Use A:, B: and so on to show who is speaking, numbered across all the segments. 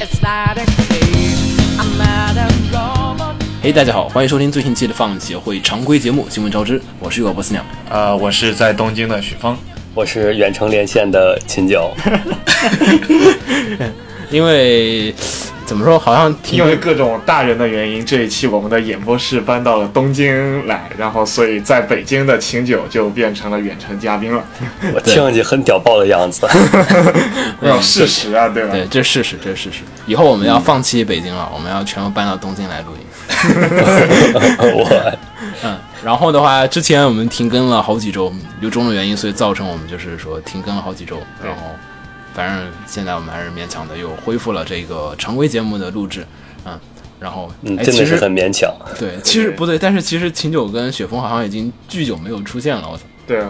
A: It's not a cave. I'm not a robot.
B: 嘿、大家好，欢迎收听最新期的放协会常规节目《新闻招之》，我是雨果波斯鸟。
C: 呃，我是在东京的许峰。
D: 我是远程连线的秦九，
B: 因为怎么说，好像挺
C: 因为各种大人的原因，这一期我们的演播室搬到了东京来，然后所以在北京的秦九就变成了远程嘉宾了。
D: 我听上去很屌爆的样子。
C: 没有事实啊，对吧？
B: 对，这是事实，这是事实。以后我们要放弃北京了，我们要全部搬到东京来录音。
D: 我
B: 嗯，然后的话，之前我们停更了好几周，有种种原因，所以造成我们就是说停更了好几周。
C: 对
B: 然后，反正现在我们还是勉强的又恢复了这个常规节目的录制。嗯，然后，
D: 嗯，
B: 哎，
D: 真
B: 其
D: 的是
B: 实
D: 很勉强。
B: 对，其实不对，但是其实秦九跟雪峰好像已经巨久没有出现了。我操！
C: 对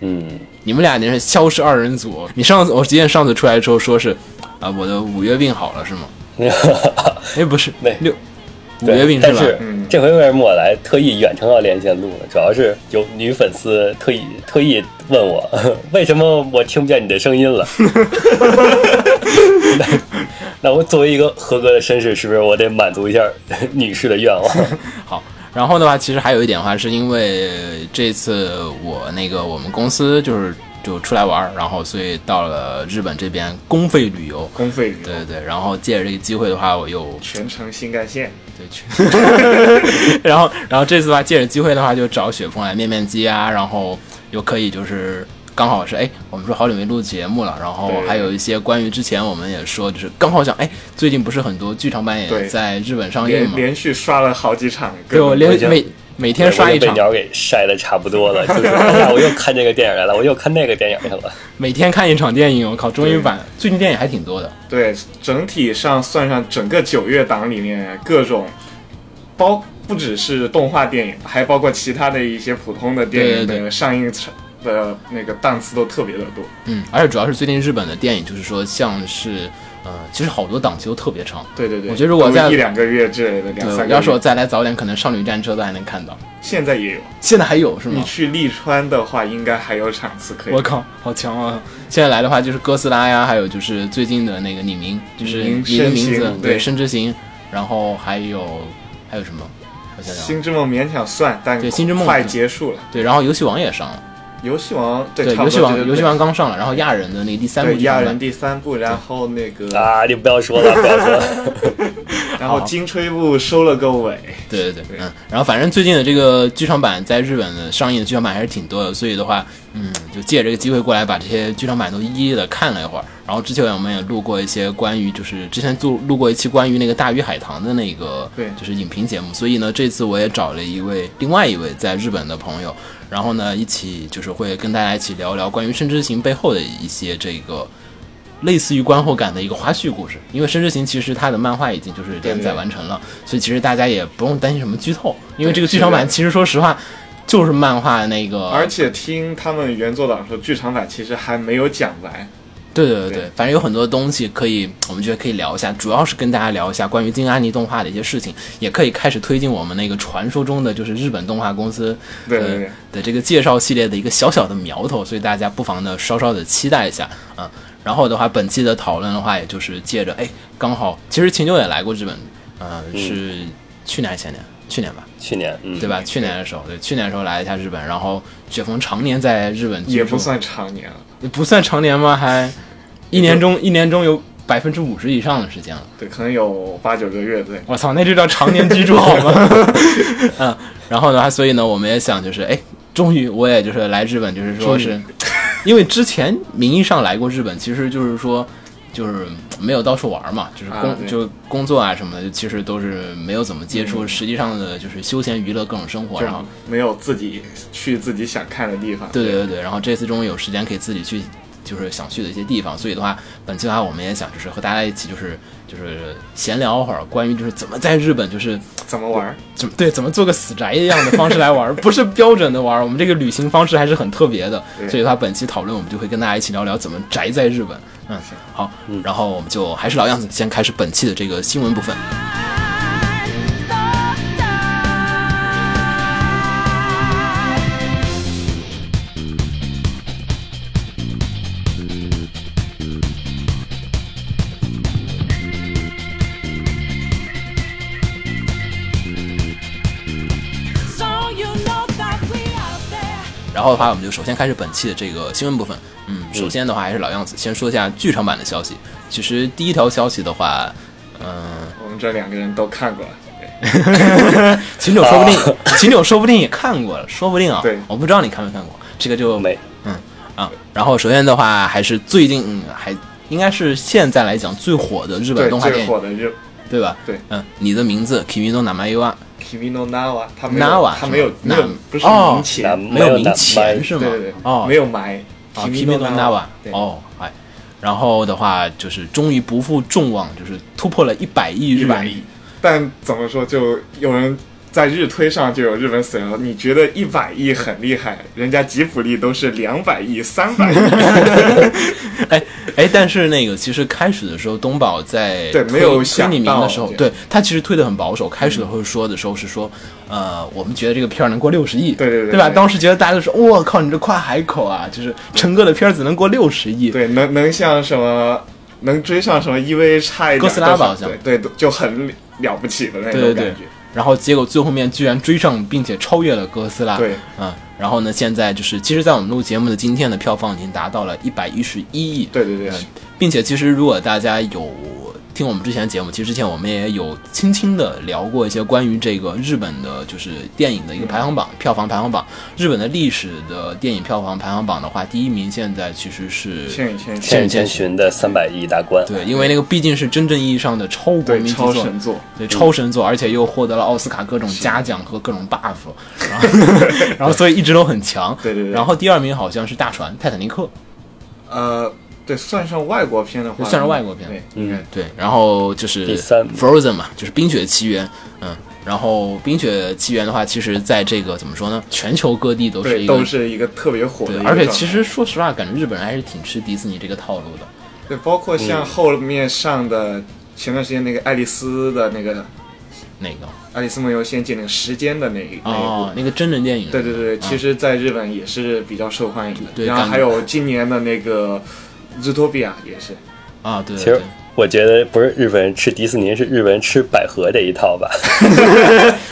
D: 嗯，
B: 你们俩你是消失二人组。你上次我记得上次出来之后说是，啊、我的五月病好了是吗？哎，不是
D: 对，
B: 六五
D: 对
B: 月病
D: 但
B: 吧？
D: 是
C: 嗯
D: 这回为什么我来特意远程要连线录呢？主要是有女粉丝特意特意问我， 为什么我听不见你的声音了？ 那那我作为一个合格的绅士，是不是我得满足一下女士的愿 望？
B: 好，然后的话，其实还有一点的话，是因为这次我那个我们公司就是就出来玩儿，然后所以到了日本这边公费旅游。
C: 公费旅游
B: 对对对，然后借着这个机会的话，我又
C: 全程新干线，
B: 对去， 然后然后这次的话，借着机会的话，就找雪峰来面面基啊，然后又可以就是刚好是哎，我们说好久没录节目了，然后
C: 对
B: 还有一些关于之前我们也说，就是刚好想哎，最近不是很多剧场版也
C: 对
B: 在日本上映
C: 连
B: 嘛，
C: 连续刷了好几场。
B: 对我
D: 我
B: 连
D: 已经
B: 每每天刷一
D: 我就被
B: 场，
D: 鸟给晒的差不多了，就是 哎呀，我又看这个电影来了，我又看那个电影去了。
B: 每天看一场电影，我靠，终于版最近电影还挺多的。
C: 对整体上算上整个九月档里面各种包。不只是动画电影，还包括其他的一些普通的电影
B: 对对对
C: 的上映场的那个档次都特别的多。
B: 嗯，而且主要是最近日本的电影，就是说像是呃，其实好多档期都特别长。
C: 对对对，
B: 我觉得如果
C: 都
B: 在
C: 一两个月之类的，两三个
B: 对，
C: 月，
B: 要是我再来早点，可能《少女战车》都还能看到。
C: 现在也有，
B: 现在还有是
C: 你
B: 吗？
C: 去利川的话，应该还有场次可以。
B: 我靠，好强啊！现在来的话就是哥斯拉呀，还有就是最近的那个李明，就是
C: 李明
B: 你的
C: 深
B: 名
C: 行
B: 字，
C: 对
B: 对，深之行，然后还有还有什么？我想想啊，
C: 星之梦勉强算，但
B: 对星之梦
C: 快结束了。
B: 对，然后游戏王也上了，
C: 游戏王对，
B: 对，
C: 差
B: 游
C: 不
B: 戏
C: 多
B: 王
C: 这个
B: 游戏王刚上了，然后亚人的那个第三部
C: 对
B: 剧
C: 亚
B: 场
C: 人
B: 版，
C: 第三部，然后那个，
D: 啊，你不要说了，不要说了。
C: 然后金吹部收了个尾。
B: 对对对，
C: 对
B: 嗯，然后反正最近的这个剧场版在日本的上映的剧场版还是挺多的，所以的话，嗯，就借这个机会过来把这些剧场版都一一的看了一会儿。然后之前我们也录过一些关于，就是之前录录过一期关于那个《大鱼海棠》的那个，
C: 对
B: 就是影评节目。所以呢，这次我也找了一位另外一位在日本的朋友，然后呢，一起就是会跟大家一起聊聊关于《深之行》背后的一些这个。类似于观后感的一个花絮故事，因为《深之行》其实它的漫画已经就是连载完成了，所以其实大家也不用担心什么剧透，因为这个剧场版
C: 是的
B: 其实说实话就是漫画那个，
C: 而且听他们原作党说，剧场版其实还没有讲完。
B: 对对对
C: 对
B: 对，反正有很多东西可以，我们觉得可以聊一下，主要是跟大家聊一下关于金安妮动画的一些事情，也可以开始推进我们那个传说中的就是日本动画公司
C: 对对对
B: 呃的这个介绍系列的一个小小的苗头，所以大家不妨呢稍稍的期待一下啊。然后的话，本期的讨论的话，也就是借着哎，刚好其实秦九也来过日本，呃，
C: 嗯
B: 是去年还是前年？去年吧，
D: 去年，嗯，
B: 对吧？去年的时候，对，去年的时候来了一下日本，然后雪峰常年在日本居
C: 也不
B: 住
C: 算常年了。
B: 不算常年吗？还一年中一年中有百分之五十以上的时间了。
C: 对，可能有八九个月对。
B: 我操，那就叫常年居住好吗？嗯，然后的话，所以呢，我们也想就是，哎，终于我也就是来日本，就是说是， 因为之前名义上来过日本，其实就是说就是没有到处玩嘛，就是工、
C: 啊对嗯
B: 就工作啊什么的，其实都是没有怎么接触，实际上的就是休闲娱乐各种生活，然后
C: 就没有自己去自己想看的地方。
B: 对对对对，然后这次终于有时间可以自己去，就是想去的一些地方。所以的话，本期的话我们也想就是和大家一起就是就是闲聊会儿，关于就是怎么在日本就是
C: 怎么玩儿？
B: 怎么对怎么做个死宅一样的方式来玩儿，不是标准的玩儿。我们这个旅行方式还是很特别的。
C: 对
B: 所以的话，本期讨论我们就会跟大家一起聊聊怎么宅在日本。嗯，好，然后我们就还是老样子，先开始本期的这个新闻部分。
A: So you know that we are there.
B: 然后的话，我们就首先开始本期的这个新闻部分。嗯，首先的话还是老样子，先说一下剧场版的消息。其实第一条消息的话，嗯、
C: 我们这两个人都看过了。对
B: 秦九说不定， 秦九说不定也看过了，说不定啊，
C: 啊对
B: 我不知道你看没看过，这个就
E: 没
B: 啊。然后首先的话，还是最近、嗯还应该是现在来讲最火的日本
C: 对，
B: 动画电
C: 最
B: 影，
C: 火的日
B: 对吧？
C: 对
B: 嗯，你的名字 Kimi no n a m a i wa
C: Kimi no Nawa，他没
B: Nawa
C: 有，他没有
B: 是吗，
C: 没有
B: 那，
C: 不是
B: 哦
C: 名
E: 那
C: 前，
B: 没
E: 有
B: 名
E: 南麦
B: 前是
C: 对
B: 吗？
C: 对对，
B: 哦，
C: 没有埋
B: 啊 k i m i no n a w
C: 对，
B: 哦，哎，然后的话就是终于不负众望，就是突破了一百亿日
C: 一
B: 元
C: 百亿。但怎么说，就有人在日推上就有日本死人了。你觉得一百亿很厉害，人家吉卜力都是两百亿、三百亿，
B: 哎哎，但是那个其实开始的时候，东宝在
C: 对
B: 推
C: 没有
B: 推
C: 想
B: 你名
C: 到
B: 的时候，
C: 这嗯
B: 对他其实推的很保守。开始的时候说的时候是说，呃，我们觉得这个片儿能过六十亿，
C: 对对对
B: 对吧？
C: 对
B: 当时觉得大家都说，我靠，你这跨海口啊，就是陈哥的片儿只能过六十亿，
C: 对，能能像什么，能追上什么 EVA 差一点，
B: 哥斯拉吧
C: 都
B: 好像
C: 对对，都就很了不起的
B: 对
C: 那
B: 对
C: 种
B: 对
C: 感觉。
B: 然后结果最后面居然追上，并且超越了哥斯拉。
C: 对，
B: 嗯，然后呢，现在就是，其实，在我们录节目的今天的票房已经达到了一百一十一亿。
C: 对对对，
B: 嗯并且其实如果大家有听我们之前的节目，其实之前我们也有轻轻的聊过一些关于这个日本的，就是电影的一个排行榜、票房排行榜。日本的历史的电影票房排行榜的话，第一名现在其实是
C: 千与千
B: 千
C: 寻，
E: 千
B: 与
E: 与
B: 千
E: 千寻的三百亿大关，
B: 对，因为那个毕竟是真正意义上的超国
C: 对
B: 民
C: 超
B: 之作，
C: 神作，
B: 对超神作，而且又获得了奥斯卡各种嘉奖和各种 buff，然后 然后所以一直都很强。
C: 对对对
B: 然后第二名好像是大船《泰坦尼克》，
C: 呃，对，算上外国片的话，
B: 算上外国片
C: 对，
E: 嗯，
B: 对，然后就是
E: 第三
B: Frozen 嘛，就是《冰雪奇缘》。嗯，然后《冰雪奇缘》的话，其实在这个怎么说呢，全球各地都是
C: 对，
B: 一个
C: 都是一个特别火的
B: 对
C: 一，个
B: 而且
C: 状态
B: 其实说实话，感觉日本人还是挺吃迪士尼这个套路的。
C: 对，包括像后面上的、前段时间那个爱丽丝的那个《
B: 那个
C: 爱丽丝梦游仙境》那个时间的那一、那一
B: 哦
C: 部。，
B: 那个真人电影，
C: 对对对，其
B: 啊
C: 实在日本也是比较受欢迎的。
B: 对
C: 然后
B: 感
C: 还有今年的那个《日托比亚》也是，
B: 啊，对
E: 其
B: 对
E: 实
B: 对。
E: 我觉得不是日本人吃迪士尼，是日本人吃百合这一 套吧。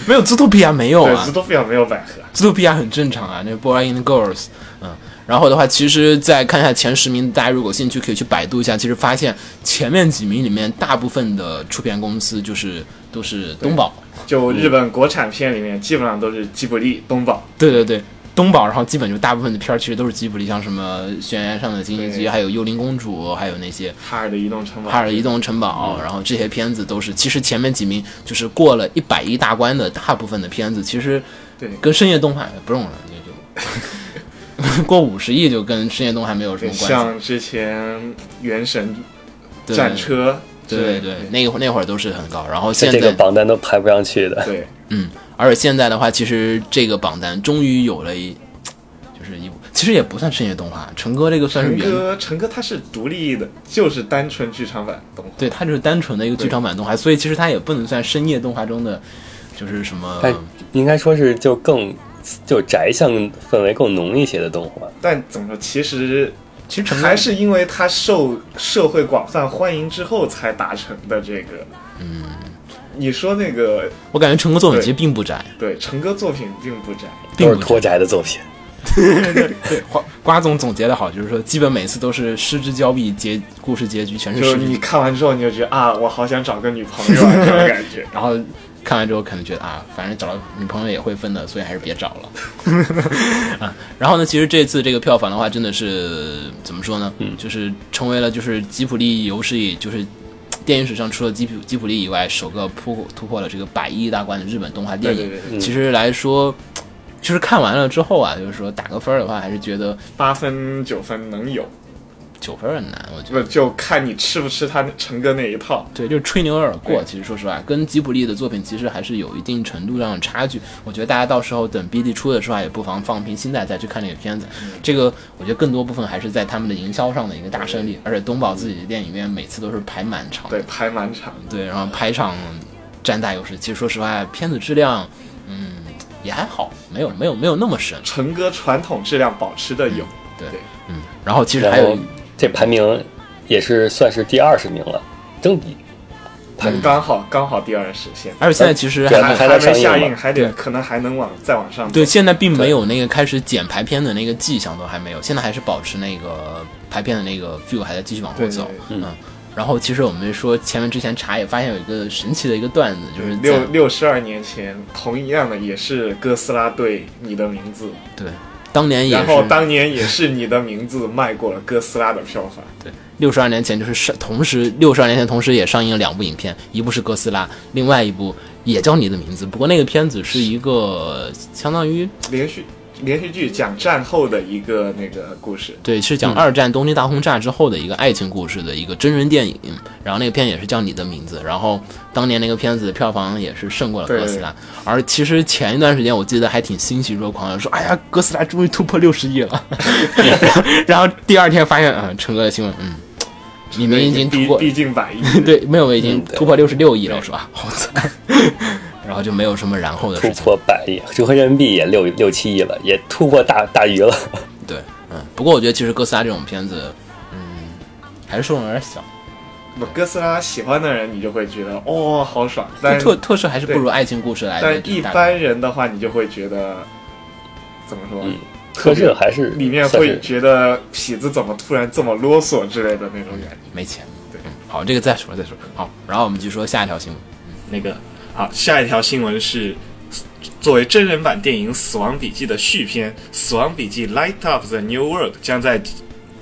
B: 没有《z o o p i a 没有
C: 对，
B: 啊
C: 《日，托比亚》没有百合。
B: 《z o o p i a 很正常啊，那《Boy and Girls》，嗯，然后的话，其实再看一下前十名，大家如果有兴趣可以去百度一下，其实发现前面几名里面大部分的出片公司就是都是东宝，
C: 就日本国产片里面，基本上都是吉卜力、东宝。
B: 对对对，东宝，然后基本就大部分的片儿其实都是吉卜力，像什么《悬崖上的金鱼姬》，
C: 对
B: 还有《幽灵公主》，还有那些
C: 哈尔的移动城
B: 《
C: 堡，
B: 哈尔的移动城堡》，
C: 嗯
B: 然后这些片子都是，其实前面几名就是过了一百亿大关的大部分的片子，其实
C: 对
B: 跟深夜动画不用了，也 就过五十亿就跟深夜动画没有什么关系。
C: 像之前《原神》
B: 对
C: 战车之类
B: 对对
C: 的，
B: 对，那会那会儿都是很高，然后
E: 在
B: 现
E: 这个
B: 在
E: 榜单都排不上去的。
C: 对
B: 嗯，而且现在的话，其实这个榜单终于有了一。就是一部，其实也不算深夜动画，陈哥这个算是
C: 陈
B: 原
C: 哥，陈哥他是独立的，就是单纯剧场版动画。
B: 对，它就是单纯的一个剧场版动画，所以其实它也不能算深夜动画中的，就是什么。
E: 但应该说是就更就宅向氛围更浓一些的动画。
C: 但怎么说，其实
B: 其实成
C: 还是因为它受社会广泛欢迎之后才达成的这个。嗯，你说那个
B: 我感觉成哥作品
C: 对
B: 其实并不窄，
C: 对陈哥作品并不窄，
B: 并
E: 都是
B: 不窄。
E: 脱宅的作品。
B: 瓜瓜总总结的好，就是说基本每次都是失之交臂，结故事结局全是
C: 就是
B: 失
C: 你
B: 之。 。
C: 看完之后你就觉得啊，我好想找个女朋友啊，这种感觉
B: 然后看完之后可能觉得啊，反正找女朋友也会分的，所以还是别找了。 啊，然后呢，其实这次这个票房的话，真的是怎么说呢？嗯，就是成为了就是吉普力有史以就是电影史上除了吉普吉普力以外，首个突突破了这个百亿大关的日本动画电
C: 对
B: 影。
C: 对对，嗯
B: 其实来说，其实看完了之后啊，就是说打个分儿的话，还是觉得
C: 八分九分能有，
B: 九分儿很难，我觉得。
C: 不就看你吃不吃他陈哥那一套。
B: 对，就是吹牛耳过。
C: 对
B: 其实说实话，跟吉卜力的作品其实还是有一定程度上的差距。我觉得大家到时候等 BD 出的时候啊，也不妨放平心态再去看这个片子。
E: 嗯
B: 这个我觉得更多部分还是在他们的营销上的一个大胜利，而且东宝自己的电影院每次都是排满场的。
C: 对，排满场。
B: 对，然后排场占大优势。其实说实话，片子质量，嗯，也还好，没有没有没有那么神。
C: 陈哥传统质量保持的有，
B: 对
C: 对，
B: 嗯，然后其实还
E: 然
B: 有
E: 后这排名也是算是第二十名了，争第一，
C: 他刚好刚好第二十现在
B: 还有现在其实
E: 对
B: 嗯还
E: 还
C: 还
E: 在上
C: 没
E: 映
C: 下
E: 吧
C: 映，还得
B: 对
C: 可能还能往再往上。
B: 对，，现在并没有那个开始减排片的那个迹象，都还没有，现在还是保持那个排片的那个 feel，还在继续往后
C: 对
B: 走。
C: 对
B: 嗯，然后其实我们说前面之前查也发现有一个神奇的一个段子，就是在
C: 嗯六六十二年前，同样的也是哥斯拉对你的名字，
B: 对当年也
C: 然后
B: 是
C: 当年也是你的名字卖过了哥斯拉的票房。
B: 六十二年前，就是上同时六十二年前同时也上映了两部影片，一部是哥斯拉，另外一部也叫你的名字，不过那个片子是一个相当于
C: 连续连续剧讲战后的一个那个故事，
B: 对，是
E: 嗯
B: 讲二战东京大轰炸之后的一个爱情故事的一个真人电影，然后那个片也是叫《你的名字》，然后当年那个片子的票房也是胜过了哥斯拉。而其实前一段时间我记得还挺欣喜若狂的，说哎呀，哥斯拉终于突破六十亿 了。然后第二天发现，嗯，陈哥的新闻，嗯，你们已经突
C: 毕
B: 破，
C: 毕竟百亿，
B: 对，没有，我已经
E: 嗯对
B: 突破六十六亿了，是吧？好惨。然后就没有什么然后的
E: 突
B: 事情。
E: 破百亿，折合人民币也六六七亿了，也突破大大鱼了。
B: 对，嗯，不过我觉得其实哥斯拉这种片子，嗯，还是受众有点小。
C: 不哥斯拉喜欢的人，你就会觉得哦好爽，但
B: 特特色还是不如
C: 对
B: 爱情故事来的
C: 但一
B: 大
C: 般人的话，你就会觉得怎么说？
E: 嗯可是还是
C: 里面
E: 算
C: 会
E: 是
C: 觉得痞子怎么突然这么啰嗦之类的那种感觉。
B: 没钱。
C: 对
B: 嗯，好，这个再说再说。好，然后我们就说下一条新闻。
F: 那个好，下一条新闻是作为真人版电影《死亡笔记》的续篇，《死亡笔记：Light Up the New World》将在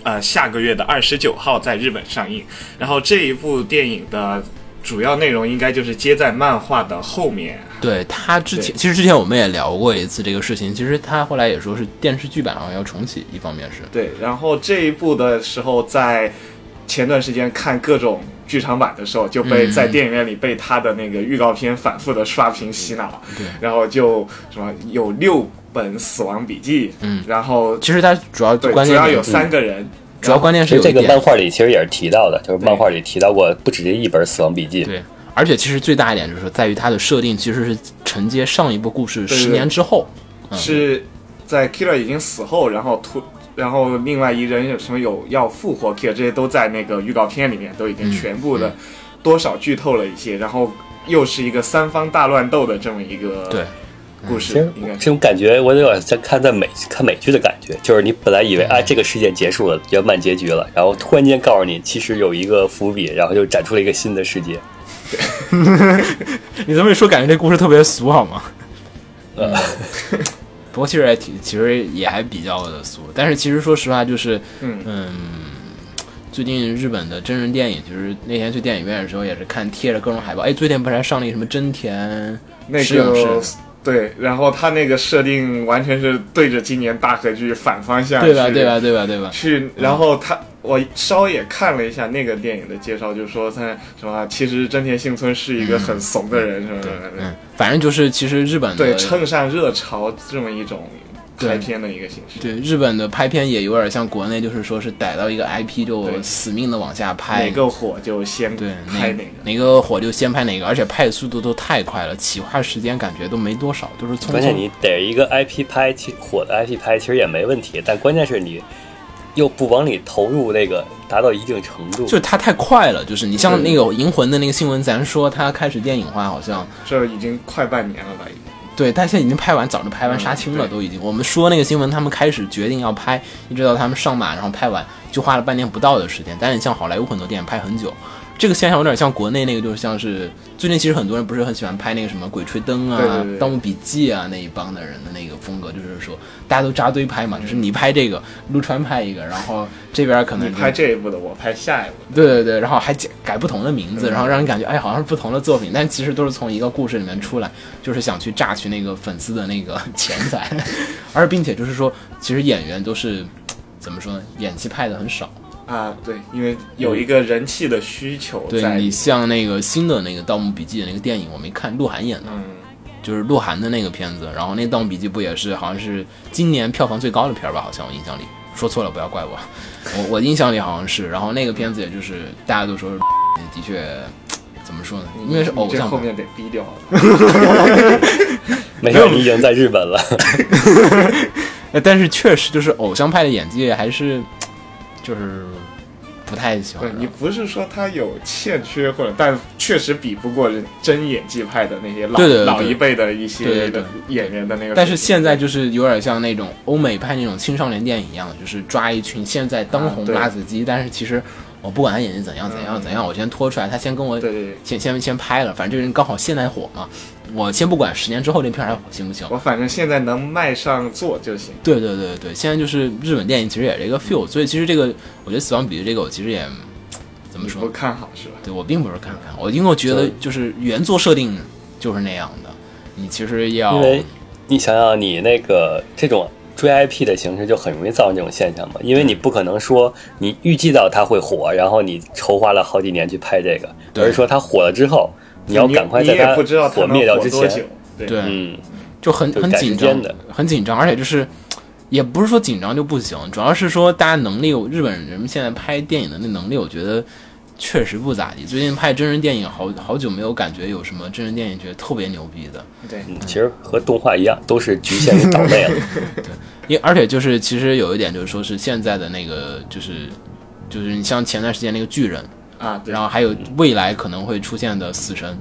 F: 呃下个月的二十九号在日本上映。然后这一部电影的主要内容应该就是接在漫画的后面，
B: 对他之前，其实之前我们也聊过一次这个事情。其实他后来也说是电视剧版好像要重启，一方面是
C: 对，然后这一部的时候，在前段时间看各种剧场版的时候，就被
B: 嗯
C: 在电影院里被他的那个预告片反复的刷屏洗脑，
B: 对
C: 然后就什么有六本《死亡笔记》，
B: 嗯
C: 然后
B: 其实他主要
C: 对，
B: 关
C: 主
B: 键
C: 要
B: 点嗯
C: 有三个人，
B: 主要关键
E: 其实
B: 是有
E: 这
B: 一
E: 个漫
B: 点
E: 画里其实也是提到的，就是漫画里提到过不止这一本《死亡笔记》，
B: 对，而且其实最大一点就是说在于它的设定其实是承接上一部故事
C: 对
B: 十年之后。
C: 是在 Killer 已经死后，然后突。然后另外一人有什么有要复活 Killer，这些都在那个预告片里面都已经
B: 嗯
C: 全部的多少剧透了一些，然后又是一个三方大乱斗的这么一个
B: 对，
C: 故
E: 其
C: 事
E: 实
C: 应该
E: 这种感觉，我有点像看在美看美剧的感觉，就是你本来以为啊这个事件结束了，圆满结局了，然后突然间告诉你其实有一个伏笔，然后又展出了一个新的世界。
C: 嗯
B: 你这么一说，感觉这故事特别俗，好吗？
E: 呃，
B: 不过其实也挺，其实也还比较的俗。但是其实说实话，就是
C: 嗯
B: 最近日本的真人电影，就是那天去电影院的时候也是看贴着各种海报。哎，最近不是还上了一个什么真田
C: 那
B: 实影
C: 个
B: 室，
C: 对，然后他那个设定完全是对着今年大合剧反方向
B: 对吧？
C: 去
B: 对吧？对吧？对吧？
C: 去，然后他我稍微也看了一下那个电影的介绍，就说他什么，其实真田幸村是一个很怂的人，什么什么
B: 嗯
C: 的，，
B: 反正就是其实日本的
C: 对，趁上热潮这么一种拍片的一个形式。
B: 对日本的拍片也有点像国内，就是说是逮到一个 IP 就
C: 对
B: 死命的往下拍，
C: 哪个火就先
B: 对
C: 拍
B: 哪
C: 哪个，
B: 哪个火就先拍哪个，而且拍的速度都太快了，企划时间感觉都没多少，就是匆
E: 关键
B: 匆。
E: 你逮一个 IP 拍，其火的 IP 拍其实也没问题，但关键是你又不往里投入那个达到一定程度，
B: 就它太快了，就是你像那个《银魂》的那个新闻，咱说它开始电影化，好像
C: 这已经快半年了吧？已经
B: 对，但现在已经拍完，早就拍完杀青了，
C: 嗯对
B: 都已经。我们说那个新闻，他们开始决定要拍，一直到他们上马，然后拍完，就花了半年不到的时间。但是你像好莱坞很多电影拍很久，这个现象有点像国内那个，就是像是最近其实很多人不是很喜欢拍那个什么《鬼吹灯》啊、
C: 对对对对
B: 盗墓笔记》啊那一帮的人的那个风格，就是说大家都扎堆拍嘛，就是你拍这个，陆川拍一个，然后这边可能
C: 你拍
B: 就
C: 这一部的，我拍下一部的。
B: 对对对，然后还改改不同的名字，然后让你感觉哎好像是不同的作品，但其实都是从一个故事里面出来，就是想去榨取那个粉丝的那个 钱财，而并且就是说，其实演员都是怎么说呢，演技派的很少。
C: 啊，对，因为有一个人气的需求在
B: 对你像那个新的那个《盗墓笔记》的那个电影，我没看，鹿晗演的，
C: 嗯，
B: 就是鹿晗的那个片子。然后那《盗墓笔记》不也是好像是今年票房最高的片儿吧？好像我印象里，说错了不要怪我，我我印象里好像是。然后那个片子也就是大家都说是的确怎么说呢？因为是偶
C: 你这
B: 像
C: 后
B: 嘛，
C: 面得逼掉了。
E: 没有，你已经在日本了。
B: 呃但是确实就是偶像派的演技还是就是不太喜欢
C: 对
B: 了。
C: 你不是说他有欠缺或者，但确实比不过人真演技派的那些老
B: 对对对
C: 老一辈的
B: 对
C: 一
B: 对
C: 些
B: 对
C: 的演员的那个水平。
B: 但是现在就是有点像那种欧美拍那种青少年电影一样，就是抓一群现在当红
C: 啊对嗯
B: 辣子鸡，但是其实我不管他演技怎样怎样怎样，我先拖出来，他先跟我
C: 对对对，
B: 先先先拍了，反正这个人刚好现在火嘛，我先不管十年之后这片儿还火行不行。
C: 我反正现在能迈上座就行。
B: 对对对对，现在就是日本电影其实也是一个 feel，所以其实这个我觉得《死亡笔记》这个我其实也怎么
C: 你
B: 说
C: 不看好是吧？
B: 对我并不是看看，我因为我觉得就是原作设定就是那样的，你其实要
C: 哦
E: 因为你想想，你那个这种追 IP 的形式就很容易造成这种现象嘛，因为你不可能说你预计到它会火，然后你筹划了好几年去拍这个，
B: 对
E: 而是说它火了之后，你要赶快
C: 你
E: 在
C: 也
E: 它
C: 不知道他
E: 火
C: 能
E: 灭掉
C: 火
E: 之
C: 多久
E: 前，。
B: 对，
E: 嗯，
B: 就很
E: 就
B: 很
E: 赶
B: 紧
E: 时间
B: 张
E: 的
B: 很紧张，而且就是也不是说紧张就不行，主要是说大家能力，日本人现在拍电影的那能力，我觉得确实不咋地。最近拍真人电影好好久没有感觉有什么真人电影觉得特别牛逼的，
C: 对，
E: 嗯其实和动画一样，都是局限于岛 内了。
B: 因而且就是其实有一点就是说是现在的那个就是就是你像前段时间那个巨人，
C: 啊，对
B: 然后还有未来可能会出现的死神，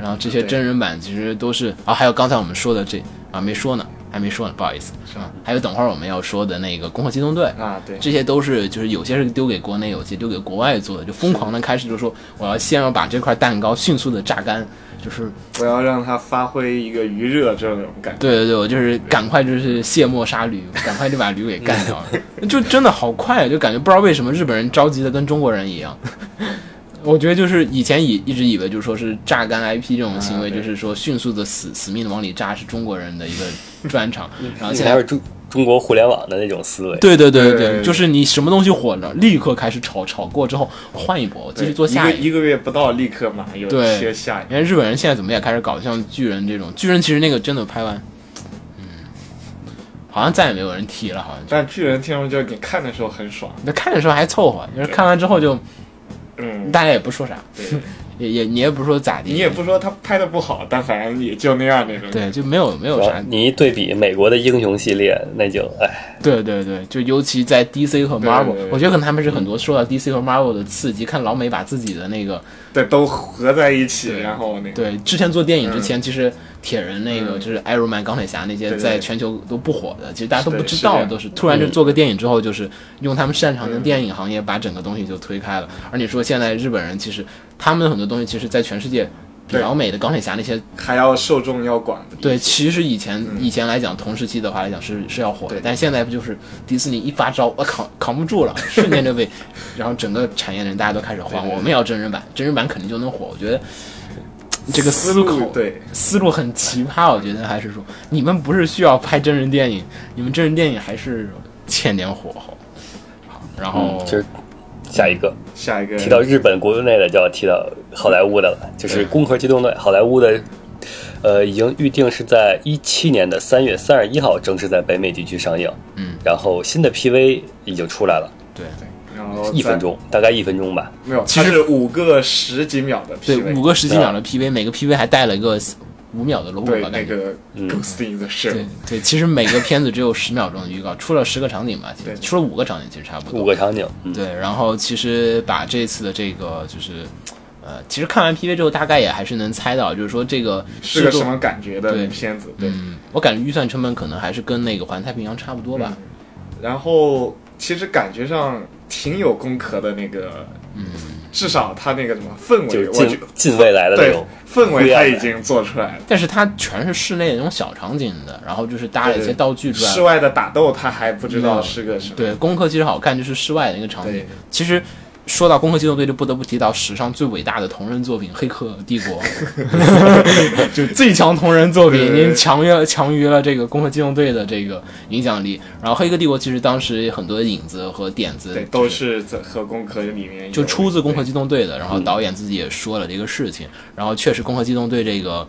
B: 然后这些
C: 对
B: 真人版其实都是啊，还有刚才我们说的这啊没说呢，还没说呢，不好意思，
C: 是吗？
B: 还有等会儿我们要说的那个《攻壳机动队》
C: 啊，对，
B: 这些都是就是有些是丢给国内，有些丢给国外做的，就疯狂的开始就说我要先要把这块蛋糕迅速的榨干，就是
C: 我要让他发挥一个余热这种感觉。
B: 对对对，我就是赶快就是卸磨杀驴， 赶快就把驴给干掉了，就真的好快，就感觉不知道为什么日本人着急的跟中国人一样。 我觉得就是以前以一直以为就是说是榨干 IP 这种行为，
C: 啊
B: 就
C: 对
B: 是说迅速的死死命的往里榨是中国人的一个专 长，然后现
E: 还
B: 在
E: 是中中国互联网的那种思维，
B: 对对对
C: 对对
B: 对，
C: 对
B: 就是你什么东西火了，立刻开始炒，炒过之后换一波，我继续做下
C: 一个
B: 一个。
C: 一个月不到，立刻马上又
B: 对
C: 切下一
B: 你看日本人现在怎么也开始搞像巨人这种，巨人其实那个真的拍完，嗯，好像再也没有人提了，好像就
C: 但巨人听说就你看的时候很爽，
B: 那看的时候还凑合，就是看完之后就
C: 嗯，
B: 大家也不说啥，
C: 对，
B: 也也你也不说咋地，
C: 你也不说他拍的不好，但反正也就那样那种。
B: 对，就没有没有
E: 然
B: 啥
E: 后，你一对比美国的英雄系列，那就哎，
B: 对对对，就尤其在 DC 和 Marvel，
C: 对对对
B: 我觉得可能他们是很多受到 DC 和 Marvel 的刺激，看老美把自己的那个
C: 对，都合在一起，
B: 对
C: 然后那个
B: 对，之前做电影之前，其实铁人那个
C: 嗯
B: 就是 Iron Man、钢铁侠那些，
C: 对对
B: 在
C: 对
B: 全球都不火的，其实大家都
C: 是
B: 不
C: 的
B: 知
C: 是这
B: 道，
C: 样
B: 都是突然就做个电影之后，就是用他们擅长的电影行业把整个东西就推开了。而你说现在日本人其实他们的很多东西，其实在全世界比
C: 对
B: 老美的钢铁侠那些，
C: 还要受众要广的。
B: 对，其实以前以前来讲同时期的话来讲是是要火的
C: 对，
B: 但现在不就是迪士尼一发招，我扛扛不住了，瞬间就被， 然后整个产业的人大家都开始换，我们也要真人版，真人版肯定就能火，我觉得。这个
C: 思
B: 思
C: 路
B: 考
C: 对
B: 思路很奇葩，我觉得还是说，你们不是需要拍真人电影，你们真人电影还是欠点火候。好，然后
C: 哦
E: 嗯，、就是下一个。
C: 下一个
E: 提到日本国内的，就要提到好莱坞的了，就是
C: 嗯
E: 《攻壳机动队》。好莱坞的，呃，已经预定是在一七年的三月三十一号正式在北美地区上映。
B: 嗯，
E: 然后新的 PV 已经出来了，
B: 对
C: 然后
E: 一分
C: 再
E: 钟，大概一分钟吧。
C: 没有，
B: 其
C: 它
B: 实
C: 是五个十几秒的 PV，
B: 对，五个十几秒的 PV，每个 PV 还带了一个五秒的 logo
C: 对
B: 吧，
C: 那
B: 感觉。
C: 个 Ghost in the
B: 对
C: Shell，
B: 对，其实每个片子只有十秒钟的预告，出了十个场景吧，其实
C: 对
B: 出了五个场景，其实差不多。
E: 五个场景，嗯，
B: 对，然后其实把这次的这个就是，呃，其实看完 PV 之后，大概也还是能猜到，就是说这个
C: 是
B: 制
C: 个
B: 作
C: 什么感觉
B: 对
C: 的片子？对，
B: 嗯，我感觉预算成本可能还是跟那个《环太平洋》差不多吧。嗯
C: 然后其实感觉上挺有工壳的那个至少他那个什么氛
D: 就
C: 围，
D: 是
C: 我觉
D: 近近未来的那
C: 对
D: 种
C: 氛围他
D: 灰暗
C: 已
D: 的
C: 经做出来了。
B: 但是它全是室内的那种小场景的，然后就是搭了一些
C: 对
B: 道具出来，
C: 室外的打斗他还不知道是个什么，
B: 对，攻壳机动队好看就是室外的一个场景
C: 对。
B: 其实说到攻壳机动队，就不得不提到史上最伟大的同人作品《黑客帝 国》，就最强同人作品，已经强于了强于了这个攻壳机动队的这个影响力。然后《黑客帝国》其实当时很多影子和点子
C: 对，都是在和工科里面
B: 就
C: 有
B: 出自《攻壳
C: 对
B: 机动队》的，然
C: 嗯
B: 后导演自己也说了这个事情，然后确实《攻壳机动队》这个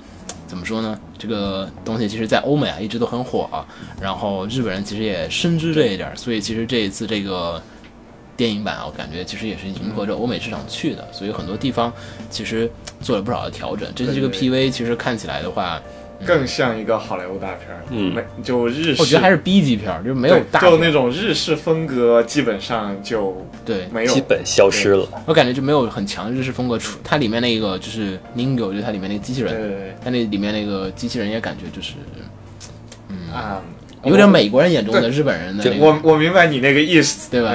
B: 怎么说呢？这个东西其实在欧美啊一直都很火、啊，然后日本人其实也深知这一点儿，所以其实这一次这个电影版啊，我感觉其实也是迎合着欧美市场去的，所以很多地方其实做了不少的调整。这次这个
C: 对
B: PV 其实看起来的话，
C: 更像一个好莱坞大片儿，
D: 嗯
C: 没就日式，
B: 我觉得还是 B 级片儿，就是没
C: 没
B: 有大
C: 就
B: 片
C: 那种日式风格，基本上就
B: 对
C: 没有
D: 基本消失了。
B: 我感觉就没有很强的日式风格出。它里面那个就是 Ningo，就是它里面那个机器人，
C: 对
B: 但那里面那个机器人也感觉就是
C: 啊，
D: 哦
B: 有点美国人眼中的
C: 对
B: 日本人的、
C: 我。
B: 那个，
C: 我我明白你那个意思，
B: 对吧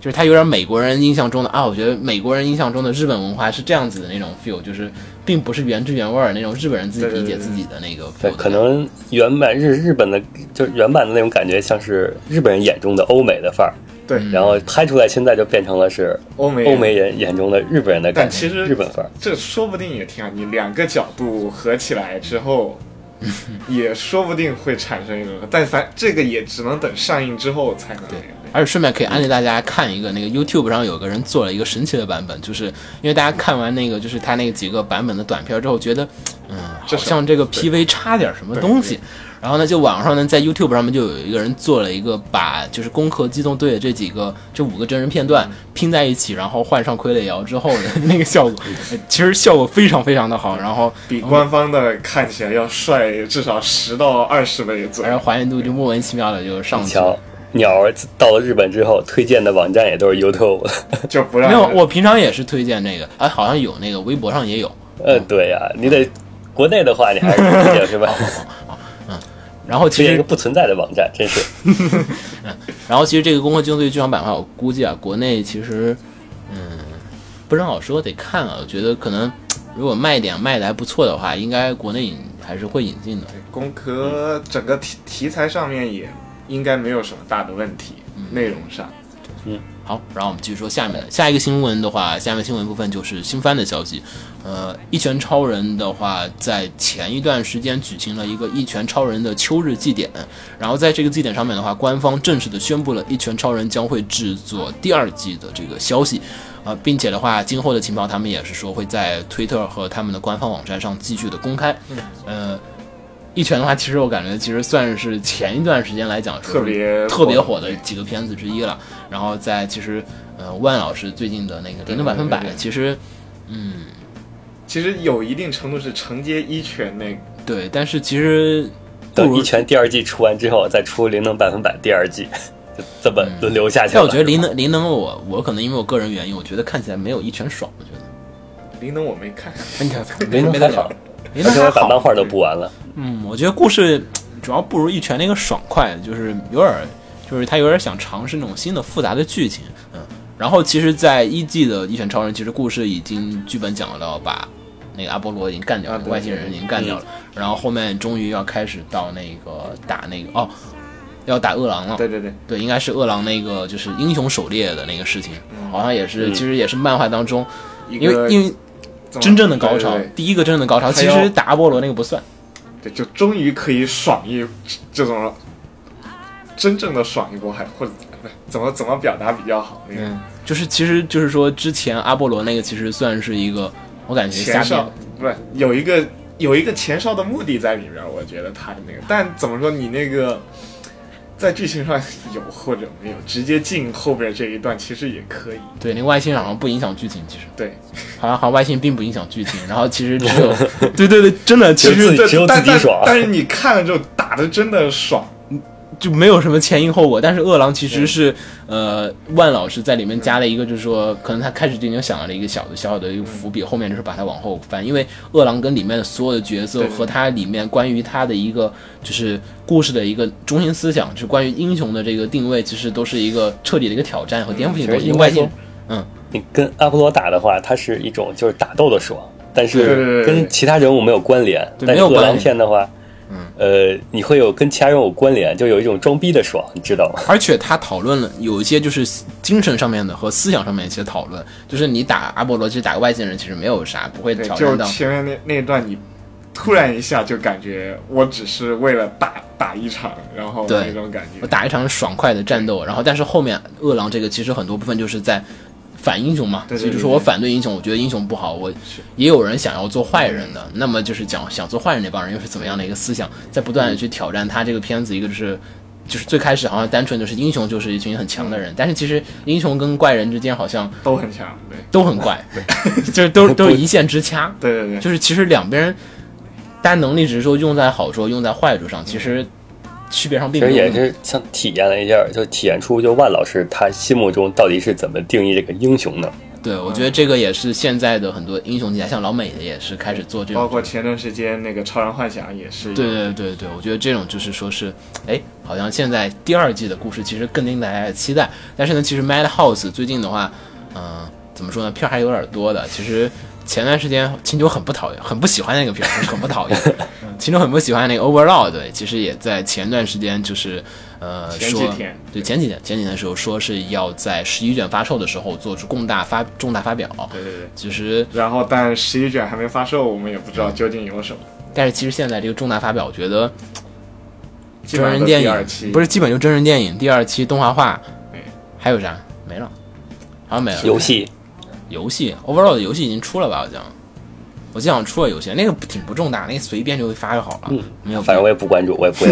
B: 就是他有点美国人印象中的啊，我觉得美国人印象中的日本文化是这样子的那种 feel，就是并不是原汁原味儿那种日本人自己
C: 对对
B: 理
C: 对
B: 解
C: 对
B: 自己的那个 feel
D: 对，
B: 的
D: 可能原版日日本的，就是原版的那种感觉，像是日本人眼中的欧美的范儿，
C: 对，
D: 然后拍出来现在就变成了是
C: 欧美
D: 欧美人眼中的日本人的感
C: 但
D: 觉，
C: 其实
D: 日本范儿。
C: 这说不定也挺好，你两个角度合起来之 后，也说不定会产生一种，但凡这个也只能等上映之后才能那个。
B: 而且顺便可以安利大家看一个那个 YouTube 上有个人做了一个神奇的版本，就是因为大家看完那个就是他那几个版本的短片之后，觉得嗯，好
C: 这是
B: 像这个 PV 差点什么东西。然后呢，就网上呢，在 YouTube 上面就有一个人做了一个把就是《攻壳机动队》的这几个这五个真人片段
C: 嗯
B: 拼在一起，然后换上傀儡摇之后的那个效果，
C: 嗯
B: 呃其实效果非常非常的好。然后
C: 比官方的看起来要帅至少十到二十倍左
B: 然
C: 右
B: 后。还原度就莫名其妙的就上去了。
D: 瞧，鸟儿到了日本之后，推荐的网站也都是 YouTube。
C: 就不让
B: 没有，我平常也是推荐那个，哎，好像有那个微博上也有。
D: 呃，对呀、你得国内的话，你还是推荐是吧？
B: 然后
D: 推
B: 其
D: 荐一
B: 实
D: 个不存在的网站，真是
B: 然后其实这个《攻壳机动队》剧场版的话，我估计啊，国内其实，嗯，不是很好说，得看啊。我觉得可能如果卖点卖的还不错的话，应该国内引还是会引进的。
C: 工科整个题题材上面也应该没有什么大的问题，
B: 嗯
C: 内容上。
B: 好，然后我们继续说下面的下一个新闻的话，下面新闻部分就是新番的消息。呃，《一拳超人》的话，在前一段时间举行了一个《一拳超人》的秋日祭典，然后在这个祭典上面的话，官方正式的宣布了《一拳超人》将会制作第二季的这个消息。啊、并且的话，今后的情报他们也是说会在推特和他们的官方网站上继续的公开。
C: 嗯
B: 呃，一拳的话，其实我感觉其实算是前一段时间来讲说是
C: 特别
B: 特别
C: 火
B: 火的几个片子之一了。然后在其实，呃，万老师最近的那个《零的百分百
C: 对对》，对
B: 其实
C: 其实有一定程度是承接一拳那个，
B: 对，但是其实不
D: 等
B: 如
D: 一拳第二季出完之后，再出灵能百分百第二季，就这么轮流下去
B: 嗯但
D: 了。
B: 我觉得林
D: 是吧
B: 能林能我我可能因为我个人原因，我觉得看起来没有一拳爽。我觉得
C: 林能我没看，
B: 哎你看
D: 林能
B: 没得
D: 还
B: 聊
D: 好，，
B: 林
D: 而
B: 能
D: 且我
B: 还
D: 把
B: 好
D: 漫。画都补完了。
B: 嗯，我觉得故事主要不如一拳那个爽快，就是有点儿，就是他有点想尝试那种新的复杂的剧情。嗯，然后其实，在一季的《一拳超人》，其实故事已经剧本讲到把那个阿波罗已经干掉了，
C: 啊对
B: 外星人已经干掉了，然后后面终于要开始到那个打那个哦，要打饿狼了。
C: 对对对，
B: 对，应该是饿狼那个就是英雄狩猎的那个事情，好像也是，其实也是漫画当中，
C: 嗯一
B: 因
C: 个
B: 为因为
C: 怎么
B: 真正的高
C: 对
B: 潮
C: 对对，
B: 第一个真正的高潮，
C: 他
B: 其
C: 要
B: 实打阿波罗那个不算。
C: 对，就终于可以爽一这种真正的爽一波，还或者不是怎么怎么表达比较好？
B: 嗯
C: 那个
B: 就是其实就是说，之前阿波罗那个其实算是一个，我感觉下
C: 前
B: 面
C: 哨不是有一个有一个前哨的目的在里面，我觉得他的那个，但怎么说你那个。在剧情上有或者没有，直接进后边这一段其实也可以。
B: 对那个外星好像不影响剧情，其实
C: 对，
B: 好像好像外星并不影响剧情，然后其实只有 对对对，真的其
D: 就
B: 实
D: 自己
C: 这
D: 只有自
C: 但
D: 己爽
C: 但。但是你看了之后打的真的爽，
B: 就没有什么前因后果。但是饿狼其实是
C: 嗯
B: 呃万老师在里面加了一个，就是说可能他开始就已经想到了一个小的小小的一个伏笔，后面就是把它往后翻，因为饿狼跟里面的所有的角色
C: 对对
B: 和他里面关于他的一个就是故事的一个中心思想，就是关于英雄的这个定位，其实都是一个彻底的一个挑战和颠覆性的东西。
D: 应
B: 外
D: 该
B: 星
D: 说
B: 人，嗯，
D: 你跟阿波罗打的话，它是一种就是打斗的爽，但
C: 对对对
D: 是
C: 对
D: 跟其他人物没有关联。
B: 对
D: 但
B: 没
D: 是
B: 有
D: 饿
B: 关
D: 狼
B: 联
D: 片的话，
B: 嗯
D: 呃，你会有跟其他人有关联，就有一种装逼的爽，你知道吗？
B: 而且他讨论了有一些就是精神上面的和思想上面一些讨论，就是你打阿波罗其实打个外星人其实没有啥，不会
C: 对，
B: 挑
C: 就
B: 战到。
C: 前面那那一段你。突然一下就感觉我只是为了打打一场，然后
B: 对
C: 那种感
B: 我
C: 觉，
B: 打一场爽快的战斗，然后但是后面饿狼这个其实很多部分就是在反英雄嘛，
C: 对对
B: 所以就
C: 对
B: 是
C: 对
B: 我反对英雄，我觉得英雄不好，我也有人想要做坏人的，那么就是讲想做坏人那帮人又是怎么样的一个思想，在不断的去挑战他这个片子，一个就是。就是最开始好像单纯就是英雄就是一群很强的人，
C: 嗯
B: 但是其实英雄跟怪人之间好像
C: 都很强，对
B: 都很怪， 就是都都是一线之差。
C: 对对对，
B: 就是其实两边，大家能力只是说用在好处、用在坏处上，其实区别上并
D: 其实
B: 没有
D: 也
B: 那么。
D: 是像体验了一下，就体验出就万老师他心目中到底是怎么定义这个英雄的。
B: 对，
C: 嗯
B: 我觉得这个也是现在的很多英雄题材，像老美的也是开始做这
C: 包
B: 种。
C: 括前段时间那个《超人幻想》也是，
B: 对对对对，我觉得这种就是说是，哎，好像现在第二季的故事其实更令大家期待。但是呢，其实 Madhouse 最近的话，嗯、怎么说呢，片儿还有点多的。其实前段时间秦九很不讨厌，很不喜欢那个片儿，很不 讨厌。秦九很不喜欢那个 Overlord，其实也在前段时间就是呃
C: 前几
B: 说
C: 天
B: 对前几天前几天的时候说是要在十一卷发售的时候做出重大发重大发表。
C: 对对对。
B: 其实，
C: 然后，但十一卷还没发售，我们也不知道究竟有什么。
B: 但是其实现在这个重大发表，我觉得
C: 基
B: 真
C: 本上
B: 人
C: 都
B: 电
C: 第二期嗯
B: 影不是基本就真人电影第二期动画化
C: 对，
B: 还有啥没了？好像没了。
D: 游戏
B: 游戏 overall 的游戏已经出了吧？好像我记得好像出了游戏，那个挺不重大，那个随便就发就好了，没有
D: 嗯
B: 必
D: 反
B: 要。
D: 正我也不关注，我也不会。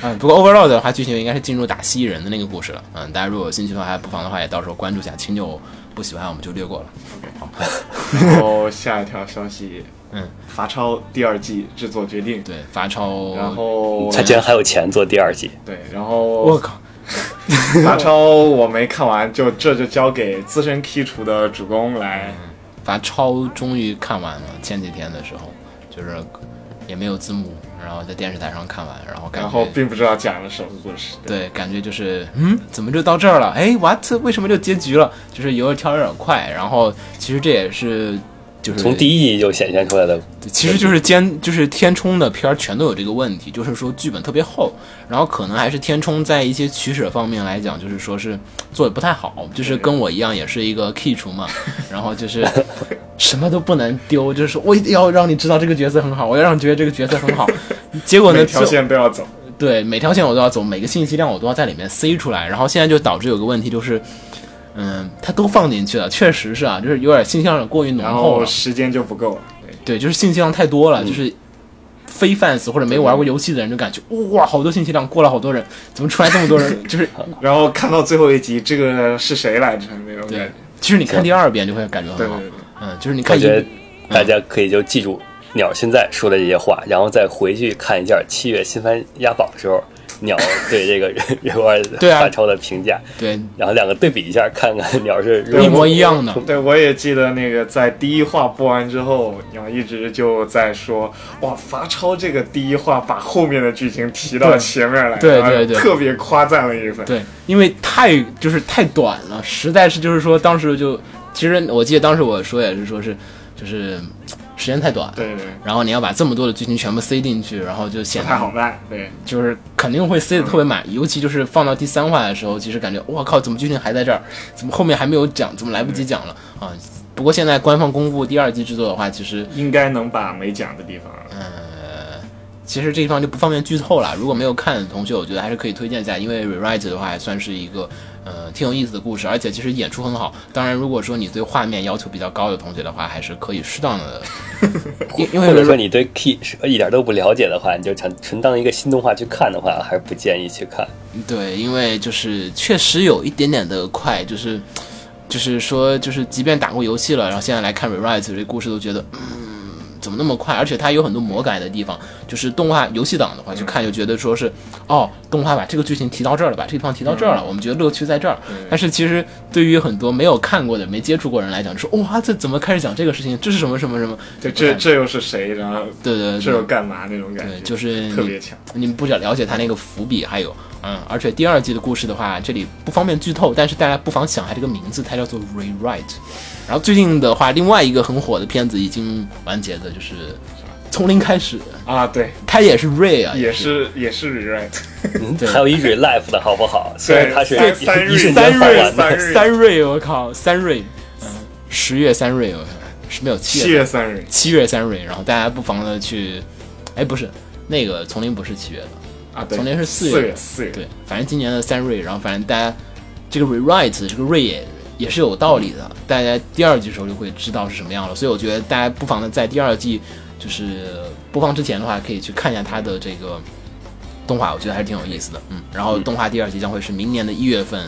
B: 嗯，不过 overall 的话，剧情应该是进入打蜥蜴人的那个故事了。嗯，大家如果有兴趣的话，还不妨的话也到时候关注一下。秦九不喜欢我们就略过了。
C: 然后下一条消息，
B: 嗯，
C: 法超第二季制作决定，
B: 对，罚抄。
C: 然后
D: 他居然还有钱做第二季，
C: 对，然后
B: 我靠，
C: 法超我没看完，就这就交给资深 K 厨的主公来。
B: 嗯罚抄终于看完了，前几天的时候就是也没有字幕，然后在电视台上看完，然后感觉
C: 然后并不知道讲了什么故事，
B: 对，感觉就是，嗯，怎么就到这儿了？哎，what？为什么就结局了？就是有点跳有点快，然后其实这也是，就是
D: 从第一集就显现出来的。
B: 其实就是兼就是天冲的片儿全都有这个问题，就是说剧本特别厚，然后可能还是天冲在一些取舍方面来讲，就是说是做的不太好，就是跟我一样也是一个 key 厨嘛，然后就是什么都不能丢，就是我一定要让你知道这个角色很好，我要让你觉得这个角色很 好，结果呢，
C: 每条
B: 最
C: 线都要走。
B: 对，每条线我都要走，每个信息量我都要在里面塞出来。然后现在就导致有个问题就是，嗯，它都放进去了，确实是啊，就是有点信息量过于浓
C: 然
B: 厚啊
C: 后
B: 了。
C: 时间就不够了。对
B: 对，就是信息量太多了，
C: 嗯
B: 就是非 fans 或者没玩过游戏的人就感觉哇，好多信息量过了好多人，怎么出来这么多人？ 就是
C: 然后看到最后一集，这个是谁来着？那种感
B: 对
C: 觉。，
B: 其实你看第二遍就会感觉
C: 对
B: 很好
C: 对，对，
B: 嗯，就是你
D: 我
B: 看一
D: 觉得大家可以就记住鸟现在说的这些话，然后再回去看一下七月新番押宝的时候，鸟对这个人人物二
B: 对啊
D: 大超的评价，
B: 对
D: 然后两个对比一下，看看鸟是如
B: 一
D: 何
B: 模一样的，
C: 对，我也记得那个在第一话播完之后，鸟一直就在说，哇，罚抄这个第一话把后面的剧情提到前面来，
B: 对对
C: 然后
B: 对对
C: 特别夸赞了一番。
B: 对，因为太就是太短了，实在是就是说当时就，其实我记得当时我说也是说是，就是嗯时间太短，
C: 对对，
B: 然后你要把这么多的剧情全部塞进去，然后就
C: 不
B: 显
C: 太
B: 得
C: 好办。对，
B: 就是肯定会塞得特别满，尤其就是放到第三话的时候，其实感觉我靠，怎么剧情还在这儿？怎么后面还没有讲？怎么来不及讲了啊？不过现在官方公布第二季制作的话，其实
C: 应该能把没讲的地方，
B: 其实这地方就不方便剧透了。如果没有看的同学，我觉得还是可以推荐一下，因为 Rewrite 的话还算是一个呃挺有意思的故事，而且其实演出很好。当然，如果说你对画面要求比较高的同学的话，还是可以适当的， 因因
D: 或者
B: 为
D: 说你对 Key 是一点都不了解的话，你就纯纯当一个新动画去看的话，还是不建议去看。
B: 对，因为就是确实有一点点的快，就是就是说就是即便打过游戏了，然后现在来看 Rewrite 这故事，都觉得嗯。怎么那么快？而且它有很多魔改的地方，就是动画游戏党的话去看就觉得说是，哦，动画把这个剧情提到这儿了，把这个地方提到这儿了，
C: 嗯
B: 我们觉得乐趣在这儿。但是其实对于很多没有看过的、没接触过人来讲，就说哇，这怎么开始讲这个事情？这是什么什么什么？
C: 对，这这又是谁？然后
B: 对对
C: 这
B: 对
C: 又，干嘛那种感觉，
B: 对就是你
C: 特别强。
B: 你们不了了解他那个伏笔，还有，嗯，而且第二季的故事的话，这里不方便剧透，但是大家不妨想一下这个名字，它叫做 Rewrite。然后最近的话，另外一个很火的片子已经完结的，就是《从零开始》，
C: 啊，对，
B: 它也是 Ray 啊，
C: 也
B: 是
C: 是也是 rewrite，
B: 对
D: 还有一 relive 的好不好？虽然它是
C: 三
D: 一
C: 三日
D: 一瞬
B: 三
D: 间放
B: 瑞
D: 完的，
C: 三日
B: 三瑞，我靠，三瑞，嗯，十月三瑞，我靠，是没有
C: 七
B: 七月
C: 月三日，
B: 七月三瑞，然后大家不妨的去，哎，不是那个《从零》不是七月的。
C: 啊，对，
B: 从那是四
C: 四
B: 月
C: 四月，
B: 对，反正今年的三瑞，然后反正大家这个 rewrite 这个瑞也也是有道理
D: 嗯
B: 的，大家第二季的时候就会知道是什么样了。所以我觉得大家不妨呢在第二季就是播放之前的话，可以去看一下它的这个动画，我觉得还是挺有意思的。嗯，然后动画第二季将会是明年的一月份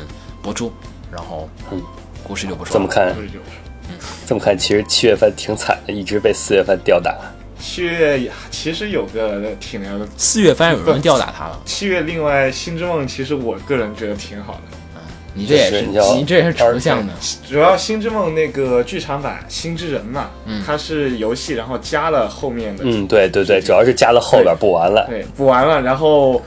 B: 播出，然后
D: 嗯
B: 故事就不说了。
D: 这么看，
C: 对就是
D: 这么看，其实七月份挺惨的，一直被四月份吊打。
C: 七月呀，其实有个挺那个，
B: 四月份有人吊打他了，
C: 七月另外《新之梦》，其实我个人觉得挺好的，
B: 你这也
D: 就是是你要
B: 你这也是抽象的，
C: 主要《新之梦》那个剧场版《新之人》嘛，
B: 嗯
C: 它是游戏，然后加了后面的，
D: 嗯，对对对，主要是加了后边补完了。
C: 对，补完了，然后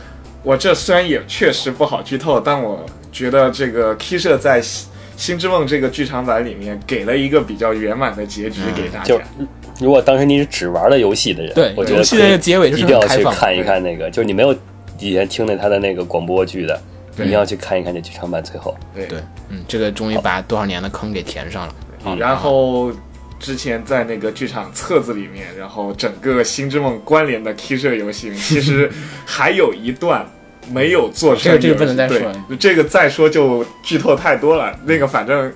C: 我这虽然也确实不好剧透，但我觉得这个 K 社在新《新之梦》这个剧场版里面给了一个比较圆满的结局给大家。
D: 嗯就如果当时你是只玩了游戏的人，
B: 对
D: 我觉得
B: 游戏的
D: 可以
B: 结尾就是
D: 一定要
B: 很开
D: 去
B: 放的
D: 看一看那个，就是你没有以前听的他的那个广播剧的，一
C: 对
D: 定要去看一看这剧场版最后。
C: 对
B: 对，嗯，这个终于把多少年的坑给填上了。
D: 嗯
C: 然后之前在那个剧场册子里面，然后整个《新之梦》关联的 K 社游戏里面，其实还有一段。没有做成
B: 这个这个不能再
C: 游戏
B: 说
C: 对这个再说就剧透太多了。那个反正，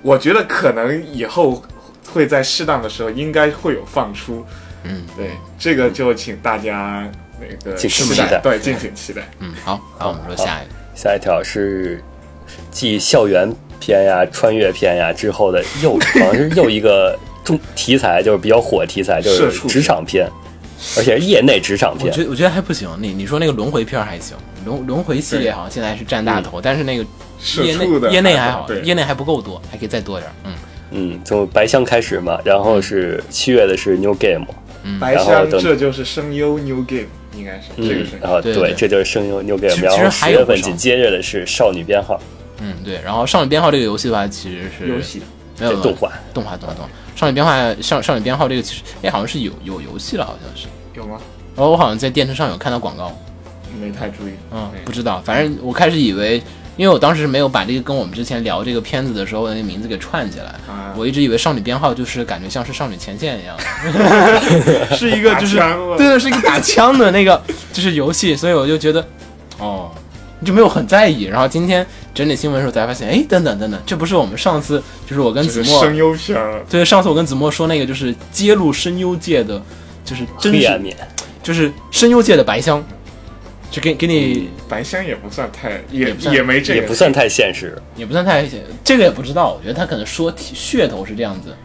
C: 我觉得可能以后会在适当的时候应该会有放出，
B: 嗯，
C: 对，这个就请大家那个
D: 敬请
C: 期
D: 期待
C: 对，敬请期待。
B: 嗯，好，那我们说下一个。
D: 下一条是继校园片呀、穿越片呀之后的又好像是又一个重题材，就是比较火的题材，就
C: 社
D: 是
C: 畜片
D: 职场片，而且是业内职场
B: 我
D: 片
B: 觉。得我觉得还不行，你你说那个轮回片儿还行，轮轮回系列好像现在是占大头，但是那个
C: 社
B: 业
C: 畜的
B: 内业内还
C: 还
B: 好
C: 好，对
B: 业内还不够多，还可以再多点儿。嗯，
D: 嗯，从白箱开始嘛，然后是七月的是 New Game，
C: 白
D: 然后
C: 香，
D: 等
C: 这就是声优 New Game，应该是这个
D: 嗯
C: 声，
D: 然后
B: 对对
D: 这就是声优 New
B: 其
D: Game，
B: 实
D: 然
B: 其实
D: 后
B: 还
D: 十
B: 有
D: 月
B: 不
D: 份
B: 少
D: 紧接着的是少女编号，
B: 嗯，对。然后少女编号这个游戏的话，其实是
C: 游戏，
B: 没有
D: 这动画
B: 动画动画动画。少女编号少少女编号这个其实哎好像是有有游戏了，好像是。
C: 有吗？
B: 然后我好像在电视上有看到广告，
C: 没太注意。
B: 嗯，
C: 对
B: 不知道，反正我开始以为，因为我当时没有把这个跟我们之前聊这个片子的时候的那个名字给串起来，
C: 啊
B: 我一直以为少女编号就是感觉像是少女前线一样，是一个
C: 打
B: 就是
C: 枪了
B: 对，是一个打枪的那 个就是游戏，所以我就觉得，哦，就没有很在意。然后今天整理新闻的时候才发现，哎，等等等等，这不是我们上次就是我跟
C: 就
B: 子
C: 是
B: 墨
C: 声优片儿，
B: 对上次我跟子墨说那个就是揭露声优界的就是真
D: 黑暗
B: 实
D: 面，
B: 就是声优界的白箱，就给给你。
D: 嗯
C: 白香也不算太，也
B: 也不算
C: 也没这个，
D: 也不算太现实。
B: 也不算太这个也不知道，我觉得他可能说噱头是这样子。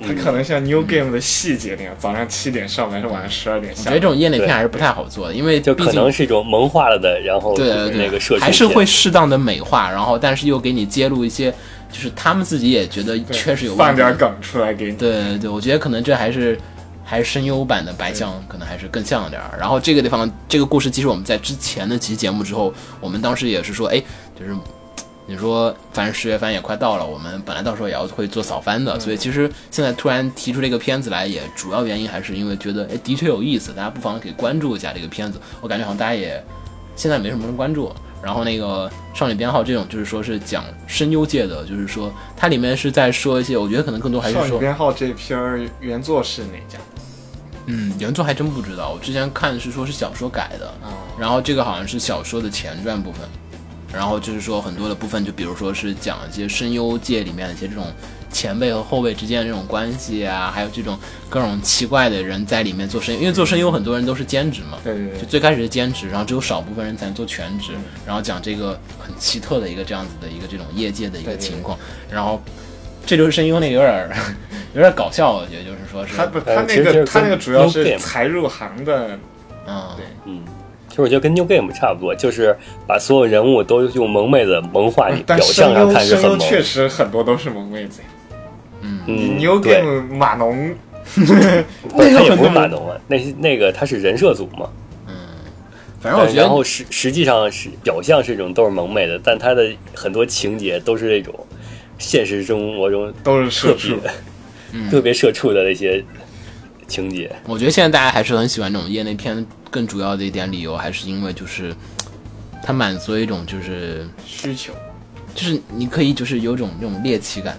C: 它可能像 New Game 的细节那样，早上七点上完，晚上十二点
B: 我
C: 下
B: 觉
C: 班。
B: 得这种业内片还是不太好做的，因为
D: 就
B: 毕
D: 可
B: 竟
D: 能是一种萌化了的，然后
B: 对对对
D: 那个社畜
B: 还是
D: 片
B: 会适当的美化，然后但是又给你揭露一些，就是他们自己也觉得
C: 对
B: 确实有
C: 放
B: 问题。
C: 点梗出来给你。
B: 对对对，我觉得可能这还是还是声优版的白象，可能还是更像一点儿。然后这个地方这个故事，其实我们在之前的几期节目之后，我们当时也是说，哎，就是你说反正十月番也快到了，我们本来到时候也要会做扫番
C: 嗯
B: 的，所以其实现在突然提出这个片子来，也主要原因还是因为觉得哎的确有意思，大家不妨可以关注一下这个片子。我感觉好像大家也现在没什么人关注。然后那个少女编号这种，就是说是讲声优界的，就是说它里面是在说一些，我觉得可能更多还是
C: 少
B: 说
C: 女编号这篇儿原作是哪家？
B: 嗯，原作还真不知道，我之前看的是说是小说改的，
C: 啊，
B: 然后这个好像是小说的前传部分，然后就是说很多的部分，就比如说是讲一些声优界里面的一些这种前辈和后辈之间的这种关系啊，还有这种各种奇怪的人在里面做声优，因为做声优很多人都是兼职嘛，
C: 对对对
B: 就，最开始是兼职，然后只有少部分人才能做全职，然后讲这个很奇特的一个这样子的一个这种业界的一个
C: 对对对
B: 情况，然后这就是声优那个有点儿 有点儿搞笑，我觉得就是说是
C: 他不，
D: 呃
C: 他
D: 其
C: 那
D: 实就
C: 个
D: 是
C: 他那
D: 跟
C: 个主要
D: New
C: 是
D: Game
C: 才入行的，
B: 嗯
C: 对
D: 其实我觉得跟 New Game 差不多，就是把所有人物都用萌妹子萌化，你表
C: 嗯但
D: 象
C: 声
D: 上
C: 优
D: 看是
C: 声
D: 很
C: 优
D: 萌。
C: 确实很多都是萌妹子。
D: 嗯，
C: New
D: 对，
C: Game 码农
D: 不是
B: 那个
D: 他也
B: 很
D: 不是
B: 萌
D: 码农啊，那是那个他是人设组嘛。
B: 反正我觉
D: 然
B: 得
D: 后实实际上是表象是一种都是萌妹的，但他的很多情节都是那种现实生活中
C: 都是
D: 特
C: 社畜
D: 别，、
C: 嗯
D: 特别社畜的那些情节。
B: 我觉得现在大家还是很喜欢这种业内片，更主要的一点理由还是因为就是它满足一种就是
C: 需求
B: 就是你可以就是有种那种猎奇感，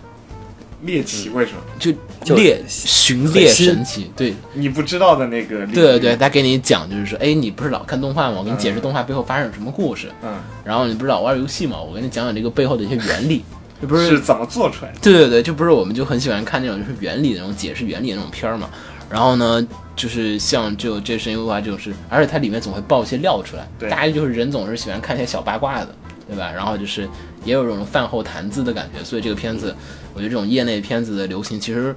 C: 猎奇为什么？
B: 就
D: 就
B: 猎寻
D: 很
B: 猎
D: 新
B: 神奇，对
C: 你不知道的那个领域
B: 对对对，，他给你讲就是说，哎，你不是老看动画吗？我给你解释
C: 嗯
B: 动画背后发生了什么故事。
C: 嗯，
B: 然后你不是老玩游戏吗？我给你讲讲这个背后的一些原理，这不
C: 是怎么做出来的？
B: 对对对，就不是我们就很喜欢看那种就是原理的那种解释原理的那种片儿嘛。然后呢，就是像只有这声优啊，就是而且它里面总会爆一些料出来，
C: 对
B: 大家就是人总是喜欢看一些小八卦的，对吧？然后就是也有这种饭后谈资的感觉，所以这个片子，我觉得这种业内片子的流行，其实，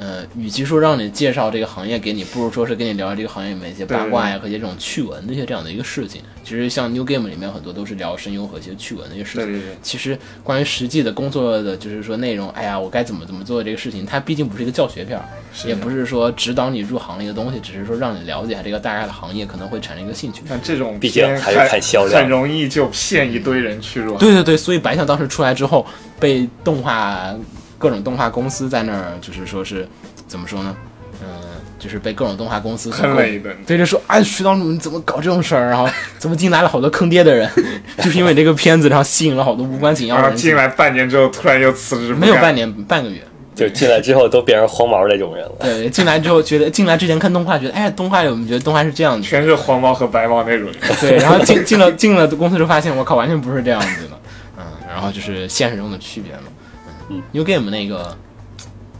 B: 呃，与其说让你介绍这个行业给你，不如说是跟你聊聊这个行业里面一些八卦呀和一些这种趣闻的一些这样的一个事情。其实像 New Game 里面很多都是聊声优和一些趣闻的一些事情。
C: 对对对
B: 其实关于实际的工作的，就是说内容，哎呀，我该怎么怎么做这个事情，它毕竟不是一个教学片儿，
C: 是
B: 也不是说指导你入行的一个东西，只是说让你了解下这个大概的行业，可能会产生一个兴趣。
C: 像这种
D: 毕竟
C: 片
D: 还是看销量
C: 很容易就骗一堆人去入啊行。
B: 对对对，所以白象当时出来之后，被动画各种动画公司在那儿，就是说是怎么说呢？嗯，就是被各种动画公司
C: 坑了一顿
B: 对，就说哎，徐导你怎么搞这种事儿？然后怎么进来了好多坑爹的人， 就是因为这个片子，然后吸引了好多无关紧要
C: 然
B: 的
C: 后
B: 人
C: 进
B: 啊来，
C: 来半年之后，突然又辞职，
B: 没有半，年半个月，
D: 就进来之后都变成黄毛那种人了。
B: 对，进来之后觉得进来之前看动画，觉得哎，动画我们觉得动画是这 样子，
C: 全是黄毛和白毛那种人。
B: 对，然后进进了进了公司之后发现，我靠，完全不是这样子的，嗯，然后就是现实中的区别嘛，嗯，New Game 那个，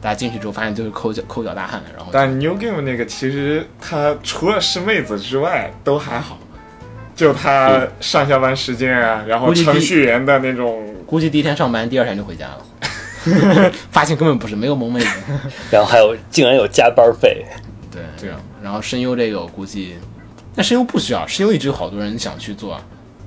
B: 大家进去之后发现就是抠脚抠脚大汉，然后
C: 但 New Game 那个其实他除了是妹子之外都还好，就他上下班时间啊，然后
B: 估计第
C: 程序员的那种，
B: 估计第一天上班，第二天就回家了， 发现根本不是没有萌妹子，
D: 然后还有竟然有加班费，
B: 对，这样，然后声优这个我估计，但声优不需要，声优一直有好多人想去做啊，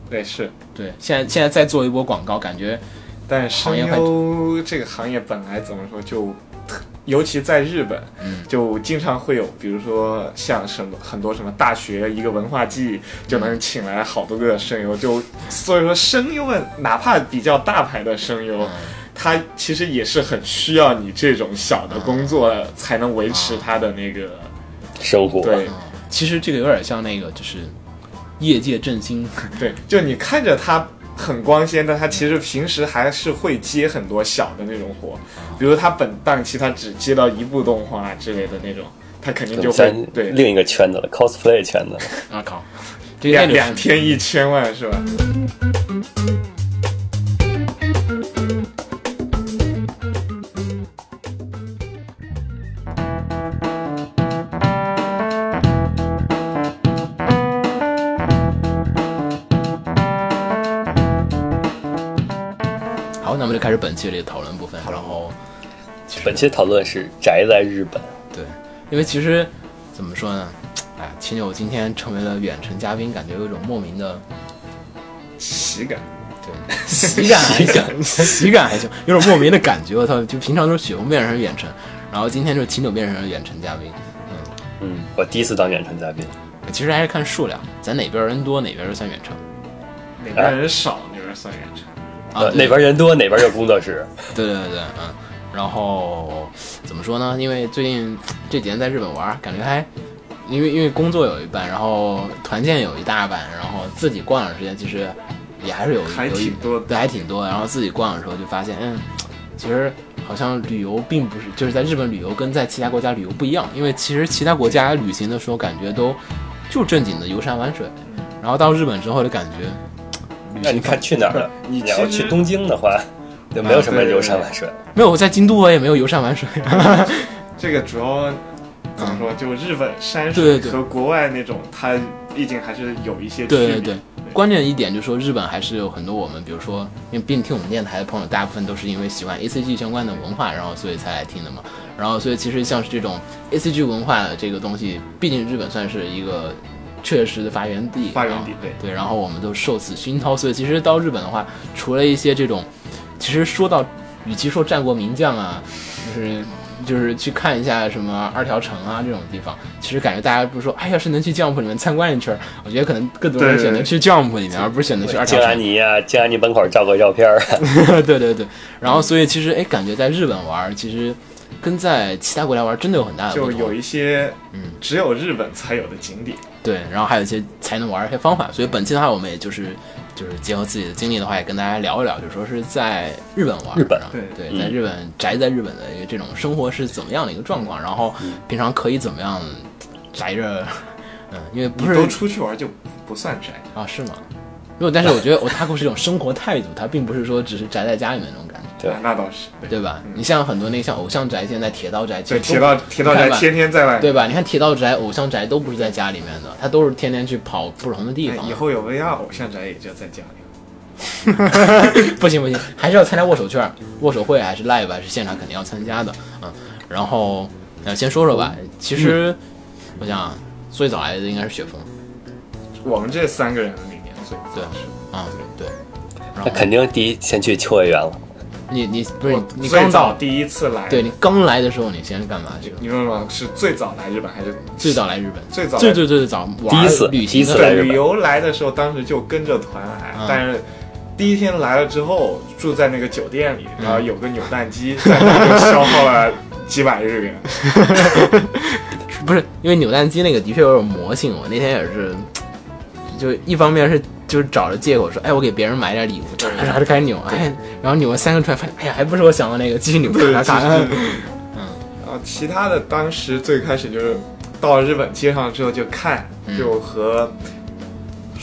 C: 对是。
B: 对，现在现在再做一波广告，感觉
C: 但
B: 行
C: 声
B: 业
C: 优这个行业本来怎么说就特，尤其在日本，
B: 嗯
C: 就经常会有，比如说像什么很多什么大学一个文化季就
B: 嗯
C: 能请来好多个声优，就所以说声优们哪怕比较大牌的声优，
B: 嗯
C: 他其实也是很需要你这种小的工作才能维持
B: 啊
C: 他的那个
D: 生活
C: 对。
B: 其实这个有点像那个就是业界振 兴。
C: 对，就你看着他很光鲜，但他其实平时还是会接很多小的那种活，
B: 啊
C: 比如他本档期他只接到一部动画之类的那种，他肯定就
D: 算
C: 会对
D: 另一个圈子了，cosplay 圈子了。
B: 啊靠，这个
C: 两
B: 那种
C: 两天一千万是吧？
B: 嗯好，那我们就开始本期这个讨论部分。然后，其实
D: 本期讨论是宅在日本，
B: 对，因为其实怎么说呢，哎，秦九今天成为了远程嘉宾，感觉有一种莫名的
C: 喜感，
B: 对喜感还 行，喜感还行，有种莫名的感觉。我操，就平常都是雪红变成了远程，然后今天就是秦九变成了远程嘉宾。
D: 嗯，我第一次当远程嘉宾，
B: 其实还是看数量，咱哪边人多哪边就算远程
C: 哪边人少哪边算远程。
D: 呃，
B: 啊。
D: 哪
B: 对
D: 边人多哪边有工作室。
B: 对对对，嗯。然后怎么说呢？因为最近这几年在日本玩儿，感觉还因为因为工作有一半，然后团建有一大半，然后自己逛的时间其实也还是有
C: 还
B: 有一
C: 挺多的
B: 对，还挺多。然后自己逛的时候就发现，嗯，其实好像旅游并不是就是在日本旅游跟在其他国家旅游不一样，因为其实其他国家旅行的时候感觉都就正经的游山玩水，然后到日本之后就感觉。
D: 那你看去哪儿了？你要去东京的话，就没有什么游山玩水。
B: 没有，我在京都我也没有游山玩水，
C: 这个主要怎么说，就日本山
B: 对
C: 水
B: 对对
C: 和国外那种，它毕竟还是有一些区
B: 对
C: 别。
B: 对对，关键一点就是说，日本还是有很多我们，比如说，因为毕竟听我们电台的朋友，大部分都是因为喜欢 A C G 相关的文化，然后所以才来听的嘛。然后所以其实像是这种 A C G 文化的这个东西，毕竟日本算是一个确实的发源地，
C: 发源地
B: 啊
C: 对
B: 对。然后我们都受此熏陶，所以其实到日本的话，除了一些这种，其实说到，与其说战国名将啊，就是。就是去看一下什么二条城啊这种地方，其实感觉大家不是说，哎，要是能去 Jump 里面参观一圈儿，我觉得可能更多人
C: 对
B: 选择去 Jump 里面，而不是选择去二条
D: 静安
B: 城。
D: 妮啊，静安妮门口照个照片儿，
B: 对对对，然后所以其实哎，感觉在日本玩儿，其实跟在其他国家玩儿真的有很大的不
C: 就
B: 同。
C: 有一些
B: 嗯
C: 只有日本才有的景点。
B: 对，然后还有一些才能玩儿一些方法。所以本期的话，我们也就是就是结合自己的经历的话，也跟大家聊一聊，就是说是在日本玩儿，
D: 日本
B: 然后
C: 对嗯
B: 对，在日本宅在日本的一个这种生活是怎么样的一个状况，然后平常可以怎么样宅着， 嗯，因为不
C: 你
B: 是
C: 都出去玩就不算宅，
B: 啊，是吗？因为但是我觉得 otaku 是一种生活态度，它并不是说只是宅在家里面那种感觉，
D: 对
C: 啊那倒是。对，嗯
B: 对吧？你像很多那个像偶像宅，现在铁道宅，其
C: 对
B: 实
C: 铁
B: 都
C: 道铁道
B: 你
C: 宅
B: 看吧
C: 天天在外面。
B: 对吧？你看铁道宅、偶像宅都不是在家里面的，他都是天天去跑不同的地
C: 哎
B: 方
C: 以。后有 VR 偶像宅也就在家里。
B: 不行不行，还是要参加握手券、握手会，还是 live，还是现场肯定要参加的。嗯，然后呃，先说说吧，其
C: 嗯
B: 实、我想啊最早来的应该是雪峰，
C: 我们这三个人里面最
B: 对啊、对。然
D: 那
B: 后
D: 肯定第一先去秋叶原了。
B: 你你不是
C: 我
B: 你你
C: 最
B: 刚
C: 早
B: 到，
C: 第一次来，
B: 对你刚来的时候，你先干嘛去了？
C: 你说什么？是最早来日本还是
B: 最早来日本，
C: 最早
B: 最最最最早玩
D: 第一次
B: 旅
D: 第
B: 行
D: 一
B: 的
D: 次
B: 时候
D: 来日
C: 对
D: 本
C: 旅游来的时候，当时就跟着团来，
B: 嗯
C: 但是第一天来了之后，住在那个酒店里，然后有个扭蛋机，在那就消耗了几百日元。
B: 不是因为扭蛋机那个的确有点魔性，我那天也是，就一方面是就是找着借口说，哎，我给别人买点礼物，
C: 对
B: 然后就开始扭，哎，然后扭了三个出来，发现哎呀，还不是我想的那个，继续扭，
C: 对
B: 咔咔咔，
C: 对然后啊其他的，当时最开始就是到日本街上之后就看，
B: 嗯
C: 就和。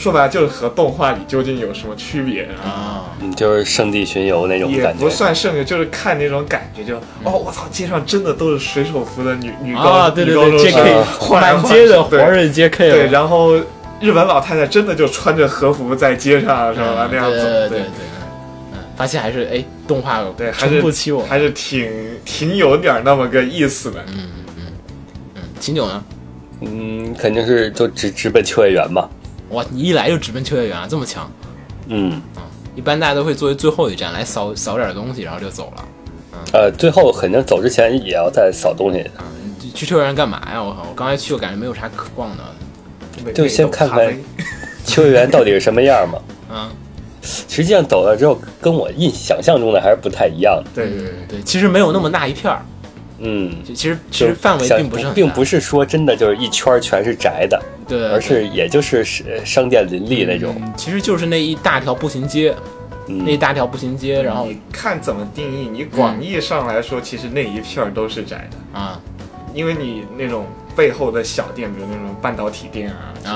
C: 说白了就是和动画里究竟有什么区别，然后
B: 啊，
D: 嗯，就是圣地巡游那种
C: 也
D: 感觉
C: 不，算胜利，就是看那种感觉就，哦，我操，街上真的都是水手服的女女高、
B: 嗯啊，对对
C: 女高中
B: 对
C: 生
D: 呃
B: ，JK
C: 换来
B: 满
C: 换
B: 街的
C: 去
B: 华
C: 对
B: 人街 K
C: 对，然后日本老太太真的就穿着和服在街上什么那样
B: 对
C: 走，
B: 对对
C: 对
B: 对，嗯，发现还是哎，动画
C: 对，还
B: 撑
C: 是
B: 不起我，
C: 还是挺挺有点儿那么个意思的。
B: 嗯，秦九呢？
D: 嗯，肯定是就直直奔秋叶原嘛。
B: 哇，你一来就直奔秋叶原啊，这么强，
D: 嗯，
B: 一般大家都会作为最后一站来扫扫点东西，然后就走了。
D: 呃，最后肯定走之前也要再扫东西，
B: 你去秋叶原干嘛呀？我靠，我刚才去，我感觉没有啥可逛的。
C: 美
D: 就先看看
C: 美豆咖啡
D: 秋叶原到底是什么样嘛。
B: 嗯，
D: 实际上走了之后，跟我印想象中的还是不太一样的。
C: 对对对，
B: 对，其实没有那么大一片儿，
D: 嗯，
B: 其其实其
D: 就
B: 实范围
D: 想
B: 并不是很大
D: 并不是说真的就是一圈儿全是宅的，
B: 对，对
D: 而是也就是是商店林立那种。
B: 嗯其实就是那一大条步行街，那一
D: 嗯，
B: 大条步行街，然后
C: 你看怎么定义？你广义上来说，其实那一片儿都是宅的，
B: 啊
C: 因为你那种背后的小店，比如那种半导体店啊
B: 啊，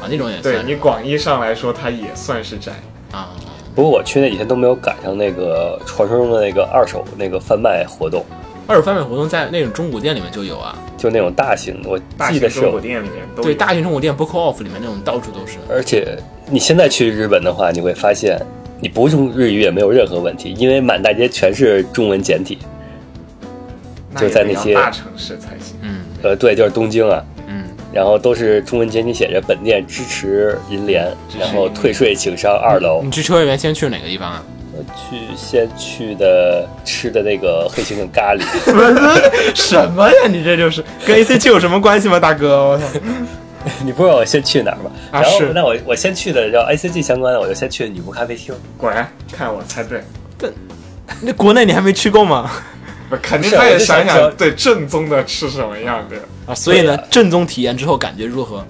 B: 啊那种也
C: 对
B: 算
C: 你广义上来说，它也算是宅。
B: 啊，
D: 不过我去那几天都没有赶上那个传说中的那个二手那个贩卖活动，
B: 二手贩卖活动在那种中古店里面就有啊，
D: 就那种大型的，我
C: 大
D: 记
C: 型
D: 得是
C: 中
D: 有
C: 国店里面都有
B: 对，大型中古店 Book Off 里面那种到处都是。
D: 而且你现在去日本的话，你会发现你不用日语也没有任何问题，因为满大街全是中文简体。
C: 那
D: 就
C: 也
D: 在
C: 得
D: 那
C: 要
D: 些
C: 大城市才行。
B: 嗯
D: 呃，对，就是东京啊，
B: 嗯，
D: 然后都是中文简体写着本店支持银联，
C: 支持
D: 然后退税请上二楼。
B: 嗯你去秋叶原先去哪个地方啊？
D: 我呃去先去的吃的那个黑猩猩 咖喱，
B: 什么呀？ 你这就是跟 A C G 有什么关系吗，大哥？我操！
D: 你不知道我先去哪儿吗？
B: 啊
D: 然后
B: 是
D: 那我我先去的叫 ICG 相关的，我就先去女仆咖啡厅。
C: 果然，看我猜对。
B: 那国内你还没去够吗？
C: 不，肯定
D: 是
C: 他
D: 我
C: 也
D: 就
C: 想
D: 想
C: 想
D: 说，
C: 对正宗的吃什么样的。
B: 啊，所以呢
D: 对啊，
B: 正宗体验之后感觉如何？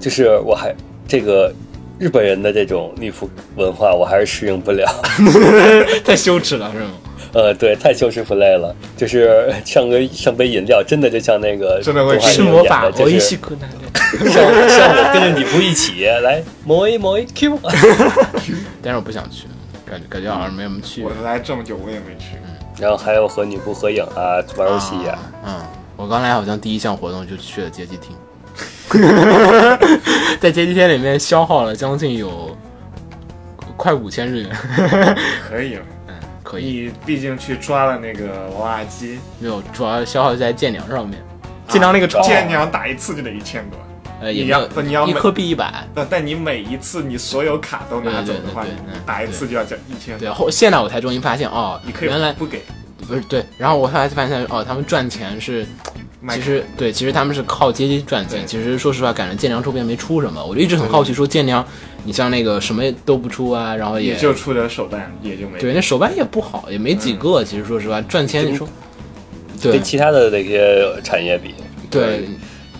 D: 就是我还这个日本人的这种女仆文化，我还是适应不了。
B: 太羞耻了，是吗？
D: 呃，对，太羞耻 play 了，就是上个上杯饮料，真的就像那个
C: 真的会
D: 动画里
B: 是
D: 面
B: 魔
D: 演
B: 法
D: 的就
B: 我一
D: 是
B: 西苦难的。
D: 上 上我跟着你不一起来摸一摸一 Q，
B: 但是我不想去，感觉感觉好像没什么趣
D: 嗯
C: 我来这么久，我也没去。
D: 然后还有和女仆合影啊，玩游戏呀、
B: 嗯，我我刚来好像第一项活动就去了街机 厅，在街机厅里面消耗了将近有快五千日元，
C: 可以了。
B: 可以
C: 你毕竟去抓了那个娃娃机，
B: 没有，主要消耗在建粮上面，啊
C: 尽量那个
D: 好
C: 剑娘打一次就得一千多，
B: 呃，也
C: 你
B: 没
C: 要
B: 有
C: 不你要
B: 一
C: 每
B: 颗币一百。
C: 那但你每一次你所有卡都拿走的话，
B: 对
C: 你
B: 对对对嗯
C: 打一次就要交一千
B: 对，，后现在我才终于发现哦
C: 你，可以
B: 原来
C: 不给
B: 不是对，然后我后来才发现哦，他们赚钱是
C: 买
B: 其实对，其实他们是靠街机赚钱。
C: 对
B: 其实说实话，感觉建良周边没出什么，我就一直很好奇，说建良，你像那个什么都不出啊，然后
C: 也
B: 也
C: 就嗯出点手办，也就没
B: 对，那手办也不好，也没几个。其实说实话，赚钱你说，对
D: 跟其他的那些产业比，
B: 对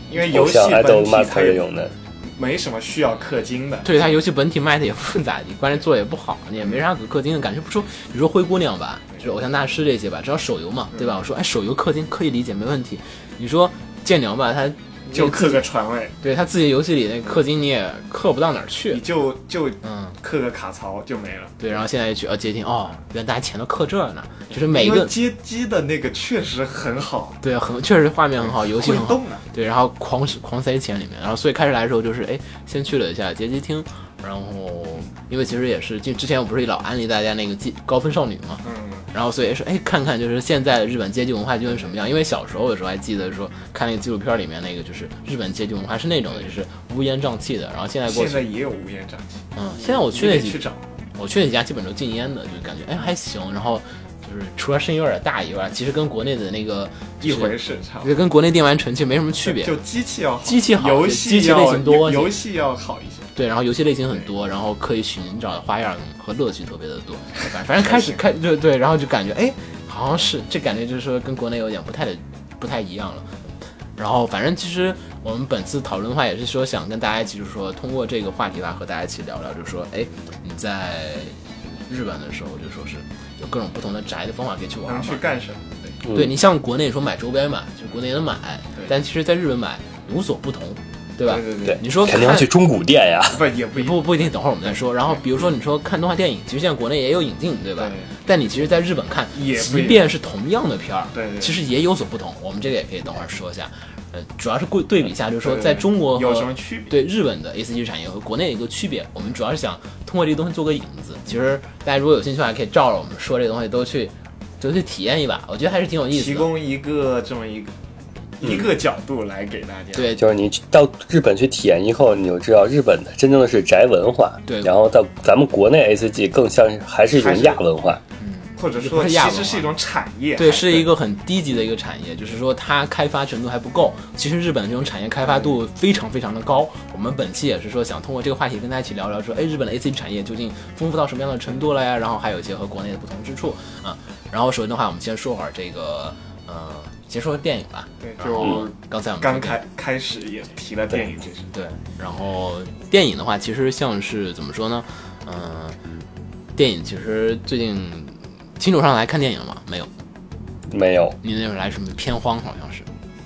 C: 因为游
D: 偶
C: 戏
D: 像、爱豆、
C: 本
D: m a
C: 体
D: s
C: 它
D: t 这
C: 也
D: 种的，
C: 没什么需要氪金的，
B: 对，它游戏本体卖的也不咋地，关键做的也不好，你也没啥可氪金的感觉。不说，比如说灰姑娘吧，就是偶像大师这些吧，只要手游嘛，对
C: 嗯
B: 吧？我说哎，手游氪金可以理解，没问题。你说建良吧，他
C: 就氪个船位，
B: 对他自己游戏里那氪金你也氪不到哪儿去
C: 你，就就
B: 嗯。
C: 氪个卡槽就没了。
B: 对，然后现在一去啊，接听哦，原来大家钱都刻这儿呢，就是每一
C: 因为
B: 个
C: 街机的那个确实很好，
B: 对很确实画面很好，游戏
C: 会
B: 很好，
C: 动的。啊
B: 对，然后狂狂塞钱里面，然后所以开始来的时候就是哎，先去了一下街机厅，然后因为其实也是就之前我不是老安利大家那个街高分少女嘛，
C: 嗯，
B: 然后所以说哎看看就是现在日本街机文化究竟什么样，因为小时候的时候还记得说看那个纪录片里面那个就是日本街机文化是那种的就是乌烟瘴气的，然后现在过
C: 现
B: 去
C: 在也有无烟瘴气，
B: 嗯，现在我去
C: 你
B: 那
C: 得
B: 几
C: 去找。
B: 我去那家基本都禁烟的，就感觉哎还行。然后就是除了声音有点大以外，其实跟国内的那个
C: 一回事，差不
B: 就
C: 多。
B: 跟国内电玩城其实没什么区别。
C: 就机器要好，
B: 机器好
C: 游
B: 机
C: 戏
B: 器
C: 要
B: 类型多
C: 游戏要好一些。
B: 对，然后游戏类型很多，然后可以寻找的花样和乐趣特别的多。反反正开始开对对，然后就感觉哎好像是这感觉就是说跟国内有点不太的不太一样了。然后反正其实我们本次讨论的话也是说想跟大家一起就是说通过这个话题吧和大家一起聊聊，就是说哎你在日本的时候就说是有各种不同的宅的方法可以嗯去玩
C: 能
B: 嘛。
C: 去干什么？
D: 嗯
B: 对你像国内说买周边嘛，就国内也能买，但其实在日本买无所不同，对吧？
C: 对
D: 对
C: 对，
B: 你说
D: 肯定要
B: 看
D: 去中古店呀。
C: 不也不一
B: 不不一定，等会儿我们再说。然后比如说你说看动画电影，其实现在国内也有引进，对吧？
C: 对
B: 但你其实在日本看，
C: 也不
B: 即
C: 一
B: 便是同样的片儿，
C: 对对对
B: 其实也有所不同。我们这个也可以等会儿说一下。呃，主要是对对比一下，就是说
C: 对对
B: 在中国和
C: 有什么区别？
B: 对日本的 A C G 产业和国内的一个区别，我们主要是想通过这个东西做个引子。其实大家如果有兴趣的话，可以照着我们说这个东西都去都去体验一把，我觉得还是挺有意思的。
C: 提供一个这么一个、一个角度来给大家。，
B: 对
D: 就是你到日本去体验以后，你就知道日本的真正的是宅文化。
B: 对
D: 然后到咱们国内 A C G 更像是还是一种亚文化。
C: 或者
B: 也不
C: 说
B: 是
C: 其
B: 亚文化
C: 实是一种产业，
B: 对，是一个很低级的一个产业，就是说它开发程度还不够。其实日本这种产业开发度非常非常的高。我们本期也是说想通过这个话题跟大家一起聊聊说，哎，日本的 A C G 产业究竟丰富到什么样的程度了呀？然后还有一些和国内的不同之处啊。然后首先的话，我们先说会儿这个，呃，先说电影吧。
C: 对
B: 然后
C: 就
B: 刚才我们说
C: 刚
B: 电影
C: 开开始也提了电影这事，
B: 对，然后电影的话，其实像是怎么说呢？嗯、电影其实最近清楚上来看电影吗？没有，
D: 没有，
B: 你那会儿来什么片荒好像是。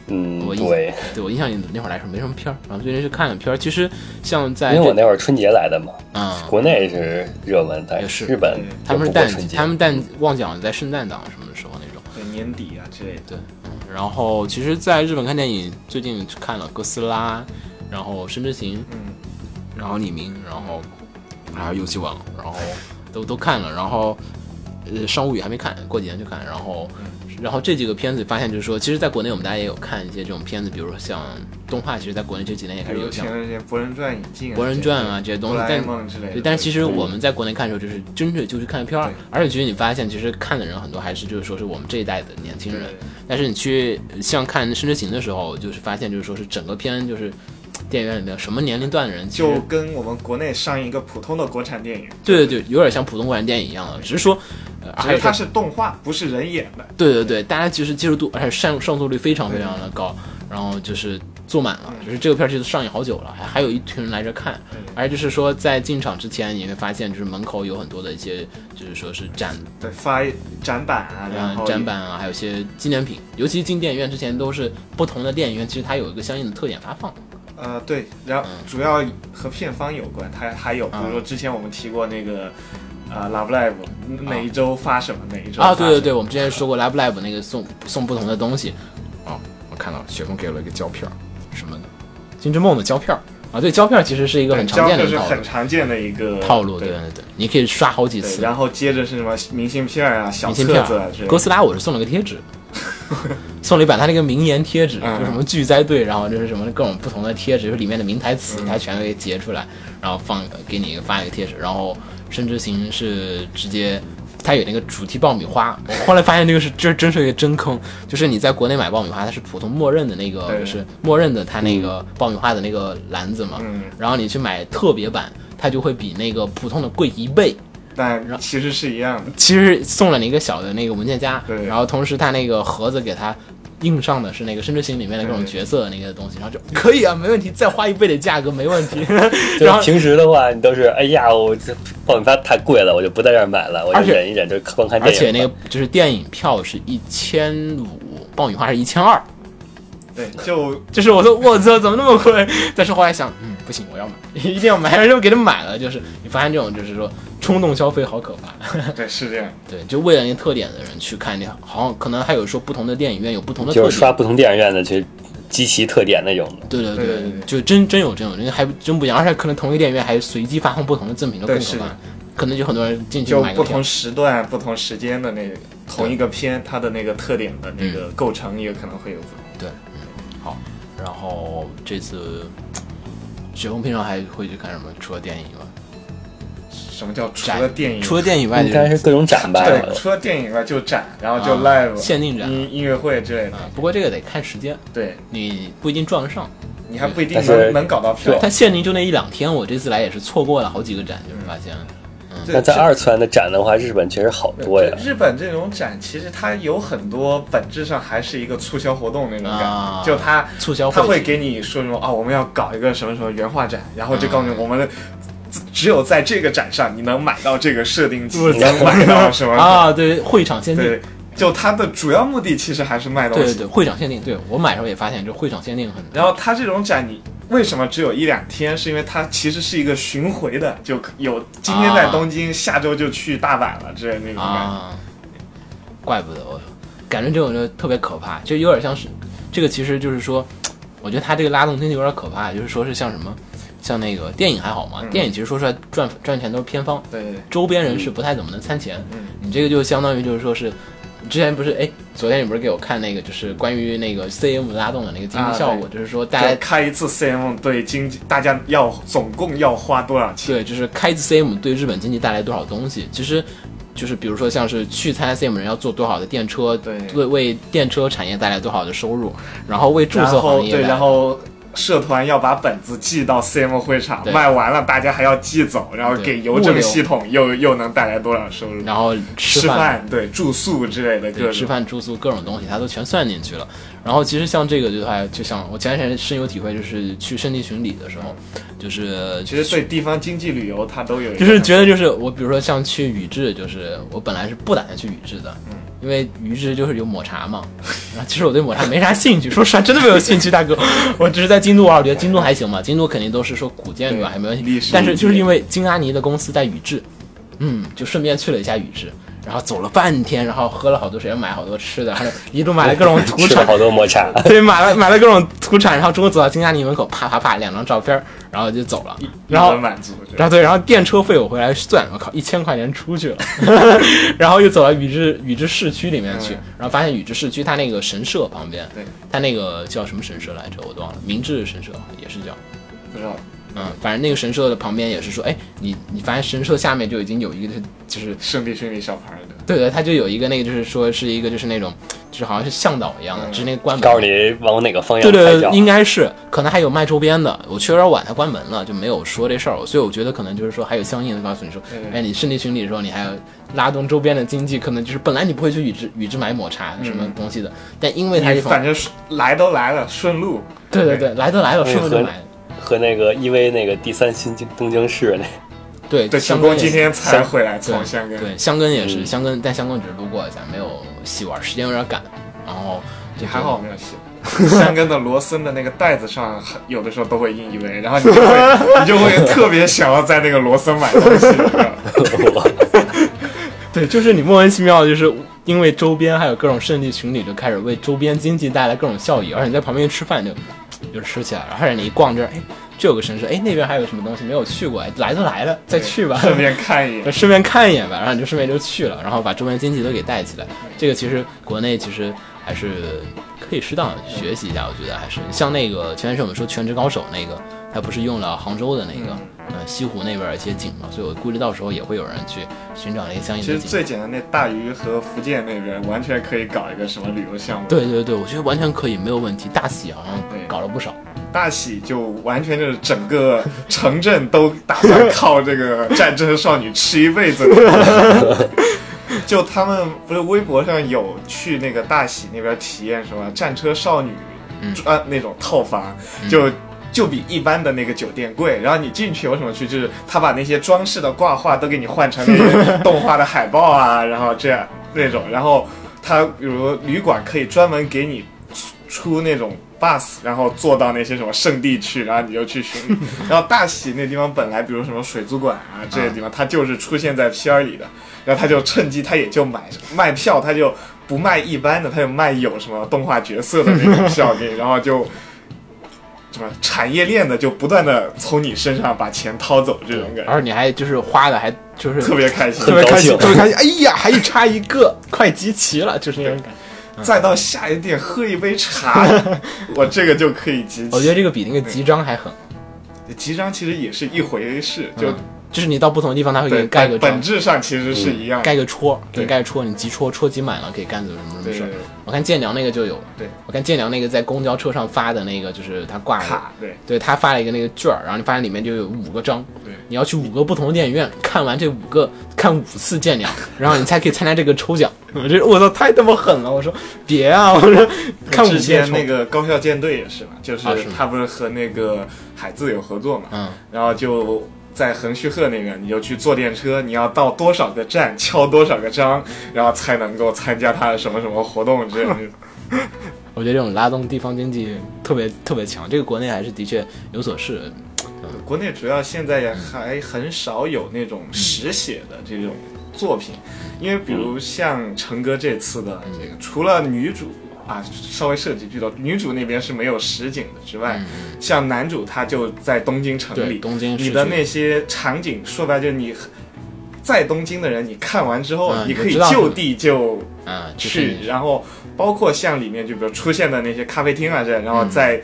D: 嗯
B: 我，印
D: 对，
B: 对我印象里那会儿来说没什么片儿，然后最近是看了片儿。其实像在
D: 因为我
B: 哎这
D: 那会儿春节来的嘛，
B: 嗯，
D: 国内是热门，
B: 也
D: 但
B: 是
D: 日本
B: 他们
D: 就不
B: 是
D: 过
B: 淡
D: 春节
B: 他。们淡忘讲在圣诞档什么时候那种。
C: 对年底啊之类的。
B: 然后其实在日本看电影，最近看了《哥斯拉》，然后《深之行》，
C: 嗯，
B: 然后《李明》，然后还有《游戏王》，然后都都看了，然后。呃，《商务语》还没看，过几天就看。然后，然后这几个片子发现就是说，其实在国内我们大家也有看一些这种片子，比如说像动画，其实在国内这几年也开始
C: 有
B: 有像
C: 前段时间《博人传》引进，
B: 《博人传》啊这些东西
C: 哆，啦 A
B: 但
C: 梦之类的嗯
B: 对，但是其实我们在国内看的时候，就是真正就是看片儿，而且其实你发现，其实看的人很多还是就是说是我们这一代的年轻人，但是你去呃像看《深之行》的时候，就是发现就是说是整个片就是电影院里面什么年龄段的人，其
C: 就
B: 实
C: 跟我们国内上一个普通的国产电影，
B: 对对对，有点像普通国产电影一样的，只是说。呃
C: 只
B: 还有
C: 是
B: 一个
C: 它是动画，不是人演的。
B: 对对对，大家其实接受度而且上上座率非常非常的高，然后就是坐满
C: 嗯
B: 了，就是这个片儿其实上映好久了，还还有一群人来这看，而且就是说在进场之前你会发现，就是门口有很多的一些就是说是展
C: 对，发展板啊，然
B: 嗯
C: 后
B: 展板啊，还有一些纪念品，尤其进电影院之前都是不同的电影院，其实它有一个相应的特点发放，
C: 呃，对，然后
B: 嗯
C: 主要和片方有关，它还有比如说之前我们提过那个。呃，Love Live 哪一周发什么？哪一周
B: 啊，
C: 发
B: 对对
C: 什
B: 对，
C: 么
B: 我们之前说过 Lab Lab 那个送送不同的东西，哦，我看到了，雪峰给了一个胶片儿，什么《金之梦》的胶片儿啊，对，胶片儿其实是一个很常
C: 胶
B: 见
C: 片
B: 的
C: 是
B: 套
C: 很
B: 路
C: 常见的一个
B: 套路，对
C: 对
B: 对对，你可以刷好几
C: 对
B: 次。
C: 然后接着是什么明信片啊、小
B: 明信片
C: 册子
B: 儿
C: 啊之类
B: 哥
C: 的。
B: 斯拉我是送了个贴 纸，送了一版他那个名言贴纸，
C: 嗯
B: 就什么巨灾队，然后就是什么各种不同的贴纸，就是里面的名台词，
C: 嗯
B: 他全都给截出来，然后放给你发一个贴纸，然后甚至行是直接。它有那个主题爆米花，我后来发现这个是这真是一个真坑，就是你在国内买爆米花，它是普通默认的那个，
C: 对
B: 就是默认的它那个爆米花的那个篮子嘛，
C: 嗯
B: 然后你去买特别版，它就会比那个普通的贵一倍，
C: 但其实是一样的，
B: 其实送了你一个小的那个文件夹，
C: 对
B: 然后同时他那个盒子给他印上的是那个《深之行》里面的各种
C: 对
B: 角色的那个东西，然后就可以啊，没问题，再花一倍的价格没问 题。
D: 就
B: 然后
D: 是平时的话，你都是哎呀，我这爆米花太贵了，我就不在这儿买了，我
B: 而
D: 就
B: 且
D: 忍一忍，就光看
B: 而
D: 电影吧。
B: 且那个就是电影票是一千五，爆米花是一千二，
C: 对，就
B: 就是我说我操，怎么那么贵？但是后来想，嗯，不行，我要买，一定要买，然后就给他买了。就是你发现这种就是说冲动消费好可怕。
C: 对是这样。
B: 对，就为了那个特点的人去看，你好像可能还有说不同的电影院有不同的特
D: 就
B: 点。
D: 是刷不同电影院的去集齐特点那种的。
B: 对对
C: 对
B: 对
C: 对对
B: 就真真有这种，人还真不一样，而且可能同一电影院还随机发放不同的赠品，都更
C: 对
B: 可
C: 是
B: 怕。可能就很多人进去
C: 就
B: 买个
C: 不
B: 票
C: 同，时段、不同时间的那个同一个片，它的那个特点的那
B: 嗯
C: 个构成也可能会有不同。
B: 对，嗯，好。然后这次呃雪峰平常还会去看什么？除了电影以外，
C: 什么叫除
B: 展
C: 了电影？
B: 除了电影以外，
D: 应该是各种展吧，
C: 对，除了电影外就展，然后就
B: 啊
C: live、
B: 限定展
D: 嗯
C: 音音乐会之类的。
B: 啊，不过这个得看时间，
C: 对
B: 你不一定撞得上。
C: 你还不一定
D: 但是
C: 能能搞到票
D: 对。
B: 它限定就那一两天，我这次来也是错过了好几个展，就是发现了。
D: 那
C: 对
D: 在
C: 这
D: 二次元的展的话，日本确实好多呀
C: 对。日本这种展，其实它有很多本质上还是一个促销活动那种感觉，
B: 啊
C: 就它
B: 促销
C: 它
B: 会
C: 会
B: 议
C: 给你说什么啊、我们要搞一个什么什么原画展，然后就告诉你我们的。只只有在这个展上，你能买到这个设定集，你能买到 什么？
B: 啊，对，会场限定，
C: 对，就它的主要目的其实还是卖东
B: 对
C: 西。
B: 对对，会场限定，对我买的时候也发现，就会场限定很
C: 然后它这种展你为什么只有一两天？是因为它其实是一个巡回的，就有今天在东京，下周就去大阪了之类的那种感觉。
B: 啊，怪不得我感觉这种就特别可怕，就有点像是这个，其实就是说，我觉得他这个拉动经济有点可怕，就是说是像什么，像那个电影还好嘛，
C: 嗯
B: 电影其实说出来赚赚钱都是偏方，
C: 对对对，
B: 周边人士不太怎么能参钱，
C: 嗯
B: 你这个就相当于就是说是。之前不是哎，昨天你不是给我看那个，就是关于那个 CM 拉动的那个经
C: 啊
B: 济效果，
C: 对
B: 就是说大家
C: 就开一次 CM 对经济，大家要总共要花多少钱？
B: 对，就是开一次 CM 对日本经济带来多少东西？其实，就是比如说像是去参加 CM 人要坐多少的电车，
C: 对
B: 为为电车产业带来多少的收入，然后为注
C: 然
B: 册
C: 后
B: 行业
C: 对，
B: 带
C: 然后社团要把本子寄到 CM 会场，
B: 对
C: 卖完了大家还要寄走，然后
B: 对
C: 给邮
B: 物
C: 政
B: 流
C: 系统又又能带来多少收入？
B: 然后吃
C: 吃
B: 饭。
C: 饭对住宿之类的各
B: 对，
C: 种
B: 吃饭、住宿各种东西，它都全算进去了。然后其实像这个就还就像我前段时间深有体会，就是去圣地巡礼的时候，就是
C: 其实对地方经济旅游它都有一个
B: 就是觉得就是我，比如说像去宇治，就是我本来是不打算去宇治的，
C: 嗯
B: 因为宇治就是有抹茶嘛。然后其实我对抹茶没啥兴趣，说实话真的没有兴趣，大 哥。我只是在京都玩，我觉得京都还行吧，京都肯定都是说古建筑啊
C: 对
B: 还没问
C: 历
B: 题
C: 史。
B: 但是就是因为金阿尼的公司在宇治，嗯，就顺便去了一下宇治。然后走了半天，然后喝了好多水，买好多吃的，还有一路买了各种 土
D: 吃了
B: 产，
D: 好多抹茶，
B: 对，买了买了各种土产，然后中午走到金阿尼门口，啪啪啪两张照片，然后就走了。然
C: 一
B: 后
C: 文满足，对
B: 然后对，然后电车费我回来算，我靠，一千块钱出 去了，然后又走到宇治宇治市区里面去
C: 嗯，
B: 然后发现宇治市区它那个神社旁边，
C: 对，
B: 它那个叫什么神社来着，我都忘了，明治神社也是叫，
C: 不知道
B: 嗯，反正那个神社的旁边也是说，哎，你你发现神社下面就已经有一个就是就是
C: 圣地巡礼小牌儿的，
B: 对的，它就有一个那个就是说是一个就是那种就是好像是向导一样的，
C: 嗯
B: 就是那个关门
D: 告诉你往哪个方
B: 对
D: 向拍
B: 对
D: 照
B: 对，。应该是，可能还有卖周边的。我去有点晚，它关门了，就没有说这事儿。所以我觉得可能就是说，还有相应的告诉你说，
C: 嗯
B: 哎，你圣地巡礼的时候，你还要拉动周边的经济，可能就是本来你不会去宇治宇治买抹茶什么东西的，但因为它这
C: 嗯反
B: 方，
C: 正是来都来了，顺路。
B: 对对对，来都来了，
D: 对
B: 顺便就
D: 和
B: 买。
D: 和那个 EV 那个第三新京东京市那
B: 对，
C: 对，
B: 香
C: 成
B: 根
C: 功
B: 也
C: 今天才
B: 香
C: 回来，
B: 对
C: 从香港。
B: 对，香根也
C: 嗯
B: 是香根，但香根只是路过一下，没有细玩，时间有点赶。然后就
C: 还好我没有写。 香根的罗森的那个袋子上，有的时候都会印一位，然后你就 会你就会特别想要在那个罗森买东西。
D: 个，
B: 对，就是你莫名其妙，就是因为周边还有各种圣地巡礼，就开始为周边经济带来各种效益。而且你在旁边吃饭就就吃起来了，而且你一逛这儿，哎，这有个神社，哎，那边还有什么东西没有去过，哎来都来了，再 去吧。
C: 顺便看一 眼
B: 就。顺便看一眼吧，然后你就顺便就去了，然后把周边经济都给带起来。这个其实国内其实还是可以适当学习一下，我觉得还是像那个前段时间我们说《全职高手》那个，它不是用了杭州的那
C: 嗯
B: 个，呃，西湖那边一些景嘛，所以我估计到时候也会有人去寻找那些相应
C: 其
B: 的
C: 实
B: 景。
C: 最简单的大鱼和福建那边完全可以搞一个什么旅游项目。，
B: 对对对，我觉得完全可以，没有问题。大喜好像
C: 对
B: 搞了不少，
C: 大喜就完全就是整个城镇都打算靠这个战争少女吃一辈子。就他们不是微博上有去那个大喜那边体验什么战车少女
B: 嗯
C: 专、那种套房，就。就比一般的那个酒店贵，然后你进去有什么区？就是他把那些装饰的挂画都给你换成那些动画的海报啊，然后这样那种，然后他比如旅馆可以专门给你出出那种 bus，然后坐到那些什么圣地去，然后你就 去巡礼。然后大喜那地方本来比如什么水族馆啊这些地方，它就是出现在片儿里的，然后他就趁机他也就买卖票，他就不卖一般的，他就卖有什么动画角色的那种票给你，然后就。什么产业链的就不断的从你身上把钱掏走，这种 感觉
B: 而且你还就是花的还就是
C: 特别开心
B: 啊特。别
D: 高
B: 开心，
D: 兴
B: 特别开心。哎呀，还差一个，快集齐了，就是那种感觉。
C: 再到下一店喝一杯茶，我这个就可以集齐。
B: 我觉得这个比那个集章还狠。
C: 集章其实也是一回事，就、
B: 嗯就是你到不同的地方，他会给
C: 对
B: 你盖个
C: 本本
B: 章嗯
C: 质上其实是一样的。
B: 盖个戳，给你
C: 对
B: 盖个戳，你集戳戳集满了，可以干什么什么什么
C: 对
B: 事儿
C: 对对。
B: 我看建良那个就有，
C: 对
B: 我看建良那个在公交车上发的那个，就是他挂了
C: 卡，对
B: 对他发了一个那个券儿，然后你发现里面就有五个章，
C: 对
B: 你要去五个不同的电影院看完这五个，看五次建 良，然后你才可以参加这个抽奖。我这我操，太他妈狠了！我说别 啊，我说看五
C: 之
B: 遍
C: 前
B: 抽
C: 那个高校舰队也是嘛，就是
B: 啊是吗
C: 他不是和那个海自有合作嘛，
B: 嗯，
C: 然后就在横须贺那边，你就去坐电车，你要到多少个站敲多少个章，然后才能够参加他的什么什么活 动之类的。
B: 我觉得这种拉动地方经济特别特别强，这个国内还是的确有所示。
C: 国内主要现在也还很少有那种实写的这种作品，因为比如像成哥这次的这个，除了女主啊稍微涉及剧透，女主那边是没有实景的之外，像男主他就在东京城
B: 嗯对
C: 里，
B: 东京市
C: 你的
B: 区
C: 那些场景，说白了就是你在东京的人，你看完之后，
B: 嗯
C: 你可
B: 我
C: 以
B: 知道
C: 就地就
B: 嗯，就是
C: 去，然后包括像里面就比如出现的那些咖啡厅啊这，然后
B: 嗯
C: 在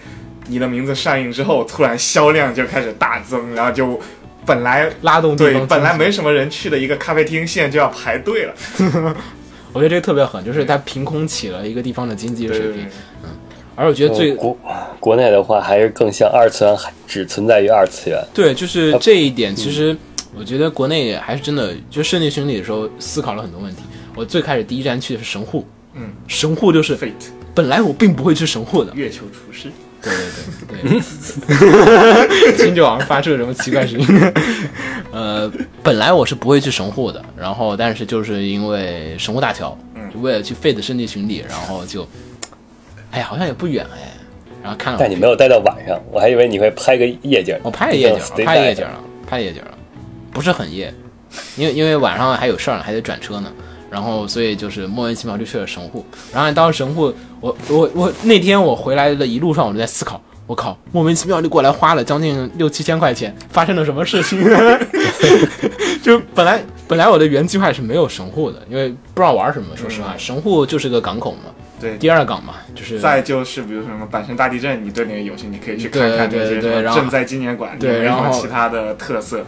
C: 你的名字上映之后，突然销量就开始大增，然后就本来
B: 拉动地方
C: 对
B: 经济。
C: 本来没什么人去的一个咖啡厅，现在就要排队了。
B: 我觉得这个特别狠，就是它凭空起了一个地方的经济
C: 对
B: 水
C: 对
B: 平
C: 对。，
B: 而我觉得最
D: 嗯国国内的话，还是更像二次元，还只存在于二次元。
B: 对就是这一点，其实我觉得国内还是真的，就圣地巡礼的时候思考了很多问题。我最开始第一站去的是神户，
C: 嗯，
B: 神户就是
C: Fate
B: 本来我并不会去神户的，
C: 月球厨师，
B: 对对对，对，新九好像发出了什么奇怪声音。呃，本来我是不会去神户的，然后但是就是因为神户大桥，就为了去 Fate 圣地巡礼，然后就，哎呀，好像也不远哎，然后看了，
D: 但你没有待到晚上，我还以为你会拍个夜景。
B: 我哦拍了夜景
D: 你
B: 了，
D: 得
B: 拍了夜
D: 待
B: 景了，拍了夜景了，不是很夜，因为因为晚上还有事儿呢，还得转车呢。然后，所以就是莫名其妙就去了神户。然后当时神户，我我我那天我回来的一路上，我就在思考，我靠，莫名其妙就过来花了将近六七千块钱，发生了什么事情？ 就本来本来我的原计划是没有神户的，因为不知道玩什么。说实话，神户就是个港口嘛，
C: 对。
B: 第二港嘛，就是
C: 再就是比如说什么阪神大地震，你对那个有兴趣，你可以去
B: 对
C: 看看
B: 对
C: 这些
B: 对
C: 什么
B: 然后
C: 正在纪念馆里
B: 对
C: 面有
B: 然
C: 什么
B: 后
C: 其他的特色。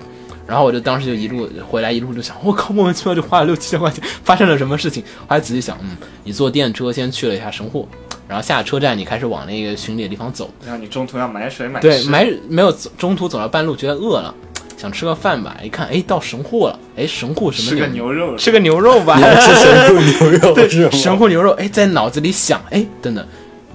B: 然后我就当时就一路回来，一路就想，我靠，莫名其妙就花了六七千块钱，发生了什么事情？后来仔细想，嗯，你坐电车先去了一下神户，然后下车站你开始往那个巡礼的地方走，
C: 然后你中途要买水买
B: 对，
C: 吃
B: 买没有走中途走到半路觉得饿了，想吃个饭吧，一看，哎，到神户了，哎，神户什
C: 吃
B: 么
C: 个牛肉，
B: 吃个牛肉 吧，
D: 是神户 牛肉 是吗？
B: 神户牛肉，哎，在脑子里想，哎，等等，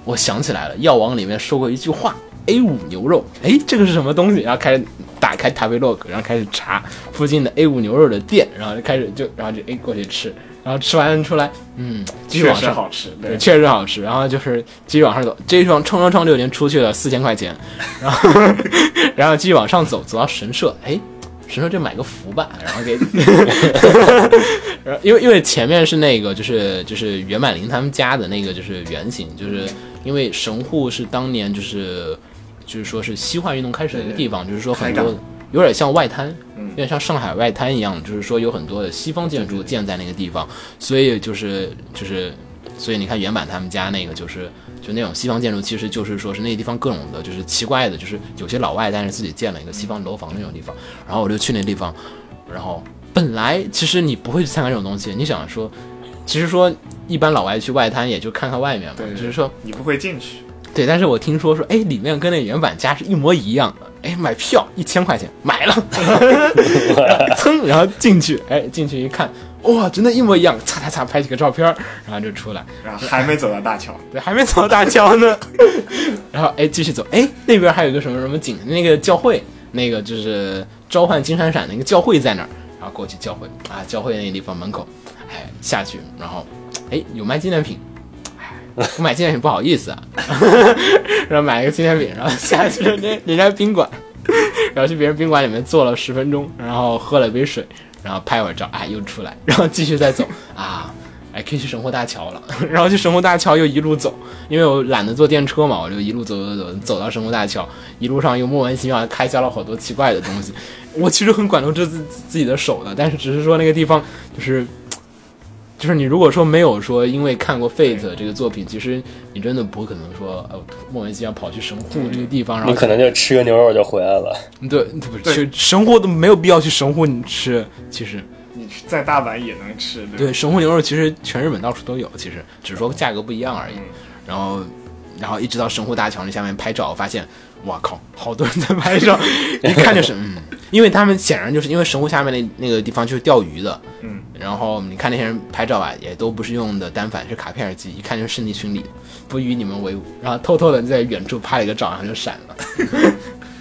B: 我想起来了，《药王》里面说过一句话，A 五牛肉，哎，这个是什么东西？然后开始打开 Tabelog，然后开始查附近的 A 五牛肉的店，然后就开始就然后就哎过去吃，然后吃完出来，嗯，继续
C: 确
B: 往
C: 实
B: 上。
C: 好吃。对
B: 对，，确实好吃。然后就是继续往上走，这一双冲冲冲就已经出去了四千块钱，然后然后继续往上走，走到神社，哎，神社就买个符吧，然后给，因为因为前面是那个就是就是袁满林他们家的那个就是原型，就是因为神户是当年就是就是说是西化运动开始的一个地方，就是说很
C: 开嗯
B: 多
C: 港
B: 有点像外滩，有点像上海外滩一样，就是说有很多的西方建筑建在那个地方，所以就是就是所以你看原版他们家那个就是。就那种西方建筑，其实就是说是那个地方各种的，就是奇怪的，就是有些老外，但是自己建了一个西方楼房那种地方。然后我就去那地方，然后本来其实你不会去参观这种东西，你想说，其实说一般老外去外滩也就看看外面嘛，
C: 对
B: 只是说
C: 你不会进去，
B: 对，但是我听说说，哎，里面跟那原版家是一模一样的，哎，买票一千块钱买了，然后噌，然后进去，哎，进去一看，哇，真的，一模一样，擦擦擦，拍几个照片儿，然后就出来，
C: 然后还没走到大桥，
B: 对，还没走到大桥呢， 然后哎，继续走，哎，那边还有一个什么什么景，那个教会，那个就是召唤金闪闪那个教会在那儿，然后过去教会啊，教会那个地方门口，哎，下去，然后哎有卖纪念品，哎，不买纪念品不好意思啊， 然后买了个纪念品，然后下去了人人家宾馆，然后去别人宾馆里面坐了十分钟，然后喝了杯水，然后拍会儿照，哎，又出来，然后继续再走啊。哎，可以去神户大桥了， 然后去神户大桥又一路走，因为我懒得坐电车嘛，我就一路走走走走到神户大桥，一路上又莫名其妙地开销了好多奇怪的东西。 我其实很管住自自自己的手的，但是只是说那个地方就是，就是你如果说没有说因为看过《Fate》这个作品，其实你真的不可能说呃莫名其妙跑去神户这个地方，然后
D: 你可能就吃个牛肉就回来了。
B: 对不是去神户都没有必要去神户吃，其实。
C: 你在大阪也能吃，对吧
B: 对，神户牛肉其实全日本到处都有，其实只是说价格不一样而已。然后，然后一直到神户大桥那下面拍照，我发现，哇靠，好多人在拍照，一看就是，嗯，因为他们显然就是因为神户下面那那个地方就是钓鱼的，
C: 嗯，
B: 然后你看那些人拍照啊，也都不是用的单反，是卡片儿机，一看就是圣地巡礼，不与你们为伍，然后偷偷的在远处拍了一个照，然后就闪 了。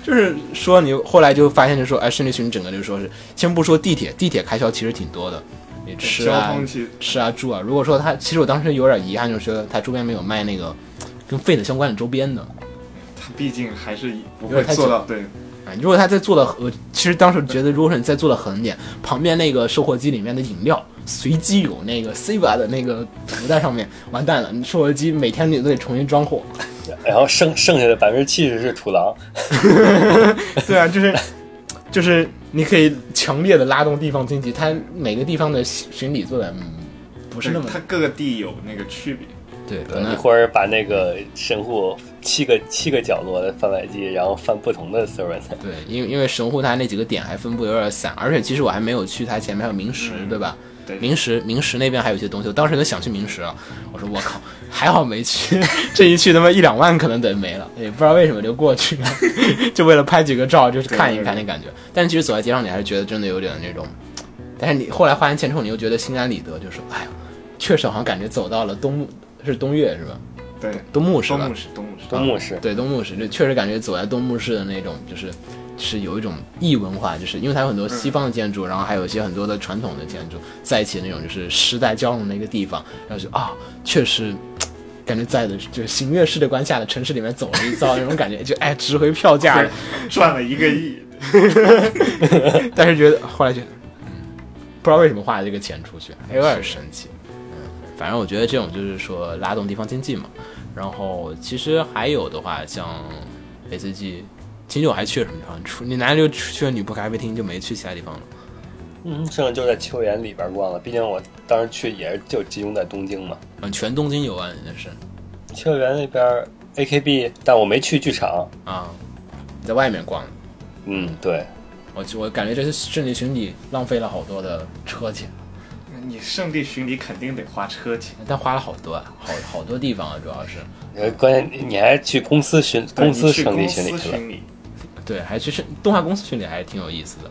B: 就是说你后来就发现，就说哎，圣地巡礼整个就说是，先不说地铁，地铁开销其实挺多的，你吃
C: 交
B: 啊、
C: 通其实
B: 吃啊住啊。如果说他，其实我当时有点遗憾，就是说他周边没有卖那个跟 Fate 相关的周边的。
C: 它毕竟还是不
B: 有
C: 会
B: 点太
C: 做到对
B: 啊，如果他再做的，我其实当时觉得，如果是你再做的狠点，旁边那个售货机里面的饮料随机有那个 Siva 的那个图在上面，完蛋了，你售货机每天你都得重新装货。
D: 然后剩剩下的百分之七十是土狼，
B: 对啊，就是就是你可以强烈的拉动地方经济，它每个地方的巡礼做的嗯不是那
C: 对，
B: 么
C: 它各个地有那个区别，
B: 对，可
D: 一
B: 能
D: 会儿把那个神户七个七个角落的贩卖机，然后贩不同的 servant。
B: 对，因为因为神户它那几个点还分布有点散，而且其实我还没有去它前面还有明石，
C: 嗯
B: 对吧？
C: 对
B: 明石明石那边还有一些东西，我当时就想去明石啊，我说我靠，还好没去， 这一去他妈一两万可能得没了，也不知道为什么就过去了， 就为了拍几个照，就是看一看那感觉。但其实走在街上，你还是觉得真的有点那种，但是你后来花完钱之后，你又觉得心安理得，就是哎呀，确实好像感觉走到了东木是东岳是吧？
C: 对，
B: 东木是吧？
C: 东木是东木是
B: 嗯
D: 东木市，
B: 对东木市，就确实感觉走在东木市的那种，就是是有一种异文化，就是因为它有很多西方的建筑，然后还有一些很多的传统的建筑在一起那种就是时代交融的一个地方，然后就啊，确实。感觉在的就是行月世界观下的城市里面走了一遭，那种感觉就哎值回票价了。
C: 赚了一个亿，
B: 但是觉得后来觉得，嗯，不知道为什么花了这个钱出去，有点神奇。嗯，反正我觉得这种就是说拉动地方经济嘛。然后其实还有的话，像 A C G，秦九还去了什么地方？除你男的就去了女仆咖啡厅，就没去其他地方了。
D: 嗯，剩下就在秋园里边逛了。毕竟我当时去也是就集中在东京嘛。
B: 嗯，全东京游啊，你那是
D: 秋园那边 AKB，但我没去剧场。
B: 啊，你在外面逛的。
D: 嗯，对，
B: 我就我感觉这次圣地巡礼浪费了好多的车钱，
C: 你圣地巡礼肯定得花车钱，
B: 但花了好多啊，好好多地方啊，主要是。
D: 呃，关键你你还去公司巡
C: 对
D: 公司
C: 你去
D: 成立
C: 公
D: 巡礼
C: 司
D: 去了。
C: 巡礼，
B: 对，还去圣动画公司巡礼还是挺有意思的。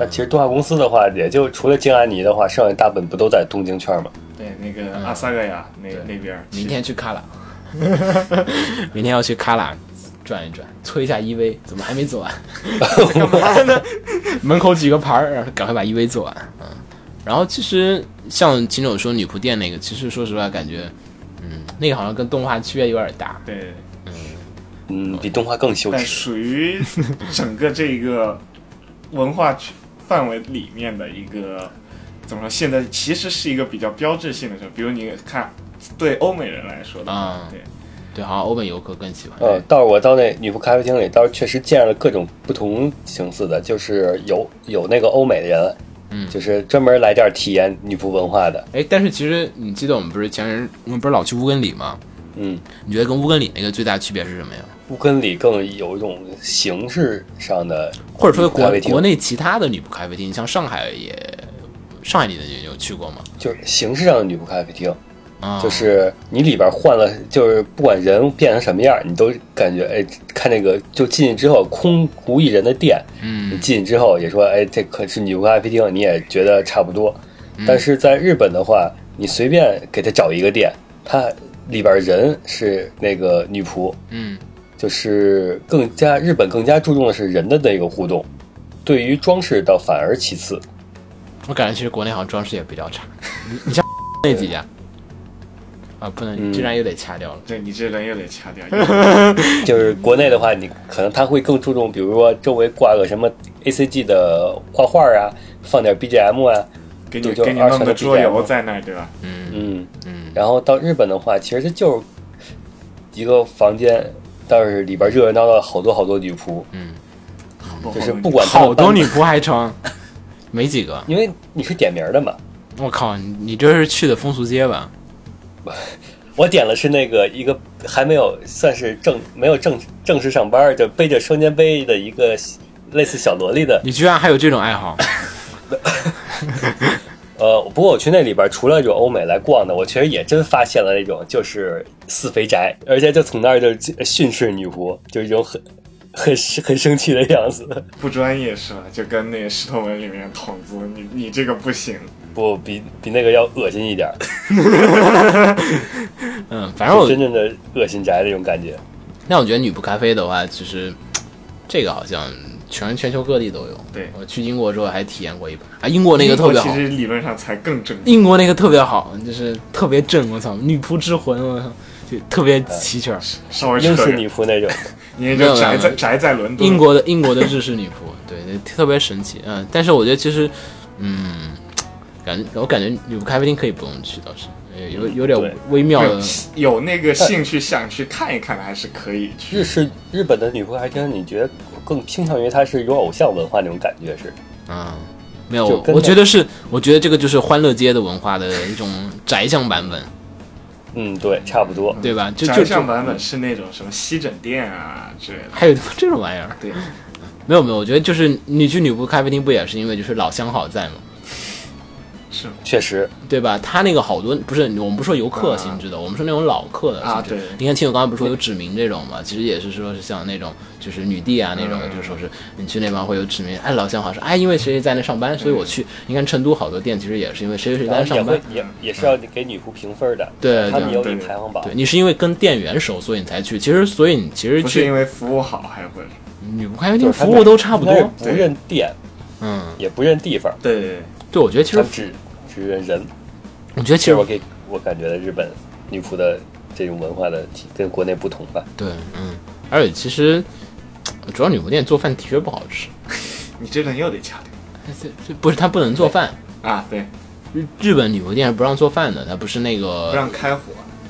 D: 但其实动画公司的话，也就除了静安妮的话，剩下大部分不都在东京圈嘛。嗯
C: 对那个阿萨格亚那
B: 对
C: 那边儿，
B: 明天去卡拉， 明天要去卡拉转一转，催一下 EV，怎么还没做完？干嘛呢？ 门口举个牌儿，然后赶快把 EV 做完。嗯，然后其实像秦总说女仆店那个，其实说实话感觉，嗯，那个好像跟动画区别有点大。
C: 对，
D: 嗯，比动画更羞
C: 但
D: 耻。
C: 属于整个这个文化区范围里面的一个怎么说？现在其实是一个比较标志性的事儿，比如你看，对欧美人来说的话，
B: 嗯
C: 对，
B: 对，好像欧美游客更喜欢。
D: 呃，倒是我到那女仆咖啡厅里，倒是确实见了各种不同形式的，就是有有那个欧美的人，
B: 嗯
D: 就是专门来这儿体验女仆文化的，
B: 哎，但是其实你记得我们不是前人，我们不是老去乌根里吗？
D: 嗯，
B: 你觉得跟乌根里那个最大区别是什么呀？
D: 乌根里更有一种形式上的，
B: 或者说
D: 咖
B: 国
D: 啡厅
B: 国内其他的女仆咖啡厅，像上海也，上海你的你有去过吗？
D: 就是形式上的女仆咖啡厅，
B: 啊，
D: 就是你里边换了，就是不管人变成什么样，你都感觉哎，看那个就进去之后空无一人的店，你
B: 嗯
D: 进去之后也说哎，这可是女仆咖啡厅，你也觉得差不多。但是在日本的话，你随便给他找一个店，它里边人是那个女仆，
B: 嗯
D: 就是更加日本更加注重的是人的那个互动，对于装饰倒反而其次。
B: 我感觉其实国内好像装饰也比较差。你 你像那几家啊，不能，
D: 嗯
B: 居然又得掐掉了。
C: 对你这人又得掐掉。
D: 就是国内的话，你可能他会更注重，比如说周围挂个什么 A C G 的画画啊，放点 B G M 啊，
C: 给
D: 就
C: 你
D: 就
C: 给你
D: 二
C: 弄
D: 十
C: 个
D: 个
C: 桌
D: BGM
C: 游在那儿，对吧？
B: 嗯
D: 嗯。
B: 嗯，
D: 然后到日本的话，其实就是一个房间，但是里边热热闹闹好多好多女仆，
B: 嗯
D: 就是不管他们
B: 好多
D: 搬
B: 女，仆还 成，没几个。
D: 因为你是点名的嘛，
B: 我靠，你你这是去的风俗街吧？
D: 我点了是那个一个还没有算是正没有正正式上班，就背着双肩背的一个类似小萝莉的
B: 你居然还有这种爱好？
D: 呃，不过我去那里边，除了有欧美来逛的，我确实也真发现了那种就是四肥宅，而且就从那儿就呃训斥女仆，就是一种很很很生气的样子。
C: 不专业是吧？就跟那个石头门里面筒子，你你这个不行。
D: 不，比比那个要恶心一点，
B: 嗯，反正
D: 就
B: 我
D: 真正的恶心宅那种感觉。
B: 那我觉得女仆咖啡的话，其实这个好像全全球各地都有。
C: 对
B: 我去英国之后还体验过一把，啊，英国那个特别
C: 英国
B: 好
C: 其，实理论上才更正
B: 英国那个特别好，就是特别正，我操，女仆之魂，我操，就特别齐全。
C: 稍微扯
D: 英式
C: 远，
D: 女仆那种，
C: 你也
B: 没有
C: 就宅
B: 没有
C: 在宅在伦敦。
B: 英国的英国的日式女仆， 对，特别神奇。嗯，但是我觉得其实，嗯，感觉我感觉女仆咖啡厅可以不用去，倒是有有有
D: 对
B: 点微妙
C: 没
B: 的
C: 有。有那个兴趣想去看一看的，还是可以去。
D: 日式日本的女仆还真，你觉得更倾向于它是有偶像文化那种感觉是？
B: 嗯，没有
D: 就，跟
B: 我
D: 那
B: 觉得是，我觉得这个就是欢乐街的文化的一种宅向版本，
D: 嗯，对，差不多。
B: 对吧？就就
C: 宅
B: 就
C: 上版本是那种什么西枕店啊之类的。
B: 还有 这种玩意儿？
C: 对，
B: 没有没有，我觉得就是你去女仆咖啡厅不也是因为就是老相好在嘛，
C: 是
D: 确实，
B: 对吧？他那个好多不是我们不说游客性质的，我们说那种老客的
C: 啊
B: 性质
C: 对
B: 你看亲友刚才不是说有指名这种嘛，其实也是说是像那种就是女帝啊那种，
C: 嗯
B: 就说是你去那帮会有指名，哎老相好说哎因为谁谁在那上
D: 嗯
B: 班，所以我去。你看成都好多店其实也是因为谁谁谁在
D: 然
B: 那
D: 后也
B: 上班
D: 会，也也是要给女仆评分的，
B: 对
D: 他们
B: 对
D: 有
C: 对
D: 一
C: 对
D: 排行榜
B: 对。你是因为跟店员熟，所以你才去。其实所以你其实
C: 不是
B: 去
C: 因为服务好，还有不是？
B: 女仆咖啡
D: 就
B: 厅
D: 是他
B: 服
D: 们
B: 务都差不
D: 应该是
B: 多，
D: 不认店，
B: 嗯，
D: 也不认地方。
C: 对，
B: 对，我觉得其
D: 他
B: 实
D: 们只只认人，
B: 我觉得其
D: 这
B: 实
D: 是我给我感觉的日本女仆的这种文化的体跟国内不同吧。
B: 对，嗯，而且其实主要女仆店做饭的确不好吃，
C: 你这人又得掐掉
B: 这这不是她不能做饭，
C: 啊！对，
B: 日日本女仆店是不让做饭的，她不是那
C: 不
B: 个
C: 让开火。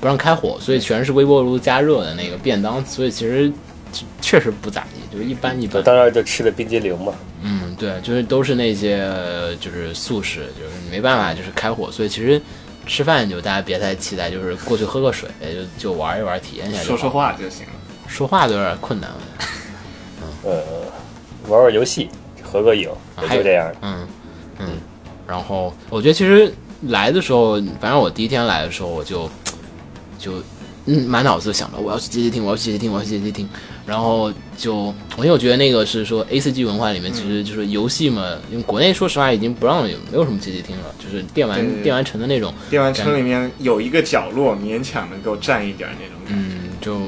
B: 不让开火，所以全是微波炉加热的那个便当，所以其实确确实不咋地，就是一般一
D: 我
B: 般。
D: 当然就吃了冰激凌嘛，
B: 嗯，对，就是都是那些呃就是素食，就是没办法，就是开火，所以其实。吃饭就大家别太期待，就是过去喝个水，就就玩一玩，体验一下就
C: 说
B: 好。
C: 说话就行了。
B: 说话都有点困难了。
D: 呃，玩玩游戏，合个影，也就这样。
B: 嗯，嗯，然后我觉得其实来的时候，反正我第一天来的时候，我就就嗯满脑子想着我要去街机厅，我要去街机厅，我要去街机厅。然后就因为我觉得那个是说 A C G 文化里
C: 嗯
B: 面，其实就是游戏嘛，因为国内说实话已经不让有没有什么街机厅了，就是电玩
C: 对对对
B: 电玩城的那种，
C: 电玩城里面有一个角落，勉强能够占一点那种感觉。
B: 嗯，就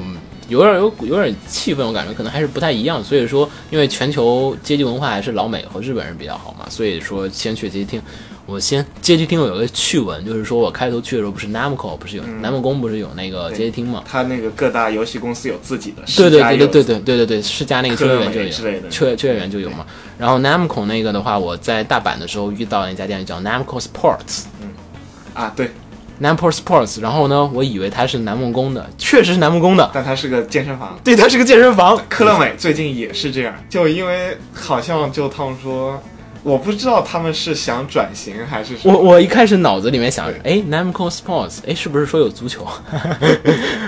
B: 有点有有点气氛，我感觉可能还是不太一样。所以说，因为全球阶级文化还是老美和日本人比较好嘛，所以说先去街机厅。我先街机厅有个趣闻，就是说我开头去的时候不是 Namco 不是有、南梦宫不是有那个街机厅嘛？
C: 他那个各大游戏公司有自己的，
B: 对对
C: 世嘉
B: 对
C: 有
B: 对对对对对对，世嘉那个秋叶原就
C: 科美之类的
B: 有，秋叶秋叶原就有嘛。然后 Namco 那个的话，我在大阪的时候遇到了一家店叫 Namco Sports。
C: 啊，对，
B: Namco Sports，然后呢，我以为它是南梦宫的，确实是南梦宫的，
C: 但它是个健身房。
B: 对，它是个健身房。
C: 科乐美最近也是这样，就因为好像就他们说，我不知道他们是想转型还是 什
B: 我
C: 么。
B: 我一开始脑子里面想，哎，Namco Sports，哎，是不是说有足球？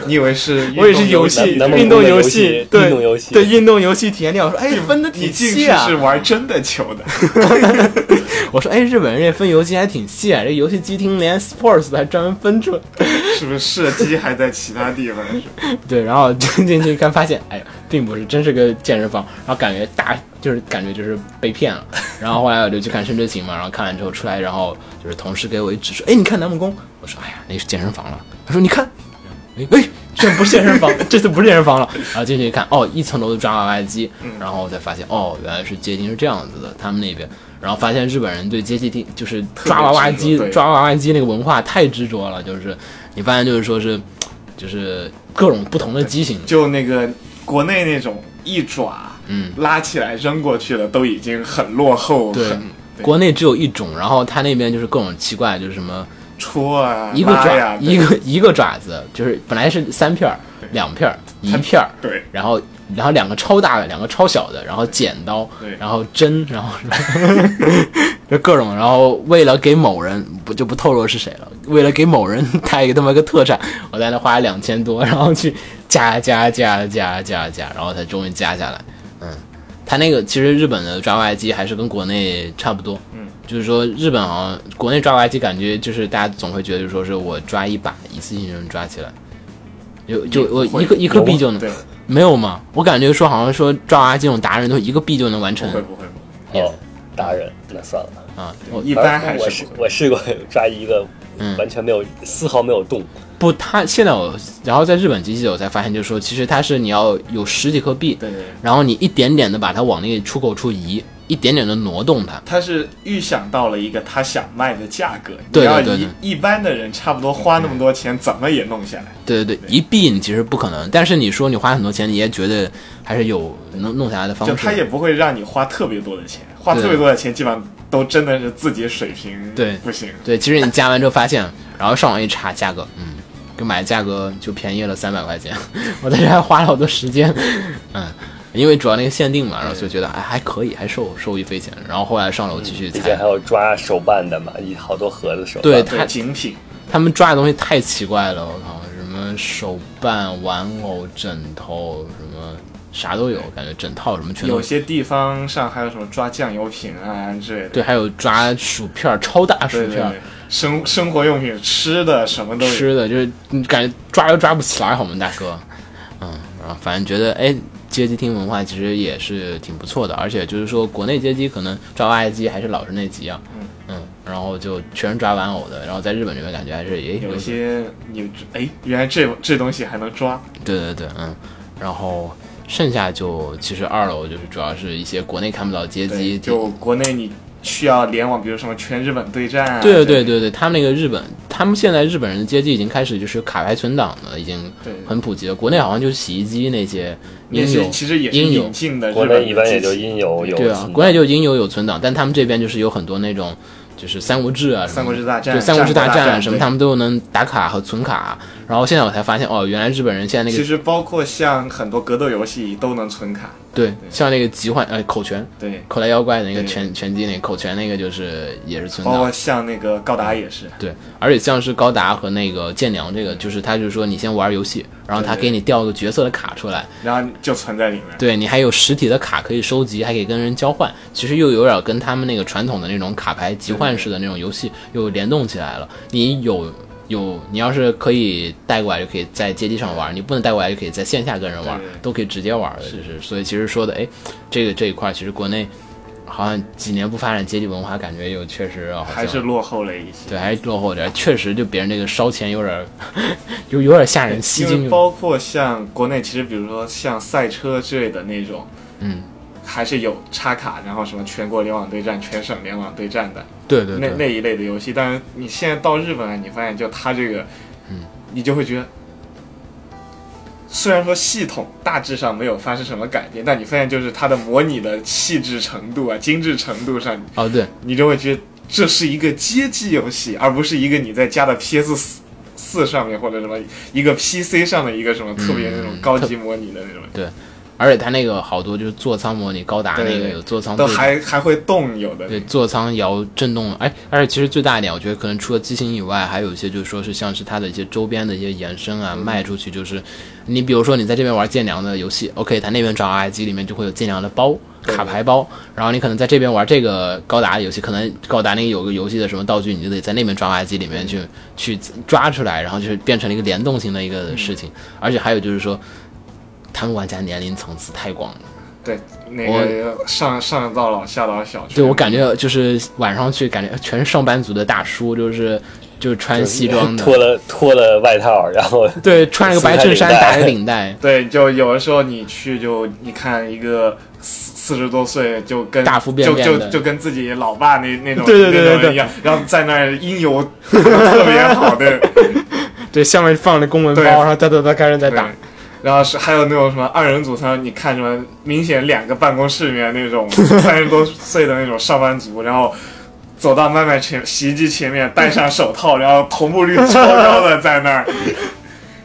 C: 你以为是？
B: 我也是游戏
D: 南南梦宫的
B: 运动
D: 游
B: 戏
D: 戏，
B: 对
D: 运动游戏
B: 对运动游戏体验店。我说，哎，分的
C: 你
B: 挺
C: 进
B: 细
C: 去
B: 啊
C: 是。玩真的球的，
B: 我说，哎，日本人这分游戏还挺细啊，这游戏机厅连 Sports 还专门分出来。
C: 是不是射击还在其他地方？是吧
B: 对，然后就进去一看，发现哎呀，并不是，真是个健身房。然后感觉大，就是感觉就是被骗了。然后后来我就去看《深之行》嘛，然后看完之后出来，然后就是同事给我一指示，哎，你看南梦宫。我说，哎呀，那是健身房了。他说，你看，哎哎，这不是健身房，这次不是健身房了。然后进去一看，哦，一层楼的抓娃娃机，然后我才发现，哦，原来是街机是这样子的，他们那边。然后发现日本人对街机厅就是抓娃娃机
C: 特别执着、对
B: 抓娃娃机那个文化太执着了，就是你发现就是说是。就是各种不同的机型，
C: 就那个国内那种一爪，
B: 嗯，
C: 拉起来扔过去的都已经很落后，
B: 对
C: 很
B: 国内只有一种，然后他那边就是各种奇怪，就是什么
C: 戳啊，
B: 一个
C: 拉
B: 爪
C: 呀，
B: 一个一个爪子，就是本来是三片儿、两片儿、一片儿，
C: 对
B: 然后然后两个超大的，两个超小的，然后剪刀
C: 对，
B: 然后针，然后什么就各种，然后为了给某人不就不透露是谁了，为了给某人带一个这么一个特产，我在那花了两千多，然后去加加加加加加，然后才终于加下来。嗯，他那个其实日本的抓娃娃机还是跟国内差不多，嗯，就是说日本好像国内抓娃娃机感觉就是大家总会觉得就是说是我抓一把一次性就能抓起来。就就我一个一颗币就能，
C: 啊对，
B: 没有吗？我感觉说好像说抓娃娃机这种达人都一个币就能完
C: 不
B: 成
C: 会不会，不会
D: 哦，
B: 嗯
D: 达人，那算了。
B: 啊！我
C: 一般
D: 而
C: 还
D: 我
C: 是
D: 试
C: 不会
D: 我试过抓一个
B: 嗯，
D: 完全没有丝毫没有动，
B: 不，他现在我然后在日本机器我才发现，就是说其实它是你要有十几颗币，
C: 对对对。
B: 然后你一点点的把它往那个出口处移，一点点的挪动它。
C: 他是预想到了一个他想卖的价格，
B: 对
C: 你要
B: 对对
C: 一一般的人差不多花那么多钱，怎么也弄下来。
B: 对对对，一币你其实不可能，但是你说你花很多钱，你也觉得还是有能弄下来的方
C: 就
B: 式。
C: 他也不会让你花特别多的钱，花
B: 对
C: 特别多的钱基本上都真的是自己水平
B: 对
C: 不行。
B: 对，其实你加完之后发现， 然后上网一查价格，嗯，跟买价格就便宜了三百块钱， 我在这还花了好多时间， 嗯，因为主要那个限定嘛，然后就觉得哎还可以，还收收一分钱，然后后来上楼继
C: 嗯
B: 续
D: 之前
B: 猜
D: 还，有抓手办的嘛，一好多盒子手办。
B: 对
C: 对
B: 他
C: 精品，
B: 他们抓的东西太奇怪了，我靠，什么手办、玩偶、枕头，什么啥都有，感觉整套什么全都
C: 有。些地方上还有什么抓酱油瓶啊之类的。
B: 对，还有抓薯片儿，超大薯
C: 对对
B: 片儿
C: 对，，生生活用品、吃的什么都有。
B: 吃的，就是你感觉抓都抓不起来，好吗，大哥？嗯，然后反正觉得，哎，街机厅文化其实也是挺不错的，而且就是说，国内街机可能抓娃娃机还是老是那几样，嗯然后就全是抓玩偶的，然后在日本这边感觉还是也
C: 有
B: 有
C: 一些你哎，原来这这东西还能抓，
B: 对对对，嗯，然后剩下就其实二楼就是主要是一些国内看不到街
C: 对，
B: 机，
C: 就国内你需要联网，比如什么全日本对战啊。
B: 对
C: 对
B: 对对对，他们那个日本，他们现在日本人的街机已经开始就是卡牌存档了，已经
C: 对
B: 很普及了。国内好像就是洗衣机那些
C: 也
B: 应
C: 是
B: 有，
C: 其实也是
B: 应有
C: 引，进的日
D: 国
C: 本
D: 内一般
C: 的
D: 也
C: 机
D: 就
C: 器
D: 音游有。
B: 对啊，国内就应有有存档，但他们这边就是有很多那种就是《三国志》啊，什么
C: 三国志大战
B: 对《三国志
C: 战国大
B: 战》啊
C: 战
B: 什么，
C: 对
B: 他们都能打卡和存卡。然后现在我才发现，哦，原来日本人现在那
C: 其
B: 个
C: 实包括像很多格斗游戏都能存卡，
B: 对，像那个疾患呃口拳。
C: 对，
B: 口袋妖怪那个
C: 对
B: 拳拳击那个口拳那个就是也是存
C: 包
B: 档
C: 括，像那个高达也是，
B: 对，而且像是高达和那个剑娘这个，就是他就是说你先玩游戏，然后他
C: 对
B: 给你调个角色的卡出来，
C: 然后就存在里面。
B: 对你还有实体的卡可以收集，还可以跟人交换，其实又有点跟他们那个传统的那种卡牌集换式的那种游戏又联动起来了。你有有，你要是可以带过来就可以在街机上玩，你不能带过来就可以在线下跟人玩
C: 对对，
B: 都可以直接玩的，就是所以其实说的，哎，这个这一块其实国内。好像几年不发展阶级文化，感觉又确实好像
C: 还是落后了一些。
B: 对，还是落后点儿。确实，就别人这个烧钱有点儿， 有有点吓人，吸
C: 因
B: 睛
C: 为
B: 就。
C: 包括像国内，其实比如说像赛车之类的那种，
B: 嗯，
C: 还是有插卡，然后什么全国联网对战、全省联网对战的
B: 对对
C: 那
B: 对，
C: 那一类的游戏。但是你现在到日本来，你发现就它这个，
B: 嗯，
C: 你就会觉得，虽然说系统大致上没有发生什么改变，但你发现就是它的模拟的细致程度啊、精致程度上，
B: 哦对，
C: 你就会觉得这是一个街机游戏，而不是一个你在家的 PS 四四上面或者什么一个 PC 上的一个什么特别那
B: 嗯
C: 种高级模拟的那种，
B: 而且他那个好多就是座舱模拟，高达
C: 对
B: 那
C: 对
B: 个
C: 对
B: 有座舱
C: 都
B: 对
C: 还还会动有的。
B: 对座舱摇震动，哎，而且其实最大一点，我觉得可能除了机型以外，还有一些就是说是像是它的一些周边的一些延伸
C: 嗯
B: 啊，卖出去就是，你比如说你在这边玩剑良的游戏，OK，它那边找 RIG 里面就会有剑良的包。
C: 对
B: 卡牌包，然后你可能在这边玩这个高达的游戏，可能高达那个有个游戏的什么道具，你就得在那边抓 i g 里面
C: 嗯
B: 去去抓出来，然后就是变成了一个联动性的一个事
C: 嗯
B: 情。而且还有就是说，他们玩家年龄层次太广了。
C: 对，那个上上到老下到小，
B: 对我感觉就是晚上去，感觉全是上班族的大叔，就是就是穿西 装
D: 脱
B: 的，
D: 了脱了外套，然后
B: 对，穿了个白衬衫，
D: 撕开领带
B: 打个领带，
C: 对，就有的时候你去就你看一个四四十多岁就跟
B: 大腹便便
C: 就
B: 的
C: 就就跟自己老爸那那种
B: 对对对
C: 那种
B: 对对
C: 一样，然后在那儿音 游特别好的。
B: 对，下面放着公文
C: 包对然
B: 后哒哒哒开始在
C: 对，然后是还有那种什么二人组，他你看什么明显两个办公室里面那 种三十多岁的那种上班族，然后走到麦麦前洗衣机前面，戴上手套，然后头目率超高的 在那儿，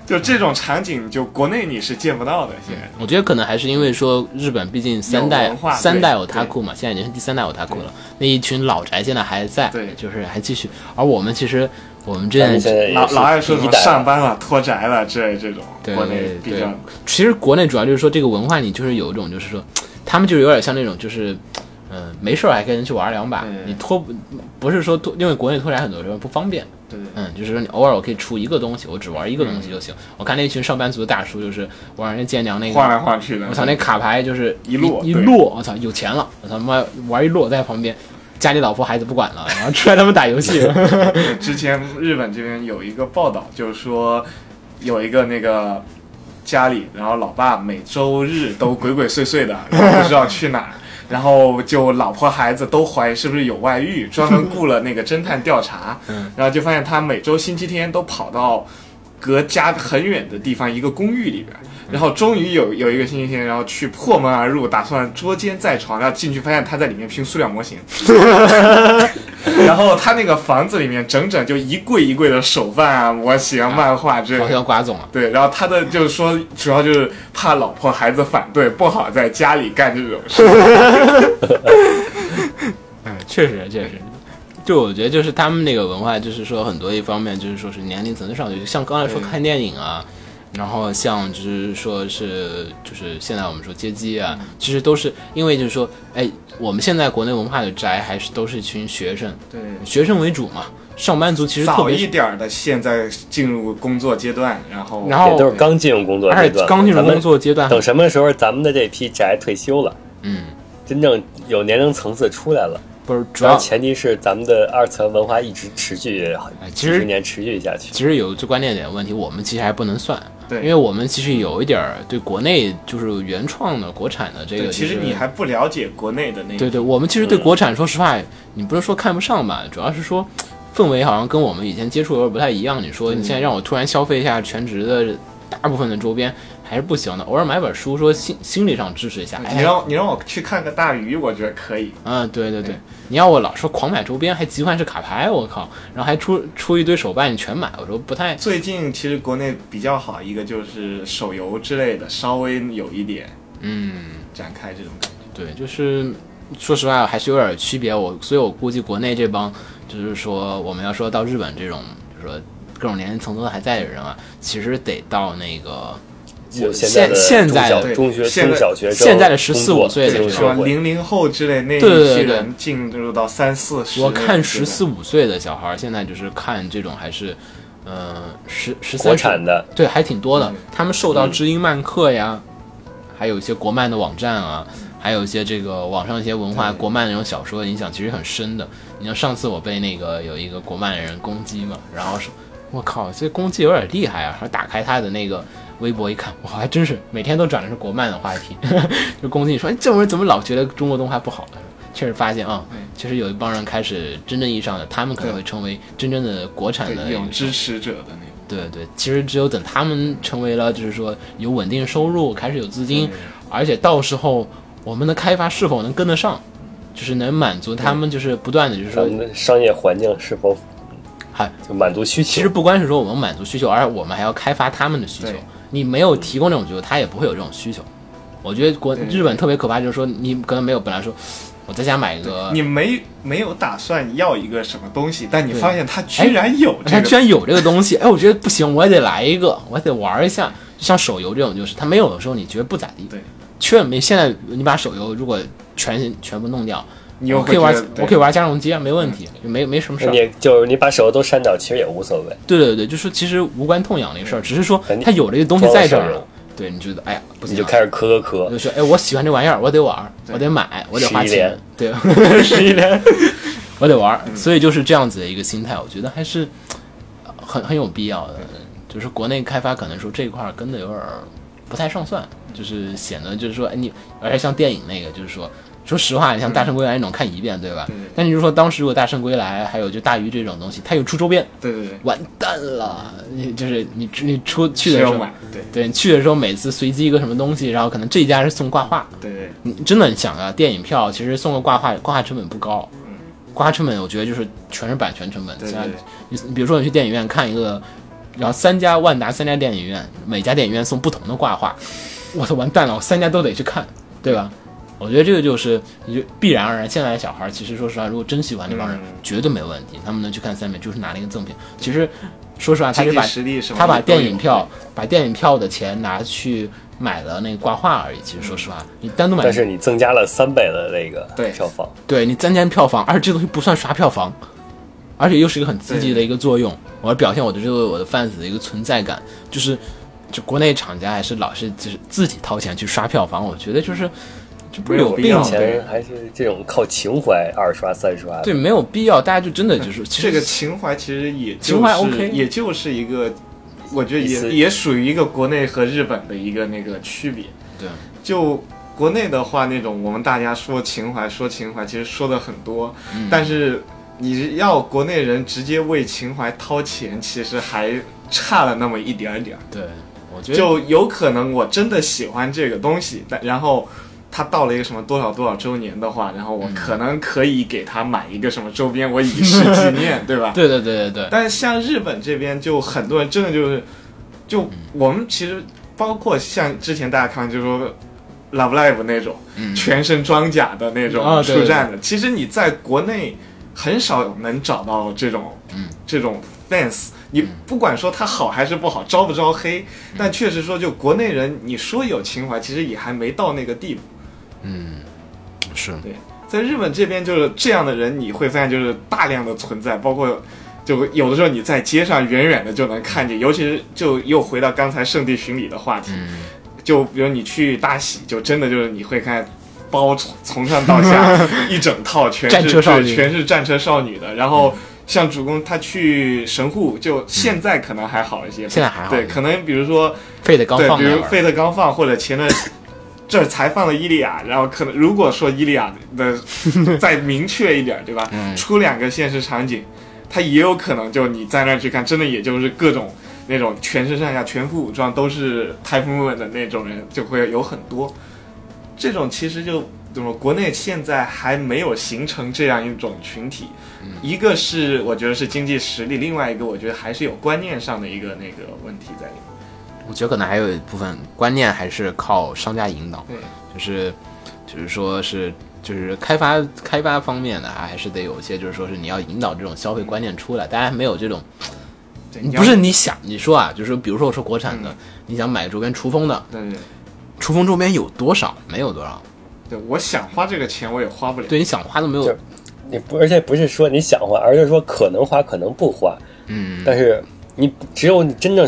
C: 就这种场景，就国内你是见不到的。现在
B: 我觉得可能还是因为说日本毕竟三代
C: 有文化对
B: 三代 otaku 嘛，现在已经是第三代 otaku 了，那一群老宅现在还在，
C: 对
B: 就是还继续。而我们其实我们这
D: 咱们现在也
C: 老
D: 是
C: 老爱说什
D: 一
C: 么
D: 代
C: 上班了、脱宅了之类这种，
B: 对
C: 国内比
B: 对
C: 较
B: 其实国内主要就是说这个文化，你就是有一种就是说，他们就是有点像那种就是，嗯、没事儿还跟人去玩两把，
C: 嗯
B: 你拖不不是说拖，因为国内拖宅很多时候不方便，
C: 对
B: 嗯，就是说你偶尔我可以出一个东西，我只玩一个
C: 嗯
B: 东西就行。我看那群上班族的大叔就是玩人家剑娘那
C: 晃来
B: 个。
C: 晃去的。
B: 我操，那卡牌就是
C: 一摞
B: 一
C: 对
B: 摞，我操，有钱了，我操妈玩一摞在旁边，家里老婆孩子不管了，然后出来他们打游 戏，
C: 之前日本这边有一个报道，就是说有一个那个家里，然后老爸每周日都鬼鬼祟祟的，然后不知道去哪儿，然后就老婆孩子都怀疑是不是有外遇，专门雇了那个侦探调查，然后就发现他每周星期天都跑到隔家很远的地方一个公寓里边儿。然后终于有有一个星期天，然后去破门而入，打算捉奸在床，然后进去发现他在里面拼塑料模型，然后他那个房子里面整整就一柜一柜的手办啊、模型、漫画之类
B: 黄
C: 的。
B: 小瓜总啊，
C: 对，然后他的就是说，主要就是怕老婆孩子反对，不好在家里干这种事。
B: 嗯，确实确实。就我觉得，就是他们那个文化，就是说很多一方面，就是说是年龄层次上去，就像刚才说
C: 对
B: 看电影啊，然后像就是说是就是现在我们说街机啊，其实都是因为就是说，哎，我们现在国内文化的宅还是都是一群学生，
C: 对，
B: 学生为主嘛，上班族其实特
C: 早
B: 别
C: 一点儿的现在进入工作阶段，然后
B: 然后
D: 也都是刚进入工作
B: 而
D: 阶
B: 且
D: 段，
B: 刚进入
D: 咱们
B: 工作阶段，
D: 等什么时候咱们的这批宅退休了，
B: 嗯，
D: 真正有年龄层次出来了，
B: 不是主
D: 主要
B: 要，
D: 前提是咱们的二次元文化一直持续，
B: 哎其实
D: 几十年持续下去。
B: 其实有最关键点的问题，我们其实还不能算，
C: 对
B: 因为我们其实有一点儿对国内就是原创的国产的这个
C: 对，
B: 就是，
C: 其实你还不了解国内的那
B: 对
C: 个，
B: 对，我们其实对国产，说实话，你不是说看不上吧，主要是说氛围好像跟我们以前接触的有点不太一样。你说你现在让我突然消费一下全职的大部分的周边，还是不行的。偶尔买本书，说心心理上支持一下。
C: 你
B: 哎，
C: 让你让我去看个大鱼，我觉得可以。
B: 嗯，对对对
C: 对，
B: 你要我老说狂买周边，还集换式卡牌，我靠，然后还出出一堆手办，你全买，我说不太。
C: 最近其实国内比较好，一个就是手游之类的，稍微有一点
B: 嗯，
C: 展开这种感觉。
B: 对，就是说实话还是有点区别。我所以，我估计国内这帮就是说我们要说到日本这种，就是说各种年龄层次还在的人啊，其实得到那个
D: 就
B: 现
D: 现
B: 在
D: 的
B: 的
D: 中小中学
C: 现在
D: 中小学生
B: 现在的14-15岁的
D: 进入
B: 这
C: 是
D: 社
C: 吧？
D: 会，
C: 零零后之类那一
B: 对对对
C: 批
B: 对
C: 人进入到三四十，
B: 我看十四五岁的小孩儿，现在就是看这种还是，呃，十十三
D: 国产的
B: 对，还挺多的
C: 嗯。
B: 他们受到知音漫客呀，还有一些国漫的网站啊，还有一些这个网上一些文化国漫那种小说的影响其实很深的。你像上次我被那个有一个国漫人攻击嘛，然后说，我靠，这攻击有点厉害啊！然后打开他的那个微博一看，哇，还真是每天都转的是国漫的话题， 就攻击你说，哎，这种人怎么老觉得中国动画不好呢？确实发现啊，确实有一帮人开始真正意义上的，他们可能会成为真正的国产的
C: 对，有
B: 影视
C: 支持者的那种。
B: 对对，其实只有等他们成为了，就是说有稳定收入，开始有资金，而且到时候我们的开发是否能跟得上，就是能满足他们，就是不断的，就是
D: 咱
B: 说
C: 嗯
D: 们，的商业环境是否
B: 嗨，
D: 就满足需求？
B: 其实不光是说我们满足需求，而我们还要开发他们的需求
C: 对。
B: 你没有提供这种需求，他也不会有这种需求。我觉得国
C: 对
B: 日本特别可怕，就是说你可能没有，本来说我在家买一个，
C: 你没没有打算要一个什么东西，但你发现它
B: 哎
C: 居然有
B: 他
C: 这
B: 居
C: 个，
B: 然有这个东西，哎，我觉得不行，我也得来一个，我也得玩一下。就像手游这种，就是它没有的时候你觉得不咋地，
C: 对，
B: 确实没。现在你把手游如果全全部弄掉，
C: 你又
B: 我
C: 会
B: 可以玩
C: 觉得，对嗯
B: 我可以玩家用机啊，没问题，没没什么事
D: 那
B: 儿。
D: 你就是你把手游都删掉，其实也无所谓。
B: 对对对，就说其实无关痛痒的一个事儿，只是说
D: 哎你
B: 它有这个东西在这儿
D: 装了手
B: 了
D: 游，
B: 对，你觉得哎呀不行
D: 你
B: 啊，
D: 就开始磕磕磕
B: 我就，说，哎，我喜欢这玩意儿，我得玩儿，我得买，我得花
D: 11
B: 钱
D: 连，
B: 对， 十一连，嗯我得玩儿，所以就是这样子的一个心态，我觉得还是呃很很有必要的。就是国内开发可能说这一块儿跟的有点儿不太上算，就是显得就是说，哎，你而且像电影那个，就是说。说实话，你像《大圣归来》那种看一遍，对吧？但你就说当时如果《大圣归来》还有就大鱼这种东西，它有出周边，
C: 对对对，
B: 完蛋了！你就是你你出去
C: 是
B: 的时
C: 要
B: 候
C: 买，，对
B: 对你去的时候每次随机一个什么东西，然后可能这一家是送挂画，
C: 对对，
B: 你真的你想啊，电影票其实送个挂画，挂画成本不高。挂画成本我觉得就是全是版权成本。
C: 嗯对
B: 现在
C: 对对
B: 你你比如说你去电影院看一个，然后三家万达三家电影院，每家电影院送不同的挂画，我操完蛋了，我三家都得去看，对吧？我觉得这个就是你就必然而然，现在的小孩其实说实话，如果真喜欢这
C: 嗯
B: 帮人，绝对没问题，他们能去看三遍，就是拿了一个赠品。其实说实话，他
C: 经
B: 就
C: 济
B: 把
C: 实力什么
B: 他把
C: 都有
B: 电影票把电影票的钱拿去买了那个挂画而已。其实说实话，你单独
D: 嗯
B: 买
D: 但是你增加了三倍的那个
C: 对
D: 票房，
B: 对你增加票房，而且这东西不算刷票房，而且又是一个很刺激的一个作用，我要表现我的这个我的 fans 的一个存在感，就是就国内厂家还是老是就是自己掏钱去刷票房，我觉得就是这不是有病
C: 没有
B: 吗
C: 必？要
D: 钱还是这种靠情怀二刷三刷。
B: 对，，没有必要，大家就真的 就是其
C: 这
B: 实
C: 个情怀其实也就是
B: 情怀 OK
C: 也就是一个，我觉得
D: 意思
C: 也也属于一个国内和日本的一个那个区别。
B: 对，
C: 就国内的话，那种我们大家说情怀说情怀，其实说的很多，
B: 嗯
C: 但是你要国内人直接为情怀掏钱，其实还差了那么一点儿点儿。
B: 对，我觉得
C: 就有可能我真的喜欢这个东西，但然后它到了一个什么多少多少周年的话，然后我
B: 嗯
C: 可能可以给他买一个什么周边，我以示纪 念，对吧？
B: 对对对对对，
C: 但是像日本这边，就很多人真的就是，
B: 嗯
C: 就我们其实包括像之前大家看，就说 Love Live 那种、全身装甲的那
B: 嗯啊
C: 种
B: 对对
C: 出战的，其实你在国内很少能找到这种、
B: 嗯
C: 这种 fans。你不管说他好还是不好，招不招黑，
B: 嗯
C: 但确实说，就国内人，你说有情怀，其实也还没到那个地步。
B: 是
C: 对，在日本这边就是这样的人，你会发现就是大量的存在，包括就有的时候你在街上远远的就能看见，尤其是就又回到刚才圣地巡礼的话题，
B: 嗯
C: 就比如你去大喜，就真的就是你会看。包从从上到 下一整套全
B: 战
C: 是
B: 车少
C: 对
B: 女嗯
C: 全是战车少女的。然后像主公他去神户，就现在可能还好一些，
B: 现在还好
C: 对，可能比如说
B: 非得刚
C: 对，
B: 放
C: 比
B: 那
C: 如
B: 会儿，
C: 费特刚放，或者前段这儿才放了《伊利亚》，然后可能如果说《伊利亚》 的再明确一点，对吧？
B: 嗯
C: 出两个现实场景，它也有可能就你在那儿去看，真的也就是各种那种全身上下全副武装都是 Type Moon 的那种人，就会有很多。这种其实就怎么说国内现在还没有形成这样一种群体。
B: 嗯
C: 一个是我觉得是经济实力，另外一个我觉得还是有观念上的一个那个问题在里面。
B: 我觉得可能还有一部分观念还是靠商家引导，
C: 对
B: 就是就是说是就是开发开发方面的啊，还是得有一些就是说是你要引导这种消费观念出来，大家没有这种
C: 对
B: 你
C: 你要嗯
B: 不是你想你说啊，就是比如说我说国产的，你想买周边厨风的，
C: 对对对
B: 厨风周边有多少？没有多少，
C: 对，我想花这个钱我也花不了。
B: 对，你想花都没有
D: 是，你不，而且不是说你想花，而是说可能花可能不花。嗯，但是你只有你真正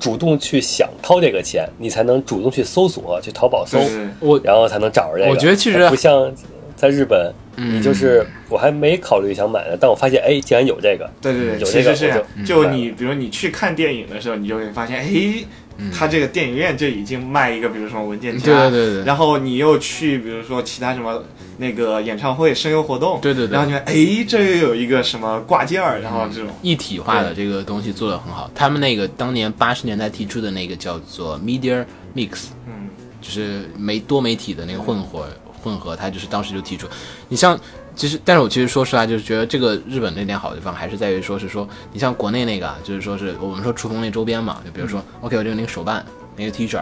D: 主动去想掏这个钱，你才能主动去搜索，去淘宝搜，
C: 对对对
B: 我
D: 然后才能找着这个。
B: 我觉得其实
D: 它不像在日本，
B: 嗯
D: 你就是我还没考虑想买呢，但我发现哎，竟然有这个，
C: 对对对，
D: 嗯有
C: 其
D: 这个
C: 实是这
D: 我就。
C: 样就你，比如你去看电影的时候，你就会发现，哎，
D: 嗯
C: 他这个电影院就已经卖一个，比如什么文件夹，
B: 嗯对对对对
C: 然后你又去，比如说其他什么那个演唱会、声优活动，
B: 对对对嗯
C: 然后你看，哎，这又有一个什么挂件儿，然后这种，
D: 嗯
B: 一体化的这个东西做得很好。他们那个当年八十年代提出的那个叫做 media mix，
C: 嗯，
B: 就是媒多媒体的那个混合混合，他就是当时就提出，你像。其实，但是我其实说实话，就是觉得这个日本那点好的地方，还是在于说是说，你像国内那个啊，就是说是我们说厨房那周边嘛，就比如说、o k 我这有那个手办，那个 T 恤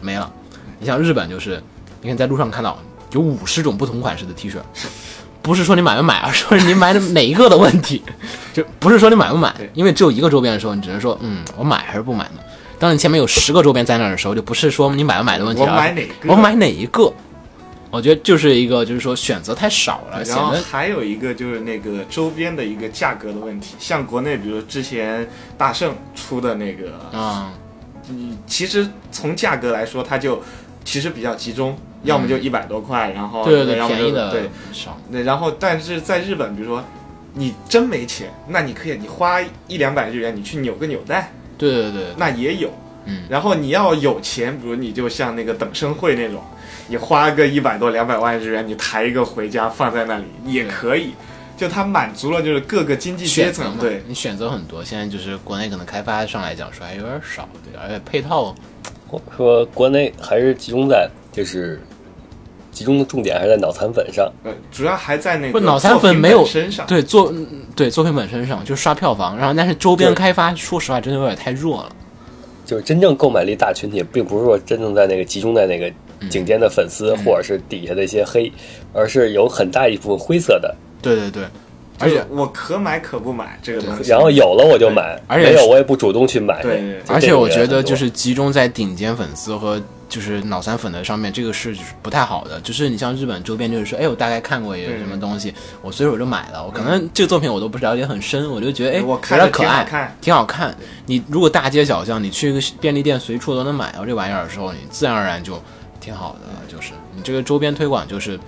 B: 没了。你像日本就是，你看在路上看到有五十种不同款式的 T 恤，不是说你买不买，而是说你买哪一个的问题，就不是说你买不买
C: 对，
B: 因为只有一个周边的时候，你只能说，嗯，我买还是不买呢。当你前面有十个周边在那儿的时候，就不是说你买不买的问题，
C: 我
B: 而是
C: 买哪个
B: 我买哪一个。我觉得就是一个，就是说选择太少了，显
C: 然后
B: 得
C: 还有一个就是那个周边的一个价格的问题，像国内，比如之前大圣出的那个，
B: 啊、
C: 其实从价格来说，它就其实比较集中，要么就一百多块，然后
B: 嗯对对对，
C: 要么
B: 便宜
C: 就
B: 的
C: 哦对，
B: 少，
C: 那然后，但是在日本，比如说你真没钱，那你可以你花一两百日元，你去扭个扭蛋，
B: 对对对对，
C: 那也有。
B: 嗯，
C: 然后你要有钱，比如你就像那个等身会那种，你花个一百多两百万日元，你抬一个回家放在那里也可以。就它满足了就是各个经济阶
B: 选择
C: 层，
B: 嘛
C: 对，
B: 你选择很多。现在就是国内可能开发上来讲说还有点少，对，而且配套
D: 我说国内还是集中在就是集中的重点还是在脑残粉上，
C: 呃，主要还在那
B: 不
C: 个
B: 脑残
C: 作
B: 粉
C: 品
B: 没有
C: 本身上，
B: 对作嗯对作品本身上就是刷票房，然后但是周边
D: 对
B: 开发说实话真的有点太弱了。
D: 就是真正购买力大群体，并不是说真正在那个集中在那个
B: 嗯
D: 顶尖的粉丝、或者是底下的一些黑，而是有很大一部分灰色的。
B: 对对对，而
C: 而
B: 且
C: 且我可买可不买这个东西。
D: 然后有了我就买，
B: 而且嗯
D: 没有我也不主动去买。
C: 对对对
D: 就
B: 而
D: 这
B: 且
D: 种
B: 我
D: 人
B: 觉得
D: 很多
B: 就是集中在顶尖粉丝和就是脑残粉的上面，这个是就是不太好的。就是你像日本周边，就是说，哎，我大概看过有什么东西，我所以我就买了。我可
C: 嗯
B: 能这个作品我都不是了解很深，我就觉得，哎，
C: 我看
B: 有
C: 着
B: 点可爱，
C: 挺好看
B: 挺好看。你如果大街小巷，你去一个便利店随处都能买到这玩意儿的时候，你自然而然就挺好的。就是你这个周边推广，就是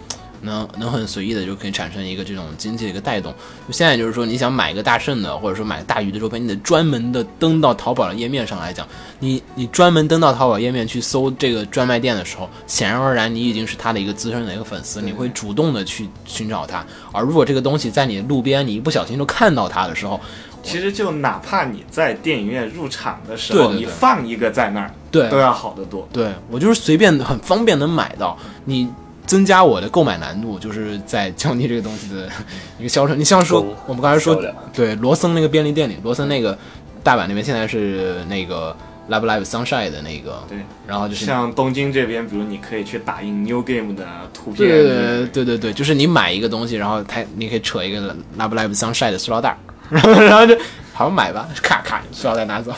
B: 能能很随意的就可以产生一个这种经济的一个带动。就现在就是说，你想买一个大圣的，或者说买大鱼的周边，你得专门的登到淘宝的页面上来讲，你你专门登到淘宝页面去搜这个专卖店的时候，显然而然你已经是他的一个资深的一个粉丝，你会主动的去寻找他。而如果这个东西在你路边，你一不小心就看到它的时候，
C: 其实就哪怕你在电影院入场的时候，
B: 对对对
C: 你放一个在那儿，
B: 对
C: 都要好得多。
B: 对我就是随便很方便能买到，你增加我的购买难度，就是在降低这个东西的一个销售。你像说
D: 嗯
B: 我们刚才说
D: 销量
B: 对罗森那个便利店里，罗森那个大阪那边现在是那个 Love Live Sunshine 的那个，
C: 对，
B: 然后就是
C: 像东京这边，比如你可以去打印 New Game 的图片，
B: 对对对对对，就是你买一个东西，然后它你可以扯一个 Love Live Sunshine 的塑料袋 儿，然后然后就好买吧，咔咔塑料袋 拿走。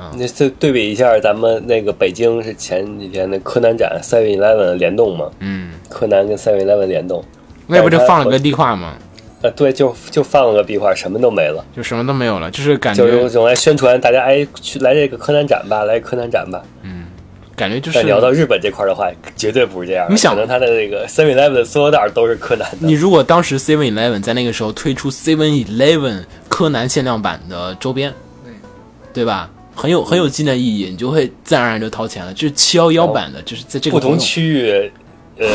D: 嗯那这对比一下，咱们那个北京是前几天的柯南展 Seven Eleven 联动嘛？
B: 嗯，
D: 柯南跟 Seven Eleven 联动，
B: 那不就
D: 但是它
B: 放了个地画吗？
D: 呃，对，就就放了个壁画，什么都没了，
B: 就什么都没有了，就是感
D: 就是
B: 觉
D: 用用来宣传大家哎去来这个柯南展吧，来柯南展吧。
B: 感觉就是
D: 但聊到日本这块的话，绝对不是这样的。
B: 你想
D: 可能他的那个 Seven Eleven 的塑料袋儿都是柯南的
B: 你。如果当时 Seven Eleven 在那个时候推出 Seven Eleven 柯南限量版的周边，对吧？很
D: 嗯
B: 有很有纪念意义，你就会自然而然就掏钱了。就是七幺幺版的，就是在这个
D: 哦不同
B: 活动
D: 区域， 呃，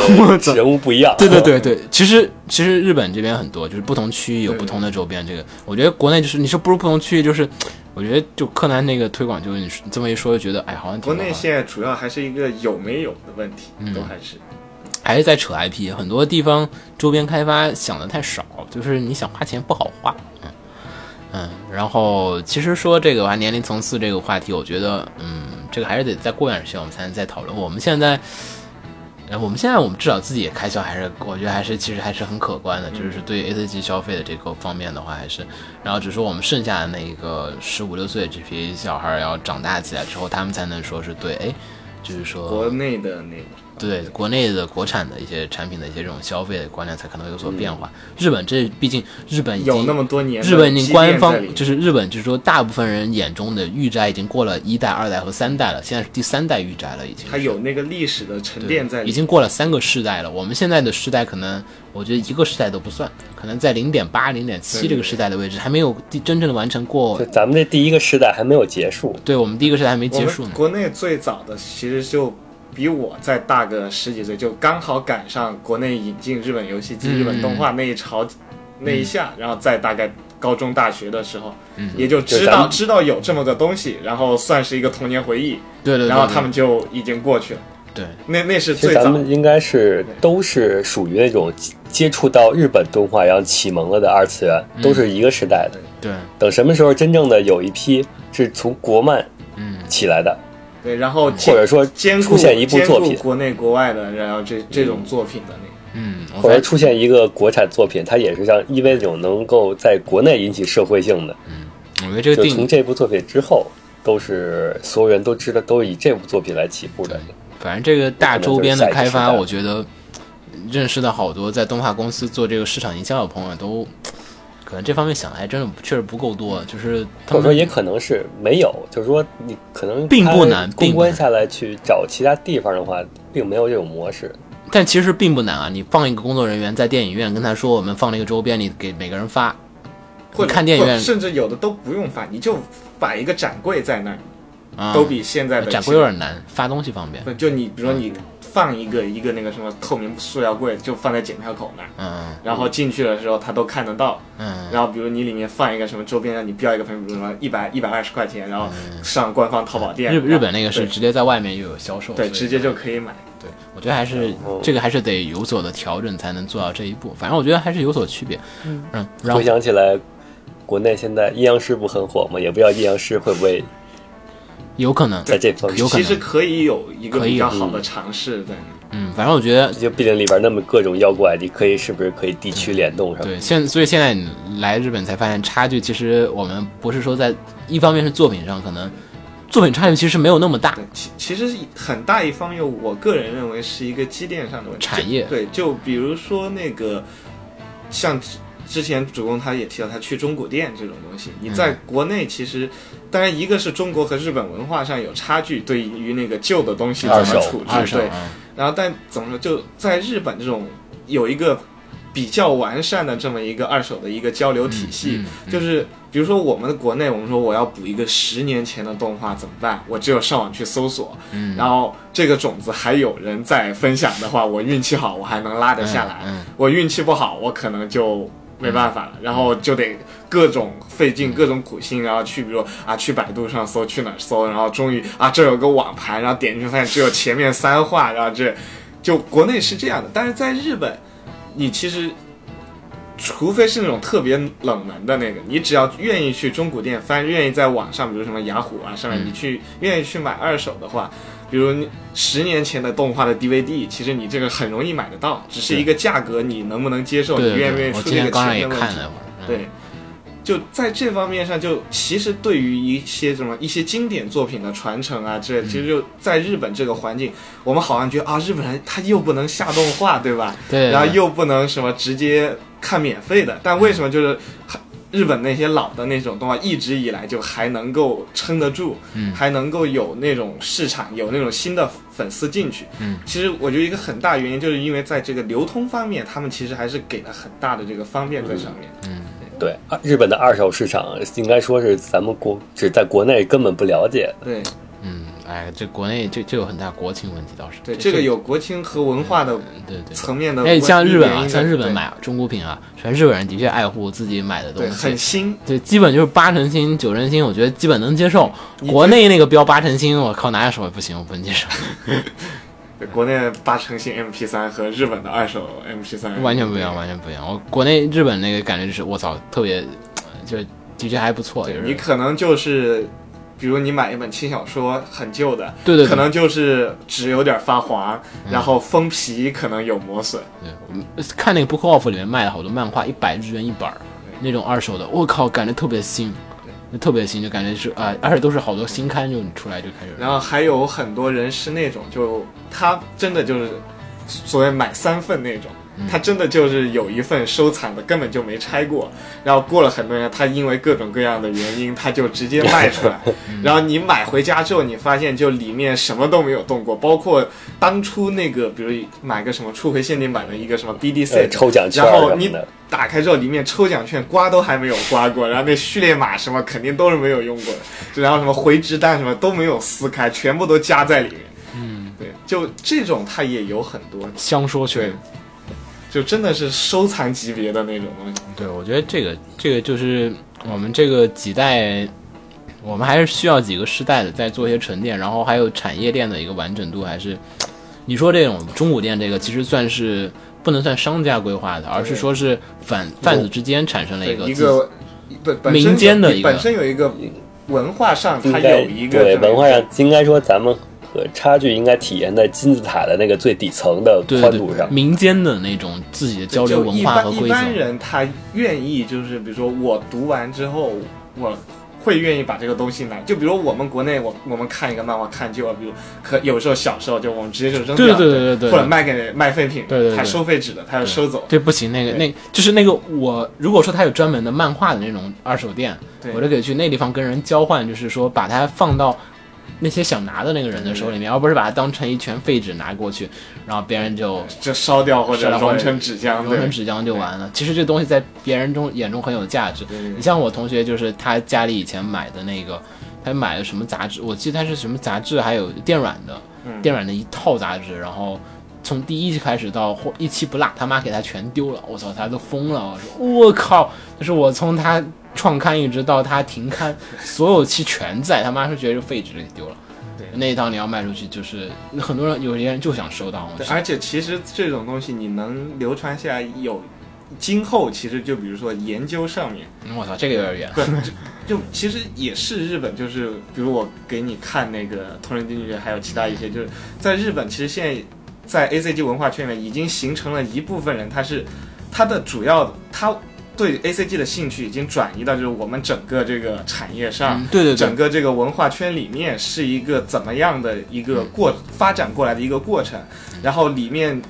D: 人物不一样。
B: 对对对对，其实其实日本这边很多，就是不同区域有不同的周边。这个我觉得国内就是你说不如不同区域，就是我觉得就柯南那个推广，就是你说这么一说，就觉得哎，好像挺
C: 国
B: 好
C: 内
B: 的
C: 现在主要还是一个有没有的问题，
B: 嗯
C: 都还是
B: 还是在扯 IP，很多地方周边开发想的太少，就是你想花钱不好花。嗯嗯，然后其实说这个吧，年龄层次这个话题，我觉得嗯，这个还是得再过段时间我们才能再讨论。我们现在。呃我们现在我们至少自己也开销还是，我觉得还是其实还是很可观的，就是对 A C G 消费的这个方面的话，还是，然后只是我们剩下的那个十五六岁这批小孩儿要长大起来之后，他们才能说是对，哎，就是说
C: 国内的那个
B: 对国内的国产的一些产品的一些这种消费观念才可能会有所变化。日本这毕竟日本已经
C: 嗯有那么多年的
B: 日本已经官
C: 积淀在里
B: 方
C: 面
B: 就是日本，就是说大部分人眼中的御宅已经过了一代、二代和三代了，现在是第三代御宅了，已经是
C: 它有那个历史的沉
B: 对
C: 淀在里面，
B: 已经过了三个世代了。我们现在的世代可能，我觉得一个世代都不算，可能在零点八、零点七
C: 对
B: 这个世代的位置还没有地真正的完成过
D: 就。咱们这第一个时代还没有结束，
B: 对我们第一个世代还没
C: 我
B: 结
C: 们
B: 束呢。
C: 国内最早的其实就比我再大个十几岁，就刚好赶上国内引进日本游戏机、
B: 嗯
C: 日本动画那一潮那一下，然后再大概高中、大学的时候，
B: 嗯
C: 也就知
D: 就咱
C: 道
D: 们
C: 知道有这么个东西，然后算是一个童年回忆，
B: 对对对，
C: 然后
B: 对
C: 他们就已经过去了。
B: 对
C: 那那是
D: 其
C: 最
D: 实
C: 早
D: 咱，们应该是都是属于那种接触到日本动画然后启蒙了的二次元，都是一个时代的。
B: 嗯对，
D: 等什么时候真正的有一批是从国漫
B: 嗯，
D: 起来的，
C: 对，然后
D: 或者说
C: 兼
D: 出
C: 顾
D: 现一部
C: 兼
D: 作
C: 顾
D: 品，
C: 国内国外的，然后这这种作品的那个。
B: 嗯，我
D: 或者
B: 在
D: 出现一个国产作品，它也是像因为那种能够在国内引起社会性的，
B: 我觉得这个
D: 就
B: 定
D: 从这部作品之后，都是所有人都知道，都是以这部作品来起步的。
B: 反正这个大周边的开发，
D: 可能就是下一个时代
B: 我觉得认识到好多在动画公司做这个市场营销的朋友都，可能这方面想的还真的确实不够多，啊就是他
D: 或者说，
B: 们
D: 也可能是没有，就是说你可能
B: 并不难
D: 它
B: 并
D: 公
B: 不难
D: 关下来去找其他地方的话，并没有这种模式。
B: 但其实并不难啊。你放一个工作人员在电影院跟他说，我们放了一个周边，你给每个人发，
C: 或
B: 你
C: 者
B: 看电影院
C: 不甚至有的都不用发，你就摆一个展柜在那儿，
B: 啊、
C: 都比现在的
B: 展柜有点难，发东西方便。
C: 不就你，比如
B: 嗯
C: 说你放一个一个那个什么透明塑料柜，就放在检票口那儿，
B: 嗯
C: 然后进去的时候他都看得到。
B: 嗯，
C: 然后比如你里面放一个什么周边，让你标一个分，比如什么一百一百二十块钱，然后上官方淘宝
B: 嗯
C: 店。
B: 日
C: 然后
B: 日本那个是
C: 对
B: 直接在外面又有销售，
C: 对
B: 所以
C: 直接就可以买。
B: 对，我觉得还是这个还是得有所的调整才能做到这一步。反正我觉得还是有所区别。嗯，然后
D: 回想起来，国内现在阴阳师不很火吗？也不知道阴阳师会不会
B: 有可能
D: 在这方面
B: 有，可能
C: 其实可以有一个
B: 可以
C: 比较
B: 有
C: 好的尝试，对，
B: 嗯，反正我觉得
D: 就毕竟里边那么各种妖怪，你可以是不是可以地区联动上？
B: 对，现所以现在你来日本才发现差距，其实我们不是说在一方面是作品上，可能作品差距其实没有那么大
C: 对，，其其实很大一方面，我个人认为是一个积淀上的问题。
B: 产业
C: 就对，就比如说那个，像之之前主公他也提到，他去中古店这种东西，你
B: 嗯
C: 在国内其实，当然一个是中国和日本文化上有差距，对于那个旧的东西怎
D: 二
C: 么
D: 手
C: 处
B: 二
C: 置，
B: 手
C: 对，
B: 啊
C: 然后但怎么说，就在日本这种有一个比较完善的这么一个二手的一个交流体系，
B: 嗯嗯嗯
C: 就是比如说我们的国内，我们说我要补一个十年前的动画怎么办？我只有上网去搜索，
B: 嗯
C: 然后这个种子还有人在分享的话，我运气好，我还能拉得下来；
B: 嗯嗯
C: 我运气不好，我可能就。没办法了，然后就得各种费劲、各种苦心，然后去，比如啊，去百度上搜，去哪儿搜，然后终于啊，这有个网盘，然后点进去发现只有前面三话，然后这就国内是这样的，但是在日本，你其实除非是那种特别冷门的那个，你只要愿意去中古店翻，愿意在网上，比如什么雅虎啊上
B: 嗯
C: 面，你去愿意去买二手的话，比如你十年前的动画的 DVD，其实你这个很容易买得到，只是一个价格你能不能接受，
B: 对
C: 你
B: 对
C: 愿不愿
B: 对，
C: 意
B: 我
C: 出
B: 今
C: 这
B: 天
C: 个
B: 刚刚
C: 钱
B: 也
C: 的问
B: 看
C: 题
B: 了。一会儿，嗯
C: 对，就在这方面上，就其实对于一些什么一些经典作品的传承啊之类，
B: 嗯
C: 其实就在日本这个环境，我们好像觉得啊，日本人他又不能下动画，对吧？
B: 对，
C: 然后
B: 对
C: 又不能什么直接看免费的，但为什么就是日本那些老的那种动画一直以来就还能够撑得住，
B: 嗯
C: 还能够有那种市场，有那种新的粉丝进去。
B: 嗯，
C: 其实我觉得一个很大原因就是因为在这个流通方面，他们其实还是给了很大的这个方便在上面。
B: 嗯
D: 对，二日本的二手市场应该说是咱们国只在国内根本不了解。
C: 对
B: 嗯，哎，这国内这这有很大国情问题倒是，
C: 对，这个有国情和文化的
B: 对对。
C: 层面的
B: 哎，
C: 问。
B: 像日本啊，
C: 原因
B: 像
C: 在
B: 日本
C: 对
B: 买中古品啊，全日本人的确爱护自己买的东
C: 对
B: 西
C: 很，新，
B: 对，基本就是八成新、九成新，我觉得基本能接受。
C: 你
B: 国
C: 这
B: 内那个标八成新，我靠，拿手也不行，我不能接受，
C: 对国内的八成新 MP 三和日本的二手 MP 三
B: 完全不一样，完全不一样。我国内日本那个感觉就是，我操，特别，就的确还不错，就
C: 你
B: 是
C: 可能就是，比如你买一本轻小说，很旧的，
B: 对对对嗯
C: 可能就是纸有点发黄，然后封皮可能有磨损，
B: 看那个 Book Off 里面卖的好多漫画，一百日元一本儿，那种二手的，我靠，感觉特别新。就特别新，就感觉是啊、而且都是好多新刊，就你出来就开始。
C: 然后还有很多人是那种，就他真的就是所谓买三份那种，
D: 嗯
C: 他真的就是有一份收藏的，根本就没拆过。然后过了很多年，他因为各种各样的原因，他就直接 卖出来。
D: 嗯
C: 然后你买回家之后，你发现就里面什么都没有动过，包括当初那个，比如买个什么初回限定版的一个什么 BDC、
D: 呃抽奖券
C: 然
D: 什
C: 后
D: 么
C: 你
D: 的
C: 打开之后，里面抽奖券刮都还没有刮过，然后那序列码什么肯定都是没有用过的，然后什么回执弹什么都没有撕开，全部都夹在里面。嗯，对，就这种它也有很多，
B: 香说
C: 对
B: 全，，
C: 就真的是收藏级别的那种东西。
B: 对，我觉得这个这个就是我们这个几代，我们还是需要几个世代的再做一些沉淀，然后还有产业链的一个完整度，还是你说这种中古店这个其实算是不能算商家规划的，而是说是贩贩子之间产生了
C: 对
B: 一个
C: 一
B: 自
C: 个本本身
B: 民间的
C: 有
B: 一个
C: 本身有一个文化上
D: 应
C: 它
D: 该
C: 有一个
D: 对
C: 这么
D: 文化上应该说咱们和差距应该体现在金字塔的那个最底层的
B: 对
D: 宽
B: 对
D: 度上。
B: 民间的那种自己的交流
C: 就
B: 文化和规
C: 一
B: 则
C: 般一般人他愿意就是，比如说我读完之后，我会愿意把这个东西拿。就比如我们国内，我我们看一个漫画看旧了，比如可有时候小时候就我们直接就扔掉
B: 对
C: 了，
B: 对对对对
C: 或者卖给卖废品，
B: 对对对
C: 他收废纸的，他要收走。
B: 对，不行，那个那就是那个我，如果说他有专门的漫画的那种二手店，
C: 对
B: 我就可以去那地方跟人交换，就是说把它放到那些想拿的那个人的手里面，而不是把它当成一圈废纸拿过去，然后别人就
C: 就烧掉或者
B: 烧掉或者
C: 融成纸浆，
B: 啊揉成
C: 对，
B: 纸浆就完了。其实这东西在别人中眼中很有价值。
C: 对
B: 你像我同学，就是他家里以前买的那个，他买的什么杂志，我记得他是什么杂志，还有电软的，
C: 嗯
B: 电软的一套杂志，然后。从第一期开始到后一期不落，他妈给他全丢了，我操，他都疯了！我说我靠，就是我从他创刊一直到他停刊，所有期全在，他妈是觉得是废纸给丢了。
C: 对
B: 那一档你要卖出去，就是很多人有些人就想收到，我
C: 对
B: 是
C: 而且其实这种东西你能流传下来有。今后其实就比如说研究上面，
B: 嗯我操，这个有点远。
C: 就其实也是日本，就是比如我给你看那个《同人经济学》，还有其他一些，就是在日本，其实现在在 A C G 文化圈里面已经形成了一部分人，他是他的主要他对 A C G 的兴趣已经转移到就是我们整个这个产业上，
B: 嗯对对对
C: 啊整个这个文化圈里面是一个怎么样的一个
B: 嗯
C: 过、发展过来的一个过程，然后里面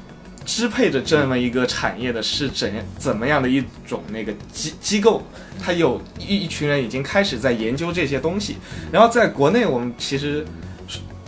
C: 支配着这么一个产业的是怎怎么样的一种那个机机构，它有一一群人已经开始在研究这些东西，然后在国内我们其实。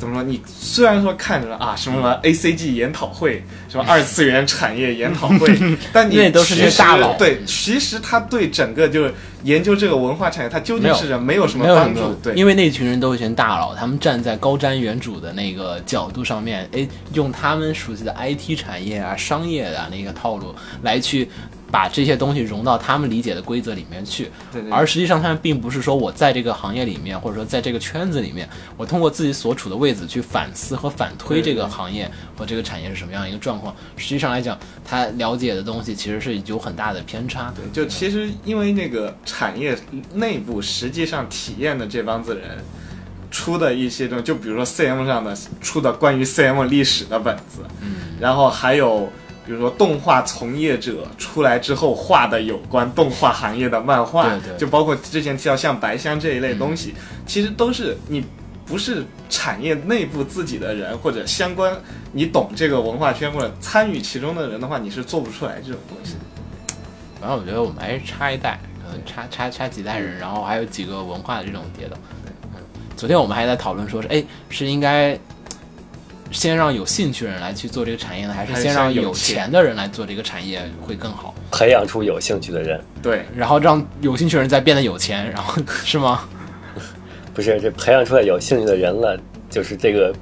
C: 怎么说？你虽然说看着啊，什么
B: 嗯
C: 什么 A C G 研讨会，什么二次元产业研讨 会，但你
B: 那都是
C: 其
B: 些大
C: 实
B: 佬
C: 对，其实他对整个就是研究这个文化产业，它究竟是什么没有什么
B: 没有
C: 帮
B: 什
C: 助
B: 么。
C: 对，
B: 因为那群人都是一群大佬，他们站在高瞻远瞩的那个角度上面，哎，用他们熟悉的 IT 产业啊、商业啊那个套路来去把这些东西融到他们理解的规则里面去。
C: 对对对
B: 而实际上，他们并不是说我在这个行业里面，或者说在这个圈子里面，我通过自己所处的位置去反思和反推这个行业和这个产业是什么样一个状况。实际上来讲，他了解的东西其实是有很大的偏差。
C: 对，就其实因为那个产业内部实际上体验的这帮子人出的一些东西，就比如说 CM 上的出的关于 CM 历史的本子，嗯，然后还有比如说动画从业者出来之后画的有关动画行业的漫画，
B: 对对
C: 就包括之前提到像白香这一类东西，其实都是你。不是产业内部自己的人，或者相关你懂这个文化圈或者参与其中的人的话，你是做不出来这种东西的。
B: 反正我觉得我们还是差一代，呃可能差差差几代人，然后还有几个文化的这种跌倒。嗯，昨天我们还在讨论说是，哎，是应该先让有兴趣的人来去做这个产业呢，还是
C: 还是
B: 先让
C: 有
B: 有
C: 钱
B: 钱的人来做这个产业会更好？
D: 培养出有兴趣的人，
C: 对，
B: 然后让有兴趣的人再变得有钱，然后 是吗？
D: 不是这培养出来有兴趣的人了，就是这个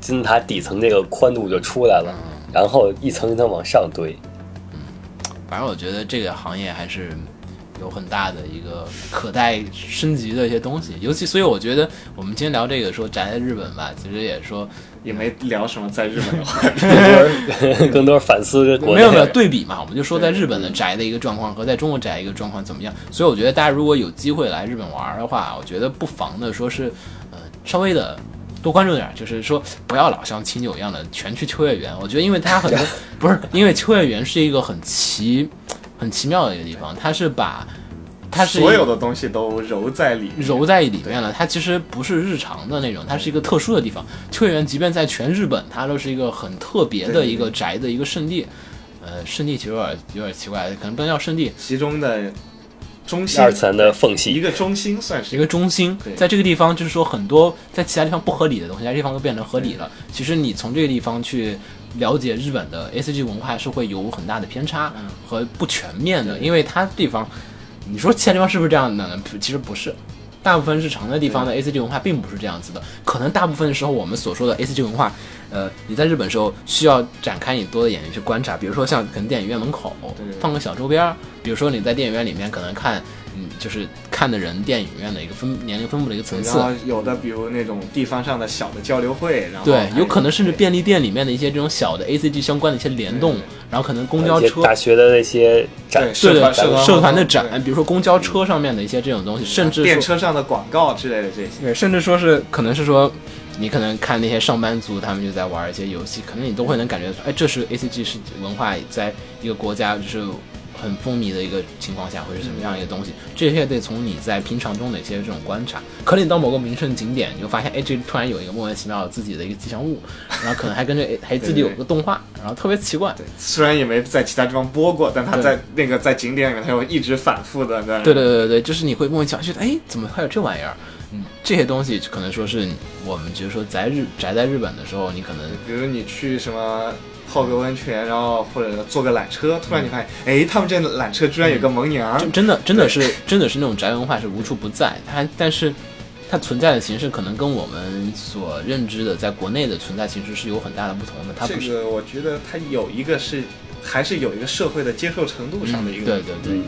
D: 金字塔底层这个宽度就出来了，然后一层一层往上堆。
B: 反正我觉得这个行业还是有很大的一个可待升级的一些东西，尤其所以我觉得我们今天聊这个说宅在日本吧，其实也说
C: 也没聊什么在日本的话题。
D: 更多更多反思国内
B: 没有没有对比嘛，我们就说在日本的宅的一个状况和在中国宅一个状况怎么样。所以我觉得大家如果有机会来日本玩儿的话，我觉得不妨的说是，呃，稍微的多关注点儿，就是说不要老像清酒一样的全去秋叶原。我觉得因为它很多不是因为秋叶原是一个很奇很奇妙的一个地方，它是把 它是一
C: 所有的东西都揉在里面。
B: 揉在里面了。它其实不是日常的那种，它是一个特殊的地方。秋叶原即便在全日本，它都是一个很特别的一个宅的一个圣地。呃，圣地其实有点有点奇怪，可能不能叫圣地，
C: 其中的中心，
D: 二次元的缝
C: 一
D: 隙，
C: 个中心算是
B: 一个中心
C: 对，
B: 在这个地方就是说很多在其他地方不合理的东西，在这地方都变成合理了。其实你从这个地方去了解日本的 A C G 文化是会有很大的偏差
C: 嗯
B: 和不全面的，因为它地方，你说其他地方是不是这样的呢？其实不是。大部分日常的地方的 A C G 文化并不是这样子的，可能大部分时候我们所说的 A C G 文化，呃，你在日本时候需要展开你多的眼睛去观察，比如说像可能电影院门口
C: 对
B: 放个小周边儿，比如说你在电影院里面可能看，嗯，就是看的人电影院的一个分年龄分布的一个层次
C: 然，后有的比如那种地方上的小的交流会，然后
B: 对，
C: 还
B: 有可能甚至便利店里面的一些这种小的 A C G 相关的一些联动
C: 对对，
B: 然后可能公
D: 一
B: 交
D: 些
B: 车
D: 大学的那些展
C: 对
B: 对对
C: 团
D: 社
C: 团
B: 社团的
C: 对
B: 展，比如说公交车上面的一些这种东西，甚至
C: 呃电
B: 说
C: 车上的广告之类的这些，
B: 对，甚至说是可能是说，你可能看那些上班族，他们就在玩一些游戏，可能你都会能感觉出，哎，这是 A C G 是文化在一个国家就是很风靡的一个情况下会是什么样一个东西，这些得从你在平常中的一些这种观察。可能你到某个名胜景点，你就发现，哎，这突然有一个莫名其妙的自己的一个吉祥物，然后可能还跟着还自己有个动画，然后特别奇怪。
C: 虽然也没在其他地方播过，但它
B: 对
C: 在那个在景点里面，它又一直反复的在
B: 对对对对对，就是你会莫名其妙觉得，哎，怎么还有这玩意儿？嗯，这些东西可能说是我们觉得说宅日宅在日本的时候，你可能
C: 比如你去什么泡个温泉，然后或者坐个缆车，突然你发
B: 嗯
C: 现，哎，他们这缆车居然有个萌娘，
B: 真真的真的是真的是那种宅文化是无处不在，它但是它存在的形式可能跟我们所认知的在国内的存在形式是有很大的不同的，它不
C: 这
B: 是。
C: 个我觉得它有一个是还是有一个社会的接受程度上的一
B: 嗯，
C: 个
B: 对对对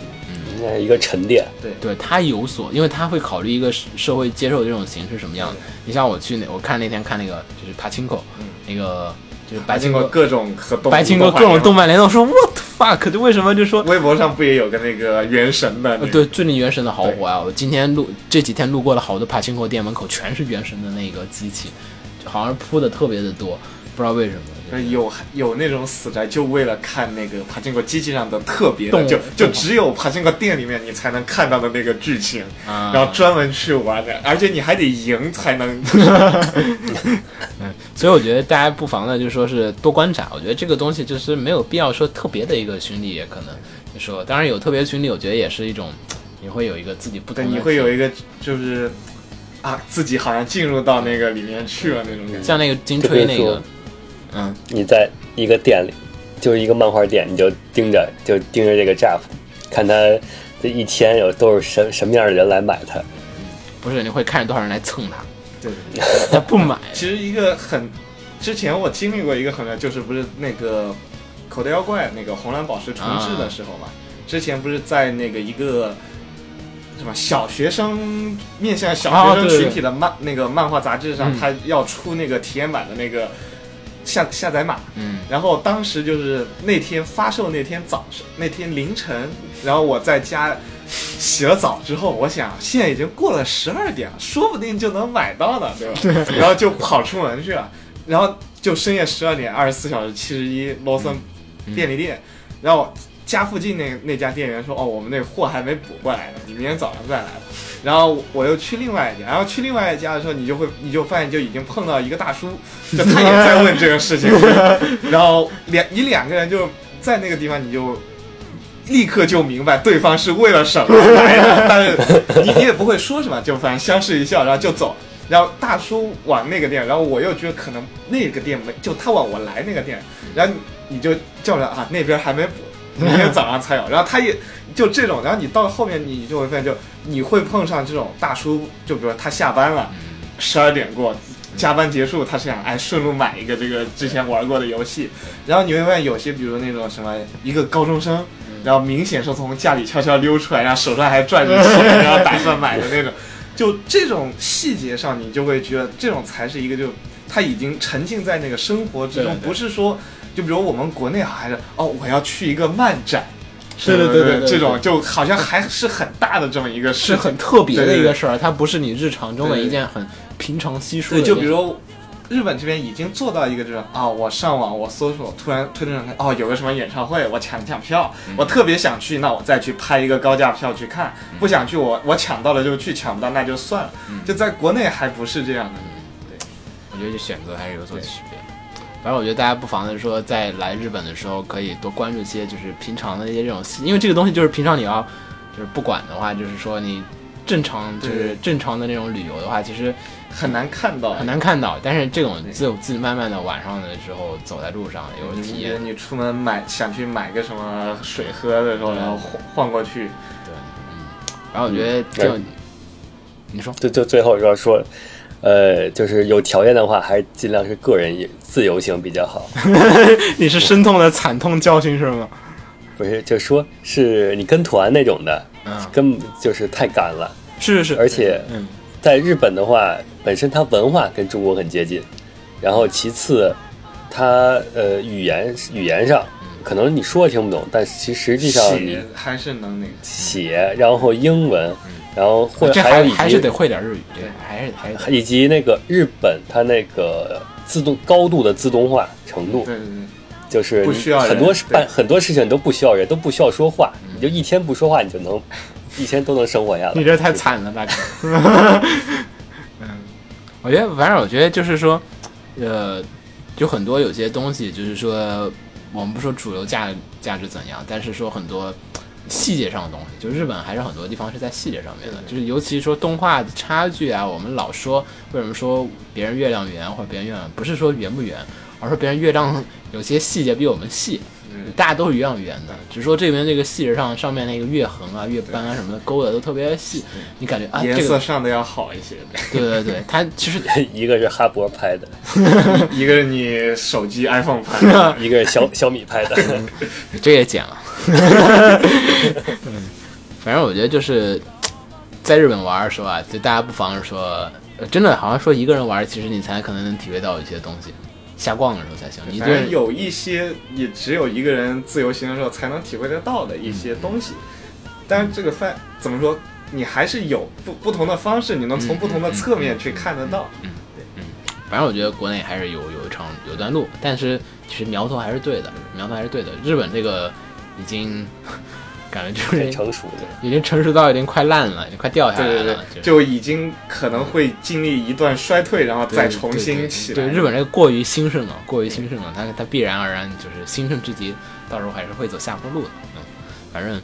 D: 应该是一个沉淀，
B: 对，它有所，因为它会考虑一个社社会接受这种形式什么样的。你像我去那，我看那天看那个就是帕青口，那个就是白
C: 白
B: 青
C: 经过
B: 哥，
C: 嗯各种和动
B: 白青哥各种动漫联动，说 what the fuck，就为什么就说
C: 画，微博上不也有个那个原神的、
B: 呃，对，最近《原神》的好火啊！我今天路这几天路过了好多帕青口店门口，全是《原神》的那个机器，就好像铺的特别的多，不知道为什么。就
C: 呃
B: 是
C: 有有那种死宅，就为了看那个爬进过机器上的特别的，
B: 动
C: 就就
B: 动画
C: 只有爬进过店里面你才能看到的那个剧情，
B: 啊
C: 然后专门去玩的，而且你还得赢才 能。
B: 所以我觉得大家不妨呢，就说是多观察。我觉得这个东西就是没有必要说特别的一个群体，也可能就说，当然有特别群体，我觉得也是一种，你会有一个自己不同的
C: 对，
B: 体
C: 你
B: 验，
C: 会有一个就是啊，自己好像进入到那个里面去了那种感觉。
B: 像那个金吹
D: 就比
B: 那
D: 如
B: 个
D: 说，你在一个店里，就是一个漫画店，你就盯着就盯着这个 Jeff，看他这一天有都是什什么样的人来买它。
B: 不是你会看着多少人来蹭他，
C: 对，
B: 他不买，
C: 其实一个很，之前我经历过一个很，就是不是那个口袋妖怪那个红蓝宝石重置的时候
B: 啊
C: 嘛，之前不是在那个一个。什么小学生面向小学
B: 啊对
C: 生
B: 对
C: 群体的漫、那个漫画杂志上
B: 嗯，
C: 它要出那个体验版的那个下下载码，
B: 嗯，
C: 然后当时就是那天发售那天早上，那天凌晨，然后我在家洗了澡之后，我想现在已经过了十二点了，说不定就能买到呢，对吧？对。然后就跑出门去了，然后就深夜十二点，二十四小时七十一罗森便利店，然后家附近那那家店员说，哦，我们那货还没补过来呢，你明天早上再来吧。然后我又去另外一家，然后去另外一家的时候，你就会你就发现就已经碰到一个大叔，就他也在问这个事情， 然后两你两个人就在那个地方，你就立刻就明白对方是为了什么来的，但是你你也不会说什么，就反正相视一笑，然后就走。然后大叔往那个店，然后我又觉得可能那个店没，就他往我来那个店，然后你就叫着啊那边还没补，明天早上才有。然后他也就这种，然后你到后面你就会发现就，你会碰上这种大叔，就比如他下班
B: 嗯
C: 了，十二点过，加班结束，他是想哎顺路买一个这个之前玩过的游戏，然后你会发现有些，比如那种什么一个高中生，
B: 嗯
C: 然后明显是从家里悄悄溜出来，然后手上还攥着钱，然后打算买的那种，就这种细节上，你就会觉得这种才是一个就他已经沉浸在那个生活之
B: 对，
C: 中
B: 对
C: 不是说就比如我们国内还是哦我要去一个漫展。
B: 对对对对对
C: 这种就好像还是很大的这么一个事
B: 是
C: 情，
B: 很特别的
C: 对对
B: 一
C: 对
B: 个事儿，它不是你日常中的
C: 对对
B: 一件很平常稀疏的
C: 对，
B: 一件事。
C: 就比如日本这边已经做到一个就是啊，我上网我搜索，突然推特上看哦有个什么演唱会，我抢抢票，我特别想去，那我再去拍一个高价票去看，不想去我我抢到了就去，抢不到那就算了。就在国内还不是这样的，
B: 我觉得这选择还是有所区别。反正我觉得大家不妨的说，在来日本的时候，可以多关注一些就是平常的一些这种细，因为这个东西就是平常你要就是不管的话，就是说你正常就是
C: 对
B: 正常的那种旅游的话，其实
C: 很难看到，
B: 很难看到。但是这种自自己慢慢的晚上的时候走在路上有体
C: 你
B: 验，
C: 你出门买想去买个什么水喝的时候，
B: 对
C: 然后晃晃过去，
B: 然后我觉得这种你说
D: 就就最后说说，呃，就是有条件的话，还是尽量是个人自由行比较好。
B: 哎你是深痛的惨痛教训是吗？
D: 不是，就说是你跟团那种的，
B: 嗯，
D: 根本就是太赶了。
B: 是是是，
D: 而且
B: 嗯
D: 在日本的话，本身它文化跟中国很接近，然后其次，它呃语言语言上，可能你说听不懂，但是其实际上你
C: 写还是能那个。
D: 写，然后英文，然后或
B: 这
D: 者还有
B: 还
D: 以
B: 还是
D: 及
B: 得会点日语，对，还是还是得
D: 以及那个日本它那个自动高度的自动化程度，
C: 对对嗯对，
D: 就是
C: 不需要人
D: 很多
C: 对
D: 办很多事情都不需要人，都不需要说话，你就一天不说话，你就能一天都能生活下来。
B: 你这太惨了，大哥。嗯，我觉得，反正我觉得就是说，呃，就很多有些东西，就是说，我们不说主流价价值怎样，但是说很多细节上的东西，就日本还是很多地方是在细节上面的，就是尤其说动画的差距啊，我们老说为什么说别人月亮圆或者别人月亮，不是说圆不圆，而是别人月亮有些细节比我们细。
C: 嗯
B: 大家都是一样圆的，只是说这边这个细节上上面那个月痕啊、月斑啊什么的勾的都特别细，你感觉啊，
C: 颜
B: 这
C: 色
B: 个
C: 上的要好一些，
B: 对对对，它其实
D: 一个是哈勃拍的，
C: 一个是你手机 iPhone 拍，
D: 一个是小小米拍的，
B: 这也剪了。 反正我觉得就是在日本玩儿的时候啊，就大家不妨说，呃真的好像说一个人玩儿，其实你才可能能体会到一些东西。瞎逛的时候才行，你一个
C: 反正
B: 人
C: 有一些也只有一个人自由行的时候才能体会得到的一些东西。但是这个饭怎么说，你还是有不不同的方式，你能从不同的侧面去看得到。
B: 嗯反正我觉得国内还是有有一场有段路，但是其实苗头还是对的，苗头还是对的。日本这个已经感觉就是
D: 很成熟的。
B: 已经成熟到已经快烂了，已经快掉下来
C: 对
B: 了。
C: 对
B: 就
C: 对，
B: 是
C: 啊就已经可能会经历一段衰退，然后
B: 对
C: 再重
B: 对
C: 新
B: 对
C: 起来。
B: 对日本这个过于兴盛了，过于兴盛了，它它必然而然就是兴盛之极，到时候还是会走下坡路的。嗯，反正，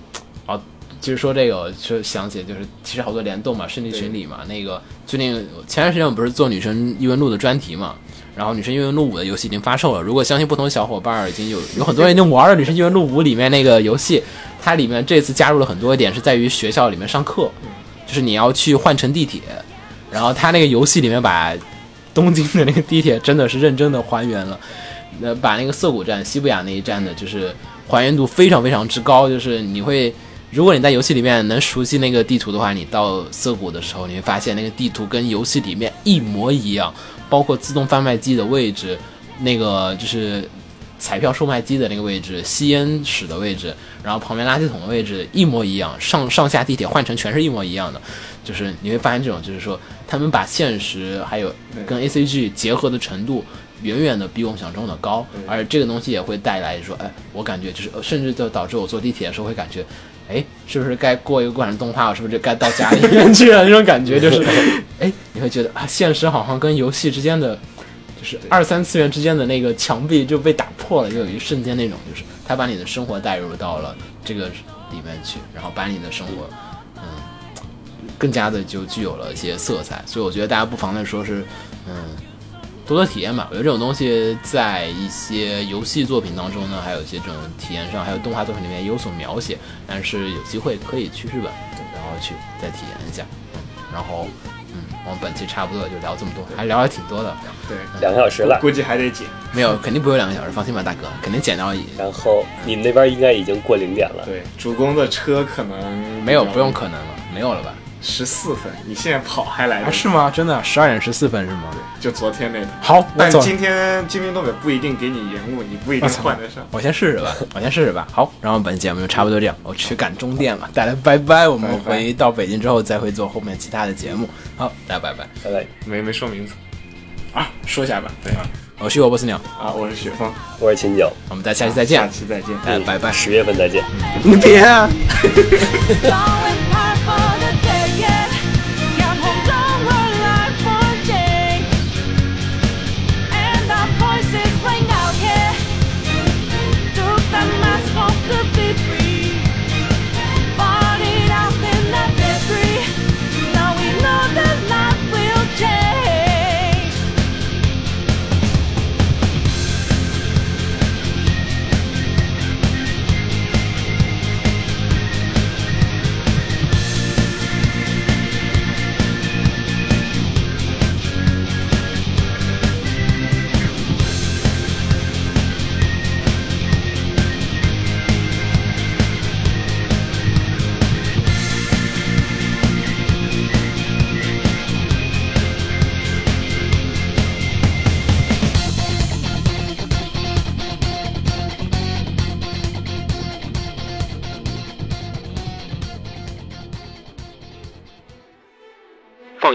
B: 哦，其实说这个，我就想起就是其实好多联动嘛，圣地巡礼嘛，那个最近前段时间我们不是做女生异闻录的专题嘛。然后《女生异闻录五》的游戏已经发售了，如果相信不同的小伙伴儿已经有有很多人已经玩了《女生异闻录五》里面那个游戏，它里面这次加入了很多一点是在于学校里面上课，就是你要去换乘地铁，然后它那个游戏里面把东京的那个地铁真的是认真的还原了，呃，把那个涩谷站、西布雅那一站的，就是还原度非常非常之高，就是你会。如果你在游戏里面能熟悉那个地图的话，你到涩谷的时候，你会发现那个地图跟游戏里面一模一样，包括自动贩卖机的位置，那个就是彩票售卖机的那个位置、吸烟室的位置，然后旁边垃圾桶的位置一模一样，上上下地铁换乘全是一模一样的。就是你会发现这种，就是说他们把现实还有跟 A C G 结合的程度，远远的比我们想象中的高，而这个东西也会带来说，哎，我感觉就是，呃甚至就导致我坐地铁的时候会感觉。哎，是不是该过一个过场动画？我是不是该到家里面去了？那种感觉就是，哎，你会觉得啊，现实好像跟游戏之间的，就是嗯二三次元之间的那个墙壁就被打破了，就有一瞬间那种，就是他把你的生活带入到了这个里面去，然后把你的生活，嗯更加的就具有了一些色彩，所以我觉得大家不妨的说是，嗯，多多体验吧。我觉得这种东西在一些游戏作品当中呢，还有一些这种体验上，还有动画作品里面有所描写，但是有机会可以去日本，然后去再体验一下。嗯，然后，嗯，我们本期差不多就聊这么多，还聊了挺多的，
C: 对，
D: 两个小时了，
C: 估计还得剪。
B: 没有，肯定不会有两个小时，放心吧，大哥，肯定剪掉一。
D: 然后你们那边应该已经过零点了，
C: 对，主攻的车可能
B: 没有，不用可能了，没有了吧？
C: 十四分，你现在跑还来
B: 啊，
C: 得及
B: 是吗？真的，十二点十四分是吗？
C: 就昨天那趟。
B: 好，我
C: 但
B: 走了。
C: 今天精兵东北不一定给你延误，你不一定换得上。
B: 我先试试 吧，我先试试吧。好，然后本期节目就差不多这样，我去赶终点了，大家拜拜。我们
C: 拜拜
B: 回到北京之后再会做后面其他的节目。好，大家拜拜。
D: 拜拜。
F: 没没说名字。
B: 啊，说一下吧。
F: 对啊，
B: 我是我波斯鸟，
C: 啊！我是雪峰，
D: 我是秦九，
B: 我们在下期再见
C: 下，期再见。
B: 哎，拜拜。
D: 十月份再见。
B: 你别啊。
A: Change.
G: 放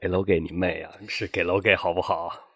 E: 哎给楼给你妹啊！是给楼给好不好？